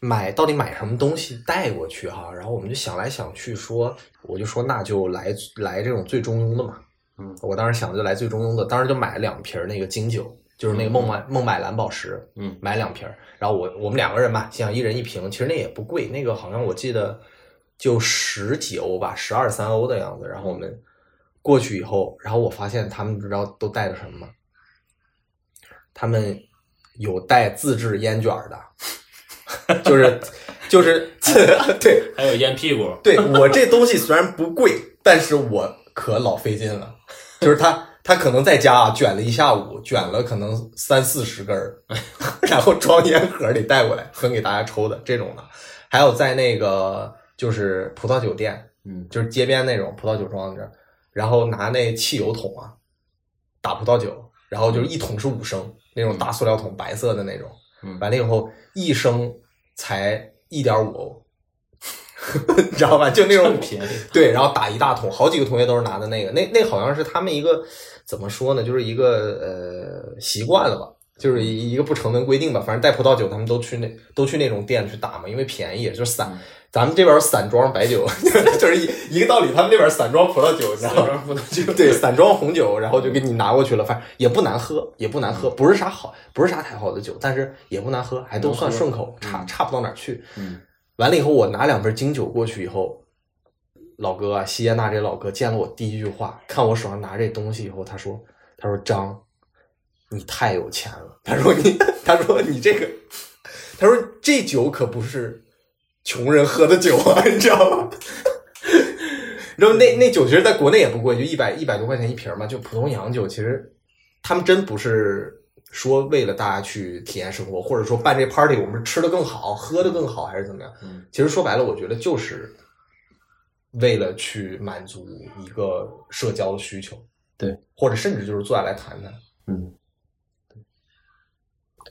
Speaker 2: 买到底买什么东西带过去哈，然后我们就想来想去说，我就说那就来来这种最中庸的嘛，
Speaker 4: 嗯，
Speaker 2: 我当时想的就来最中庸的，当时就买了两瓶儿那个金酒，就是那个孟买孟买蓝宝石，
Speaker 4: 嗯
Speaker 2: 买两瓶儿，然后我我们两个人吧，想一人一瓶，其实那也不贵，那个好像我记得就十几欧吧，十二三欧的样子，然后我们过去以后，然后我发现他们不知道都带了什么吗？他们有带自制烟卷儿的， 就是就是对
Speaker 4: 还有烟屁股，
Speaker 2: 对我这东西虽然不贵，但是我可老费劲了，就是他。他可能在家啊卷了一下午，卷了可能三四十根儿， 然后装烟盒里带过来分给大家抽的这种的，还有在那个就是葡萄酒店，
Speaker 4: 嗯
Speaker 2: 就是街边那种葡萄酒庄子，然后拿那汽油桶啊打葡萄酒，然后就是一桶是五升那种大塑料桶，白色的那种，
Speaker 4: 嗯
Speaker 2: 完了以后一升才一点五欧， 你知道吧？ 就那种
Speaker 4: 便宜，
Speaker 2: 对，然后打一大桶，好几个同学都是拿的那个，那那好像是他们一个怎么说呢，就是一个呃习惯了吧，就是一一个不成文规定吧。反正带葡萄酒，他们都去那都去那种店去打嘛，因为便宜，也就是散。咱们这边儿散装白酒， 就是一一个道理，他们那边儿散装葡萄酒，你知道吗？
Speaker 4: 不能就
Speaker 2: 对，散装红酒，然后就给你拿过去了，反正也不难喝，也不难喝，不是啥好，不是啥太好的酒，但是也不难喝，还都算顺口，差差不到哪儿去。
Speaker 4: 嗯，
Speaker 2: 完了以后，我拿两瓶金酒过去以后，老哥啊，西耶纳这老哥见了我第一句话，看我手上拿这东西以后，他说，他说张，你太有钱了， 他说你，他说你这个，他说这酒可不是穷人喝的酒啊，你知道吗？ 然后那那酒其实在国内也不贵，就一百一百多块钱一瓶嘛，就普通洋酒。其实他们真不是说为了大家去体验生活，或者说办这 party 我们吃的更好、喝的更好，还是怎么样？
Speaker 4: 嗯
Speaker 2: 其实说白了，我觉得就是为了去满足一个社交的需求，
Speaker 4: 对，
Speaker 2: 或者甚至就是坐下来谈谈。
Speaker 4: 嗯，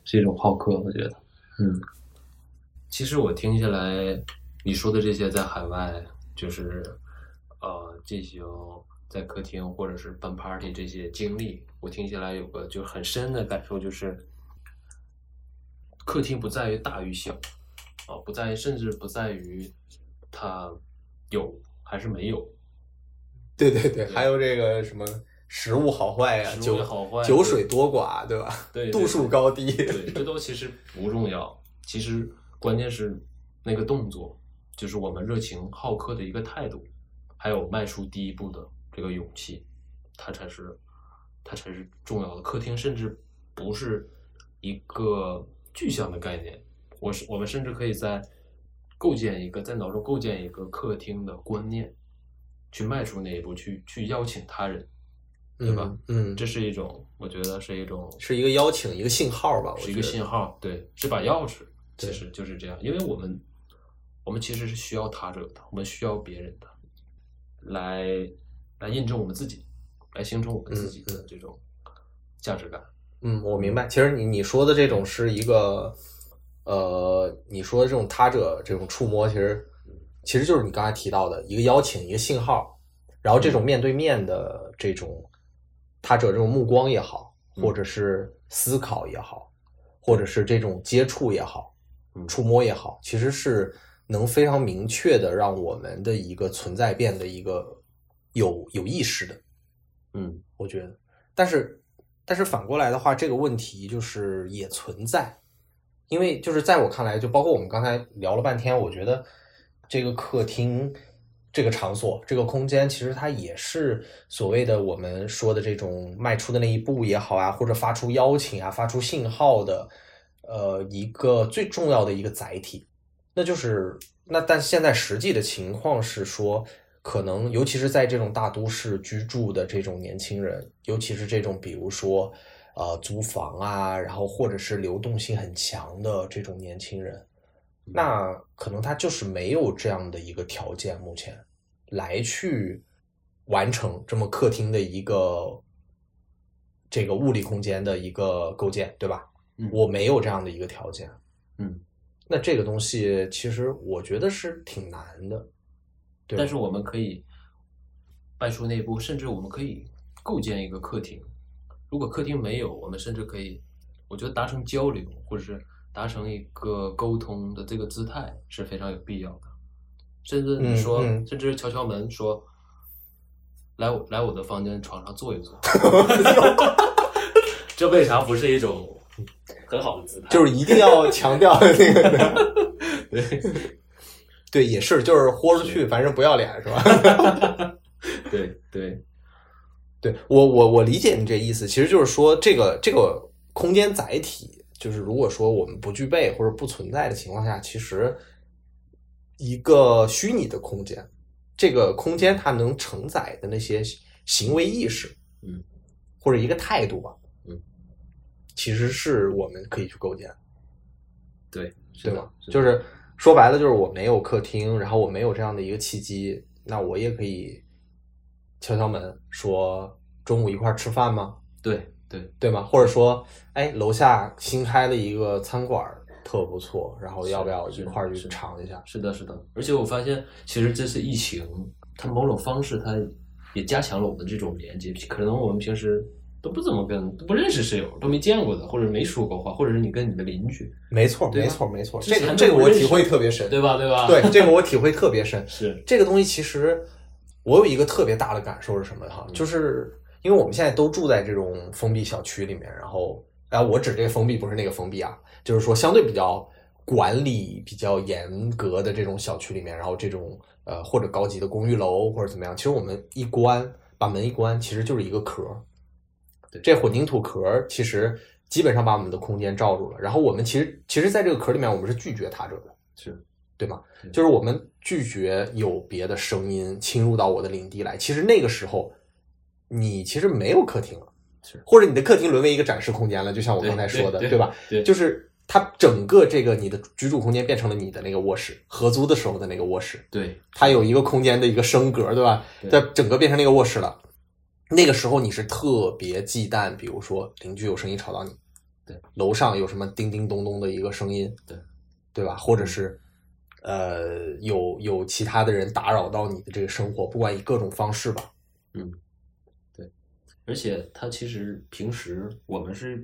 Speaker 4: 是一种好客，我觉得。嗯，其实我听下来，你说的这些在海外就是呃进行在客厅或者是办 party 这些经历，我听下来有个就很深的感受，就是客厅不在于大与小，啊、不在于甚至不在于它有还是没有，
Speaker 2: 对对对，还有这个什么食物好坏呀、
Speaker 4: 食物
Speaker 2: 酒
Speaker 4: 好坏
Speaker 2: 酒水多寡，对吧？
Speaker 4: 对对
Speaker 2: 度数高低，
Speaker 4: 对，这都其实不重要，其实关键是那个动作，就是我们热情好客的一个态度，还有迈出第一步的这个勇气，它才是它才是重要的。客厅甚至不是一个具象的概念，我是我们甚至可以在构建一个在脑中构建一个客厅的观念，去迈出那一步，去去邀请他人，对吧？
Speaker 2: 嗯？嗯，
Speaker 4: 这是一种，我觉得是一种
Speaker 2: 是一个邀请，一个信号吧，我
Speaker 4: 是
Speaker 2: 觉
Speaker 4: 一个
Speaker 2: 得。
Speaker 4: 信号，对，是把钥匙，其
Speaker 2: 对
Speaker 4: 实就是这样，因为我们我们其实是需要他者的，我们需要别人的，来来印证我们自己，来形成我们自己的这种价值感。
Speaker 2: 嗯，我明白。其实你你说的这种是一个，呃，你说的这种他者这种触摸，其实其实就是你刚才提到的一个邀请，一个信号，然后这种面对面的这种他者这种目光也好，
Speaker 4: 嗯
Speaker 2: 或者是思考也好，或者是这种接触也好
Speaker 4: 嗯，
Speaker 2: 触摸也好，其实是能非常明确的让我们的一个存在变得一个有有意识的，
Speaker 4: 嗯，
Speaker 2: 我觉得。但是但是反过来的话，这个问题就是也存在，因为就是在我看来，就包括我们刚才聊了半天，我觉得这个客厅、这个场所、这个空间，其实它也是所谓的我们说的这种迈出的那一步也好啊，或者发出邀请啊、发出信号的，呃，一个最重要的一个载体。那就是那，但现在实际的情况是说，可能尤其是在这种大都市居住的这种年轻人，尤其是这种比如说呃租房啊，然后或者是流动性很强的这种年轻人，那可能他就是没有这样的一个条件，目前来去完成这么客厅的一个这个物理空间的一个构建，对吧？
Speaker 6: 嗯
Speaker 2: 我没有这样的一个条件，
Speaker 6: 嗯，
Speaker 2: 那这个东西其实我觉得是挺难的，对吧
Speaker 4: 但是我们可以迈出那一步，甚至我们可以构建一个客厅。如果客厅没有，我们甚至可以，我觉得达成交流或者是达成一个沟通的这个姿态是非常有必要的。甚至你
Speaker 2: 嗯
Speaker 4: 说，
Speaker 2: 嗯
Speaker 4: 甚至敲敲门说，来我来我的房间床上坐 一坐，这为啥不是一种很好的姿态？
Speaker 2: 就是一定要强调那个， 对，也是，就是豁出去，反正不要脸是吧？
Speaker 4: 对对，
Speaker 2: 对我我我理解你这意思，其实就是说这个这个空间载体，就是如果说我们不具备或者不存在的情况下，其实一个虚拟的空间，这个空间它能承载的那些行为意识，
Speaker 6: 嗯，
Speaker 2: 或者一个态度吧，
Speaker 6: 嗯，
Speaker 2: 其实是我们可以去构建的。
Speaker 4: 对是
Speaker 2: 对
Speaker 4: 的
Speaker 2: 吧？
Speaker 4: 的
Speaker 2: 就是说白了，就是我没有客厅，然后我没有这样的一个契机，那我也可以敲敲门，说中午一块儿吃饭吗？
Speaker 4: 对对，
Speaker 2: 对吗？或者说，哎，楼下新开了一个餐馆儿，特不错，然后要不要一块儿去
Speaker 4: 是
Speaker 2: 尝一下？
Speaker 4: 是的，是的。而且我发现，其实这次疫情，它某种方式它也加强了我们这种连接。可能我们平时都不怎么跟都不认识室友，都没见过的，或者没说过话，或者是你跟你的邻居，
Speaker 2: 没错，
Speaker 4: 对
Speaker 2: 没
Speaker 4: 吧
Speaker 2: 错，没错。
Speaker 4: 之
Speaker 2: 这个
Speaker 4: 前
Speaker 2: 这个
Speaker 4: 都不
Speaker 2: 我
Speaker 4: 认
Speaker 2: 体
Speaker 4: 识
Speaker 2: 会特别深，
Speaker 4: 对吧？对吧？
Speaker 2: 对，这个我体会特别深。
Speaker 4: 是
Speaker 2: 这个东西其实我有一个特别大的感受是什么哈？
Speaker 4: 嗯
Speaker 2: 就是因为我们现在都住在这种封闭小区里面，然后啊，我指这个封闭不是那个封闭啊，就是说相对比较管理比较严格的这种小区里面，然后这种呃或者高级的公寓楼或者怎么样，其实我们一关把门一关，其实就是一个壳儿。这混凝土壳儿其实基本上把我们的空间罩住了，然后我们其实其实在这个壳儿里面，我们是拒绝他者的，
Speaker 6: 是
Speaker 2: 对吗？
Speaker 4: 嗯
Speaker 6: 对
Speaker 2: 就是我们拒绝有别的声音侵入到我的领地来。其实那个时候，你其实没有客厅了，
Speaker 6: 是
Speaker 2: 或者你的客厅沦为一个展示空间了，就像我
Speaker 4: 对
Speaker 2: 刚才说的，
Speaker 4: 对对
Speaker 2: 吧？
Speaker 4: 对
Speaker 2: 就是它整个这个你的居住空间变成了你的那个卧室，合租的时候的那个卧室，
Speaker 4: 对
Speaker 2: 它有一个空间的一个升格，对吧？
Speaker 4: 对
Speaker 2: 它整个变成那个卧室了。那个时候你是特别忌惮，比如说邻居有声音吵到你，
Speaker 4: 对，
Speaker 2: 楼上有什么叮叮咚咚的一个声音，
Speaker 4: 对，
Speaker 2: 对吧？或者是呃，有有其他的人打扰到你的这个生活，不管以各种方式吧，
Speaker 4: 而且它其实平时我们是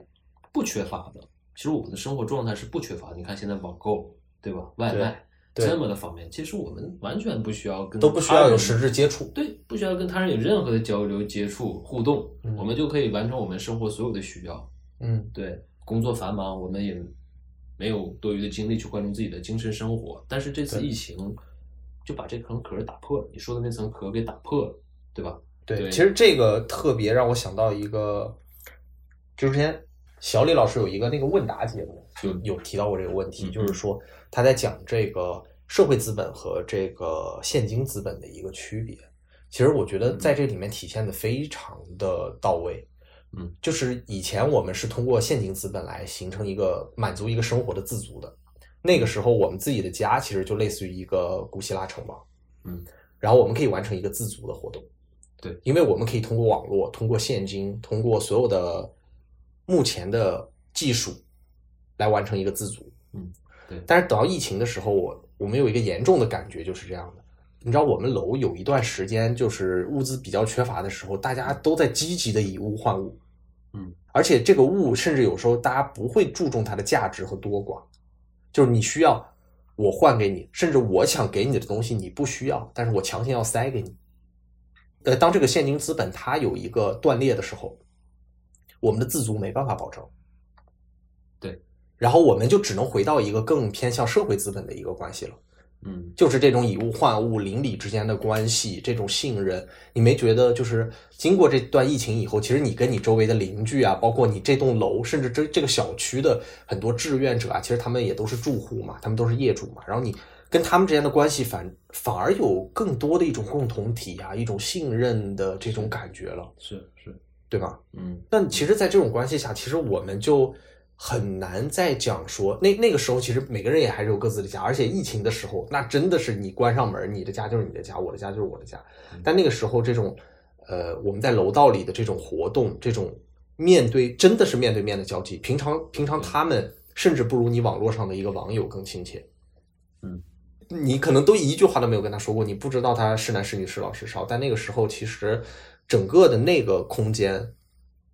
Speaker 4: 不缺乏的，其实我们的生活状态是不缺乏的。你看现在网购，对吧？外
Speaker 2: 对
Speaker 4: 卖
Speaker 2: 对
Speaker 4: 这么的方便，其实我们完全不需要跟
Speaker 2: 都不需
Speaker 4: 他
Speaker 2: 要有
Speaker 4: 人
Speaker 2: 实质接触。
Speaker 4: 对，不需要跟他人有任何的交流、接触、互动，
Speaker 2: 嗯
Speaker 4: 我们就可以完成我们生活所有的需要。
Speaker 2: 嗯，
Speaker 4: 对，工作繁忙，我们也没有多余的精力去关注自己的精神生活。但是这次
Speaker 2: 对
Speaker 4: 疫情就把这层壳儿打破了，你说的那层壳儿给打破了，对吧？
Speaker 2: 对，
Speaker 4: 对
Speaker 2: 其实这个特别让我想到一个，就是之前小李老师有一个那个问答节目，
Speaker 4: 嗯
Speaker 2: 有提到过这个问题，
Speaker 4: 嗯
Speaker 2: 就是说他在讲这个社会资本和这个现金资本的一个区别。其实我觉得在这里面体现的非常的到位。
Speaker 4: 嗯，
Speaker 2: 就是以前我们是通过现金资本来形成一个满足一个生活的自足的，那个时候我们自己的家其实就类似于一个古希腊城堡。
Speaker 4: 嗯，
Speaker 2: 然后我们可以完成一个自足的活动。因为我们可以通过网络、通过现金、通过所有的目前的技术来完成一个自足。
Speaker 4: 嗯，对
Speaker 2: 但是等到疫情的时候，我我们有一个严重的感觉就是这样的。你知道，我们楼有一段时间就是物资比较缺乏的时候，大家都在积极的以物换物。
Speaker 4: 嗯，
Speaker 2: 而且这个物甚至有时候大家不会注重它的价值和多寡，就是你需要我换给你，甚至我想给你的东西你不需要，但是我强行要塞给你。呃，当这个现金资本它有一个断裂的时候，我们的自足没办法保证。
Speaker 7: 对，
Speaker 2: 然后我们就只能回到一个更偏向社会资本的一个关系了。
Speaker 7: 嗯，
Speaker 2: 就是这种以物换物、邻里之间的关系，这种信任，你没觉得？就是经过这段疫情以后，其实你跟你周围的邻居啊，包括你这栋楼，甚至这这个小区的很多志愿者啊，其实他们也都是住户嘛，他们都是业主嘛，然后你跟他们之间的关系反反而有更多的一种共同体啊，一种信任的这种感觉了，
Speaker 7: 是是，
Speaker 2: 对吧？
Speaker 7: 嗯
Speaker 2: 但其实，在这种关系下，其实我们就很难再讲说，那那个时候其实每个人也还是有各自的家，而且疫情的时候，那真的是你关上门，你的家就是你的家，我的家就是我的家。但那个时候，这种呃，我们在楼道里的这种活动，这种面对真的是面对面的交际，平常平常他们甚至不如你网络上的一个网友更亲切。
Speaker 7: 嗯，
Speaker 2: 你可能都一句话都没有跟他说过，你不知道他是男是女是老是少。但那个时候，其实整个的那个空间，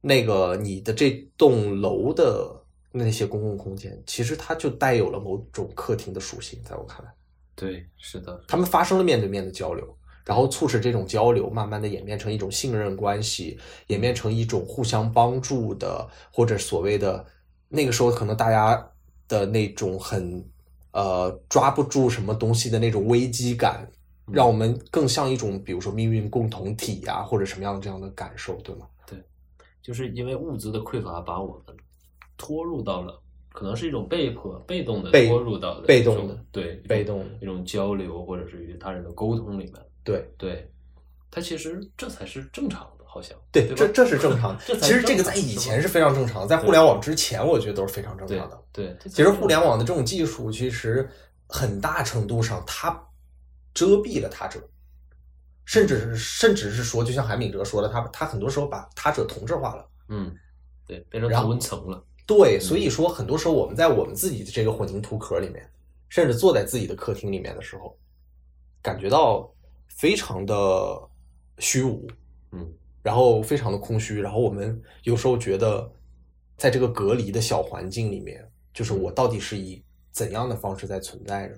Speaker 2: 那个你的这栋楼的那些公共空间，其实它就带有了某种客厅的属性，在我看来。
Speaker 7: 对，是的，
Speaker 2: 他们发生了面对面的交流，然后促使这种交流慢慢的演变成一种信任关系，演变成一种互相帮助的，或者所谓的那个时候可能大家的那种很呃抓不住什么东西的那种危机感，
Speaker 4: 嗯
Speaker 2: 让我们更像一种比如说命运共同体呀、或者什么样的这样的感受，对吗？
Speaker 4: 就是因为物资的匮乏，把我们拖入到了，可能是一种被迫、被动的
Speaker 2: 被
Speaker 4: 拖入到的
Speaker 2: 被
Speaker 4: 一种
Speaker 2: 动的
Speaker 4: 对
Speaker 2: 被动的
Speaker 4: 一种交流或者是与他人的沟通里面，
Speaker 2: 对
Speaker 4: 对，它其实这才是正常的，好像
Speaker 2: 对，
Speaker 4: 吧。
Speaker 2: 这这是正常
Speaker 4: 这才
Speaker 2: 其实
Speaker 4: 是
Speaker 2: 这个
Speaker 4: 正
Speaker 2: 在
Speaker 4: 常
Speaker 2: 以
Speaker 4: 是吧
Speaker 2: 前是非常正常，在互联网之前，我觉得都是非常正
Speaker 4: 对
Speaker 2: 常的。
Speaker 4: 对，
Speaker 2: 其实互联网的这种技术，其实很大程度上它遮蔽了他者，甚至是甚至是说，就像韩敏哲说的，他他很多时候把他者同质化了。
Speaker 4: 嗯，对，变成
Speaker 2: 然后
Speaker 4: 同温层了，
Speaker 2: 对，所以说很多时候我们在我们自己的这个混凝土壳里面，甚至坐在自己的客厅里面的时候，感觉到非常的虚无，
Speaker 4: 嗯，
Speaker 2: 然后非常的空虚，然后我们有时候觉得，在这个隔离的小环境里面，就是
Speaker 4: 嗯
Speaker 2: 我到底是以怎样的方式在存在着？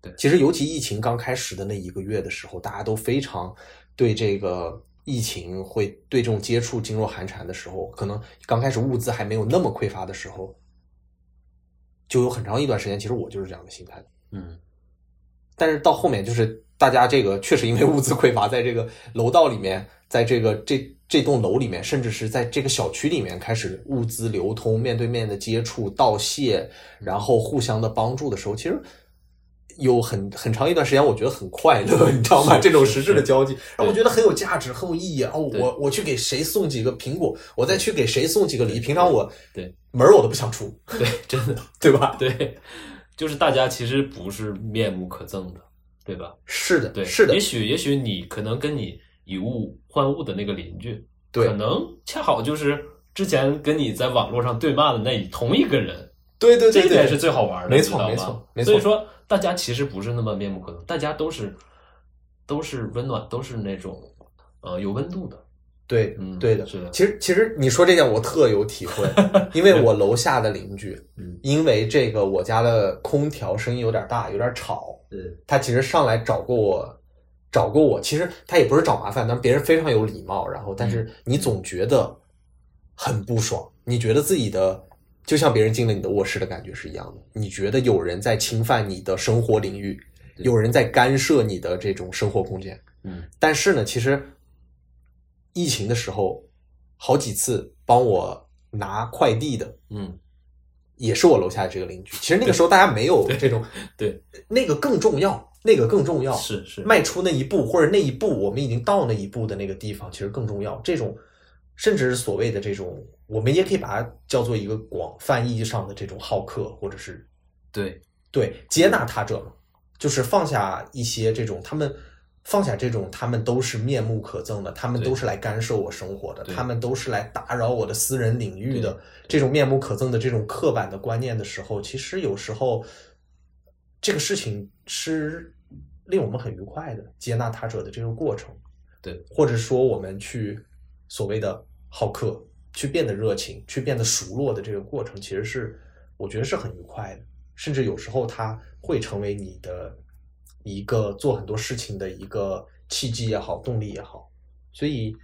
Speaker 4: 对
Speaker 2: 其实尤其疫情刚开始的那一个月的时候，大家都非常对这个疫情会对这种接触噤若寒蝉的时候，可能刚开始物资还没有那么匮乏的时候，就有很长一段时间，其实我就是这样的心态的。
Speaker 4: 嗯，
Speaker 2: 但是到后面就是大家这个确实因为物资匮乏，在这个楼道里面，在这个这这栋楼里面，甚至是在这个小区里面开始物资流通、面对面的接触、道谢，然后互相的帮助的时候，其实。有很很长一段时间，我觉得很快乐，你知道吗？
Speaker 4: 是
Speaker 2: 这种
Speaker 4: 是
Speaker 2: 实质的
Speaker 4: 是
Speaker 2: 交际，让我
Speaker 4: 对
Speaker 2: 觉得很有价值，很有意义。哦，
Speaker 4: 对
Speaker 2: 我我去给谁送几个苹果，我再去给谁送几个梨。平常我
Speaker 4: 对
Speaker 2: 门儿我都不想出，
Speaker 4: 对，真的
Speaker 2: 对吧？
Speaker 4: 对，就是大家其实不是面目可憎的，对吧？
Speaker 2: 是的，
Speaker 4: 对，
Speaker 2: 是的
Speaker 4: 也，许也许你可能跟你以物换物的那个邻居，
Speaker 2: 对
Speaker 4: 可能恰好就是之前跟你在网络上对骂的那一同一个人，
Speaker 2: 对对对
Speaker 4: 这点
Speaker 2: 对，
Speaker 4: 是最好玩的，
Speaker 2: 没
Speaker 4: 你
Speaker 2: 错
Speaker 4: 知道吗
Speaker 2: 没错没
Speaker 4: 所以
Speaker 2: 错
Speaker 4: 说，大家其实不是那么面目可憎，大家都是都是温暖，都是那种呃有温度的，
Speaker 2: 对，
Speaker 4: 嗯
Speaker 2: 对的，
Speaker 4: 是的
Speaker 2: 其实其实你说这点我特有 体会，因为我楼下的邻居
Speaker 7: 嗯，
Speaker 2: 因为这个我家的空调声音有点大，有点吵，
Speaker 7: 嗯
Speaker 2: 他其实上来找过我，找过我，其实他也不是找麻烦，但别人非常有礼貌，然后但
Speaker 7: 嗯
Speaker 2: 是你总觉得很不爽，你觉得自己的。就像别人进了你的卧室的感觉是一样的，你觉得有人在侵犯你的生活领域，
Speaker 7: 对
Speaker 2: 有人在干涉你的这种生活空间。
Speaker 4: 嗯
Speaker 2: 但是呢，其实疫情的时候，好几次帮我拿快递的
Speaker 4: 嗯，
Speaker 2: 也是我楼下的这个邻居。其实那个时候大家没有这种，
Speaker 4: 嗯对，
Speaker 2: 那个更重要，那个更重要。
Speaker 4: 是是，
Speaker 2: 迈出那一步，或者那一步我们已经到那一步的那个地方，其实更重要。这种，甚至是所谓的这种，我们也可以把它叫做一个广泛意义上的这种好客，或者是
Speaker 4: 对
Speaker 2: 对，接纳他者嘛，就是放下一些这种他们放下这种他们都是面目可憎的，他们
Speaker 4: 对
Speaker 2: 都是来干涉我生活的，
Speaker 4: 对
Speaker 2: 他们都是来打扰我的私人领域的这种面目可憎的这种刻板的观念的时候，其实有时候这个事情是令我们很愉快的接纳他者的这个过程，
Speaker 4: 对，
Speaker 2: 或者说我们去所谓的好客，去变得热情，去变得熟络的这个过程，其实是我觉得是很愉快的。甚至有时候它会成为你的一个做很多事情的一个契机也好，动力也好。所以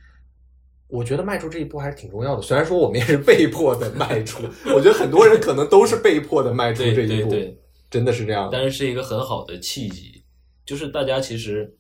Speaker 2: 我觉得迈出这一步还是挺重要的，虽然说我们也是被迫的迈出，我觉得很多人可能都是被迫的迈出
Speaker 4: 对
Speaker 2: 这
Speaker 4: 对
Speaker 2: 一步，
Speaker 4: 对，
Speaker 2: 真的是这样的。
Speaker 4: 但是是一个很好的契机，就是大家其实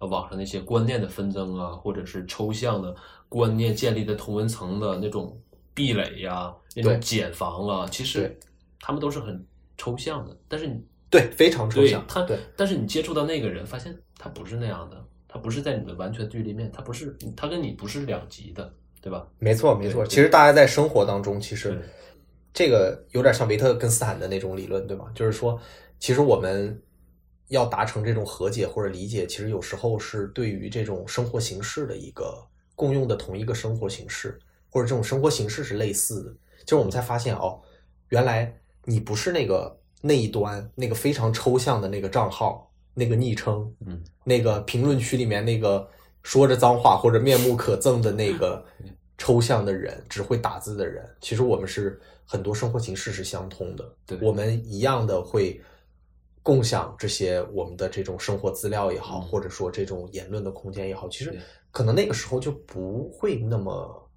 Speaker 4: 呃网上那些观念的纷争啊，或者是抽象的观念建立的同文层的那种壁垒呀、那种
Speaker 2: 对
Speaker 4: 茧房啊，其实
Speaker 2: 对
Speaker 4: 他们都是很抽象的。但是你
Speaker 2: 对，非常抽
Speaker 4: 对
Speaker 2: 象。
Speaker 4: 他
Speaker 2: 对，
Speaker 4: 但是你接触到那个人，发现他不是那样的，他不是在你的完全对立面，他不是他跟你不是两极的，对吧？
Speaker 2: 没错，没错。
Speaker 4: 对嗯
Speaker 2: 其实大家在生活当中，其实
Speaker 4: 对
Speaker 2: 这个有点像维特根斯坦的那种理论，对吧？就是说，其实我们要达成这种和解或者理解，其实有时候是对于这种生活形式的一个共用的同一个生活形式，或者这种生活形式是类似的，就是我们才发现哦，原来你不是那个那一端那个非常抽象的那个账号、那个昵称，
Speaker 4: 嗯，
Speaker 2: 那个评论区里面那个说着脏话或者面目可憎的那个抽象的人，只会打字的人。其实我们是很多生活形式是相通的，
Speaker 4: 对
Speaker 2: 我们一样的会。共享这些我们的这种生活资料也好，
Speaker 4: 嗯
Speaker 2: 或者说这种言论的空间也好，其实
Speaker 4: 对
Speaker 2: 可能那个时候就不会那么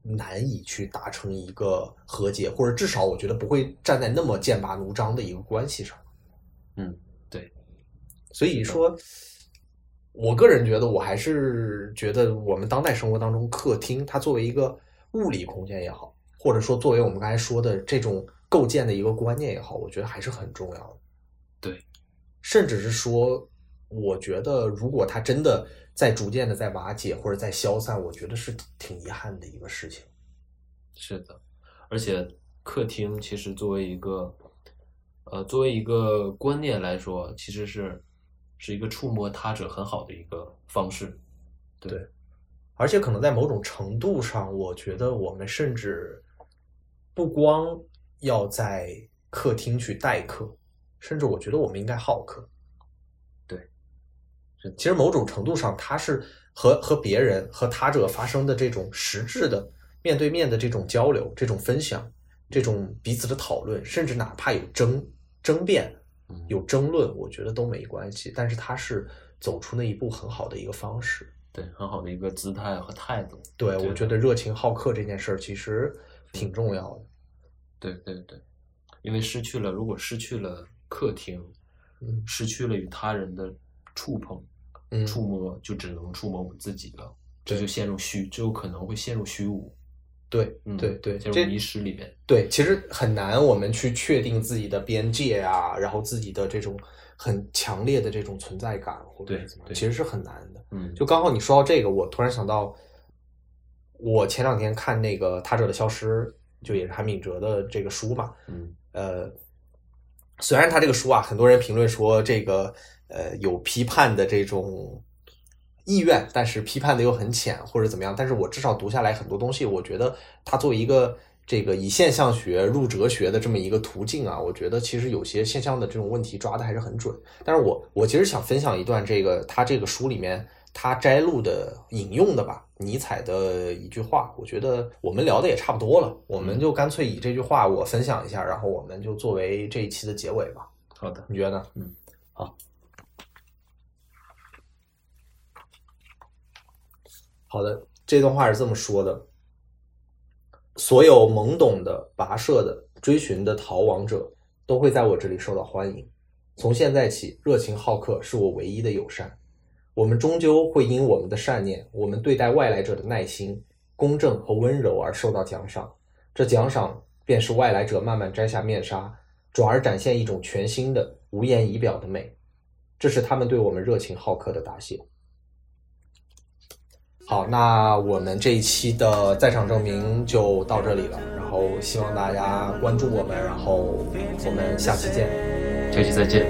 Speaker 2: 难以去达成一个和解，或者至少我觉得不会站在那么剑拔弩张的一个关系上。
Speaker 4: 嗯，对。
Speaker 2: 所以说，我个人觉得，我还是觉得我们当代生活当中，客厅它作为一个物理空间也好，或者说作为我们刚才说的这种构建的一个观念也好，我觉得还是很重要的。甚至是说，我觉得如果它真的在逐渐的在瓦解或者在消散，我觉得是挺遗憾的一个事情。
Speaker 4: 是的，而且客厅其实作为一个，呃，作为一个观念来说，其实是是一个触摸他者很好的一个方式。
Speaker 2: 对而且可能在某种程度上，我觉得我们甚至不光要在客厅去待客，甚至我觉得我们应该好客。
Speaker 4: 对，
Speaker 2: 其实某种程度上，它是和和别人和他者发生的这种实质的面对面的这种交流、这种分享、这种彼此的讨论，甚至哪怕有争争辩、
Speaker 4: 嗯
Speaker 2: 有争论，我觉得都没关系。但是它是走出那一步很好的一个方式。
Speaker 4: 对，很好的一个姿态和态度。
Speaker 2: 对，我
Speaker 4: 对
Speaker 2: 觉得热情好客这件事儿其实挺重要的。
Speaker 4: 对对对，因为失去了，如果失去了客厅，
Speaker 2: 嗯
Speaker 4: 失去了与他人的触碰、
Speaker 2: 嗯，
Speaker 4: 触摸，就只能触摸我们自己了。这
Speaker 2: 对
Speaker 4: 就陷入虚，就可能会陷入虚无。
Speaker 2: 对
Speaker 4: 嗯，
Speaker 2: 对对，
Speaker 4: 陷
Speaker 2: 这
Speaker 4: 入迷失里面。
Speaker 2: 对其实很难，我们去确定自己的边界啊，然后自己的这种很强烈的这种存在感或者
Speaker 4: 对
Speaker 2: 是怎么样，
Speaker 4: 对
Speaker 2: 其实是很难的。
Speaker 4: 嗯，
Speaker 2: 就刚好你说到这个，我突然想到，我前两天看那个《他者的消失》，就也是韩炳哲的这个书嘛，
Speaker 4: 嗯，
Speaker 2: 呃，虽然他这个书啊，很多人评论说这个呃有批判的这种意愿，但是批判的又很浅或者怎么样，但是我至少读下来很多东西，我觉得他作为一个这个以现象学入哲学的这么一个途径啊，我觉得其实有些现象的这种问题抓的还是很准。但是我我其实想分享一段这个他这个书里面他摘录的引用的吧，尼采的一句话，我觉得我们聊的也差不多了，我们就干脆以这句话我分享一下，然后我们就作为这一期的结尾吧，
Speaker 4: 好的，
Speaker 2: 你觉得呢？好的，这段话是这么说的：所有懵懂的、跋涉的、追寻的逃亡者，都会在我这里受到欢迎。从现在起，热情好客是我唯一的友善。我们终究会因我们的善念、我们对待外来者的耐心、公正和温柔而受到奖赏。这奖赏便是外来者慢慢摘下面纱，转而展现一种全新的、无言以表的美。这是他们对我们热情好客的答谢。好，那我们这一期的在场证明就到这里了，然后希望大家关注我们，然后我们下期见。
Speaker 4: 下期再见。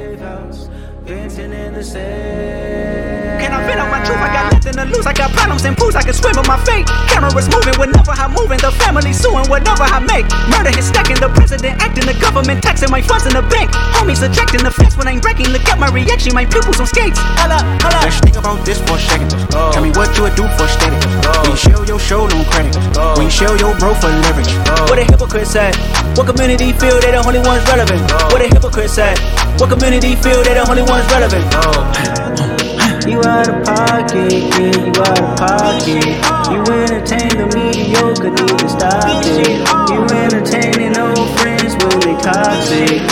Speaker 8: Can I fit on my truth? I got nothing to lose. I got problems and booze. I can swim with my fate. Cameras moving whenever I'm moving. The family suing whatever I make. Murder is stacking. The president acting. The government taxing my funds in the bank. Homies ejecting the fence when I'm breaking. Look at my reaction. My pupils on skates. Holla, holla. Oh.
Speaker 9: Let's think about this for a second. Tell me what you would do for static. When you show your show no credit. When you show your bro for leverage.
Speaker 8: What a hypocrite said. What community feel they the only ones relevant? What a hypocrite said. What community feel they the only ones relevant? You are
Speaker 1: out of pocket, yeah, you out of pocket. You entertain the mediocre, need to stop it. You entertaining old friends, well, they toxic.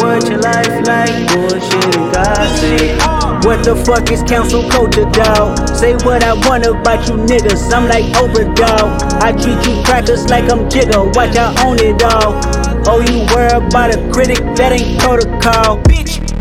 Speaker 1: What your life like, bullshit and gossip. What the fuck is council culture, dog? Say what I want about you niggas, I'm like overdog. I treat you crackers like I'm jigger, watch I own it all. Oh, you worry about a critic, that ain't protocol. Bitch,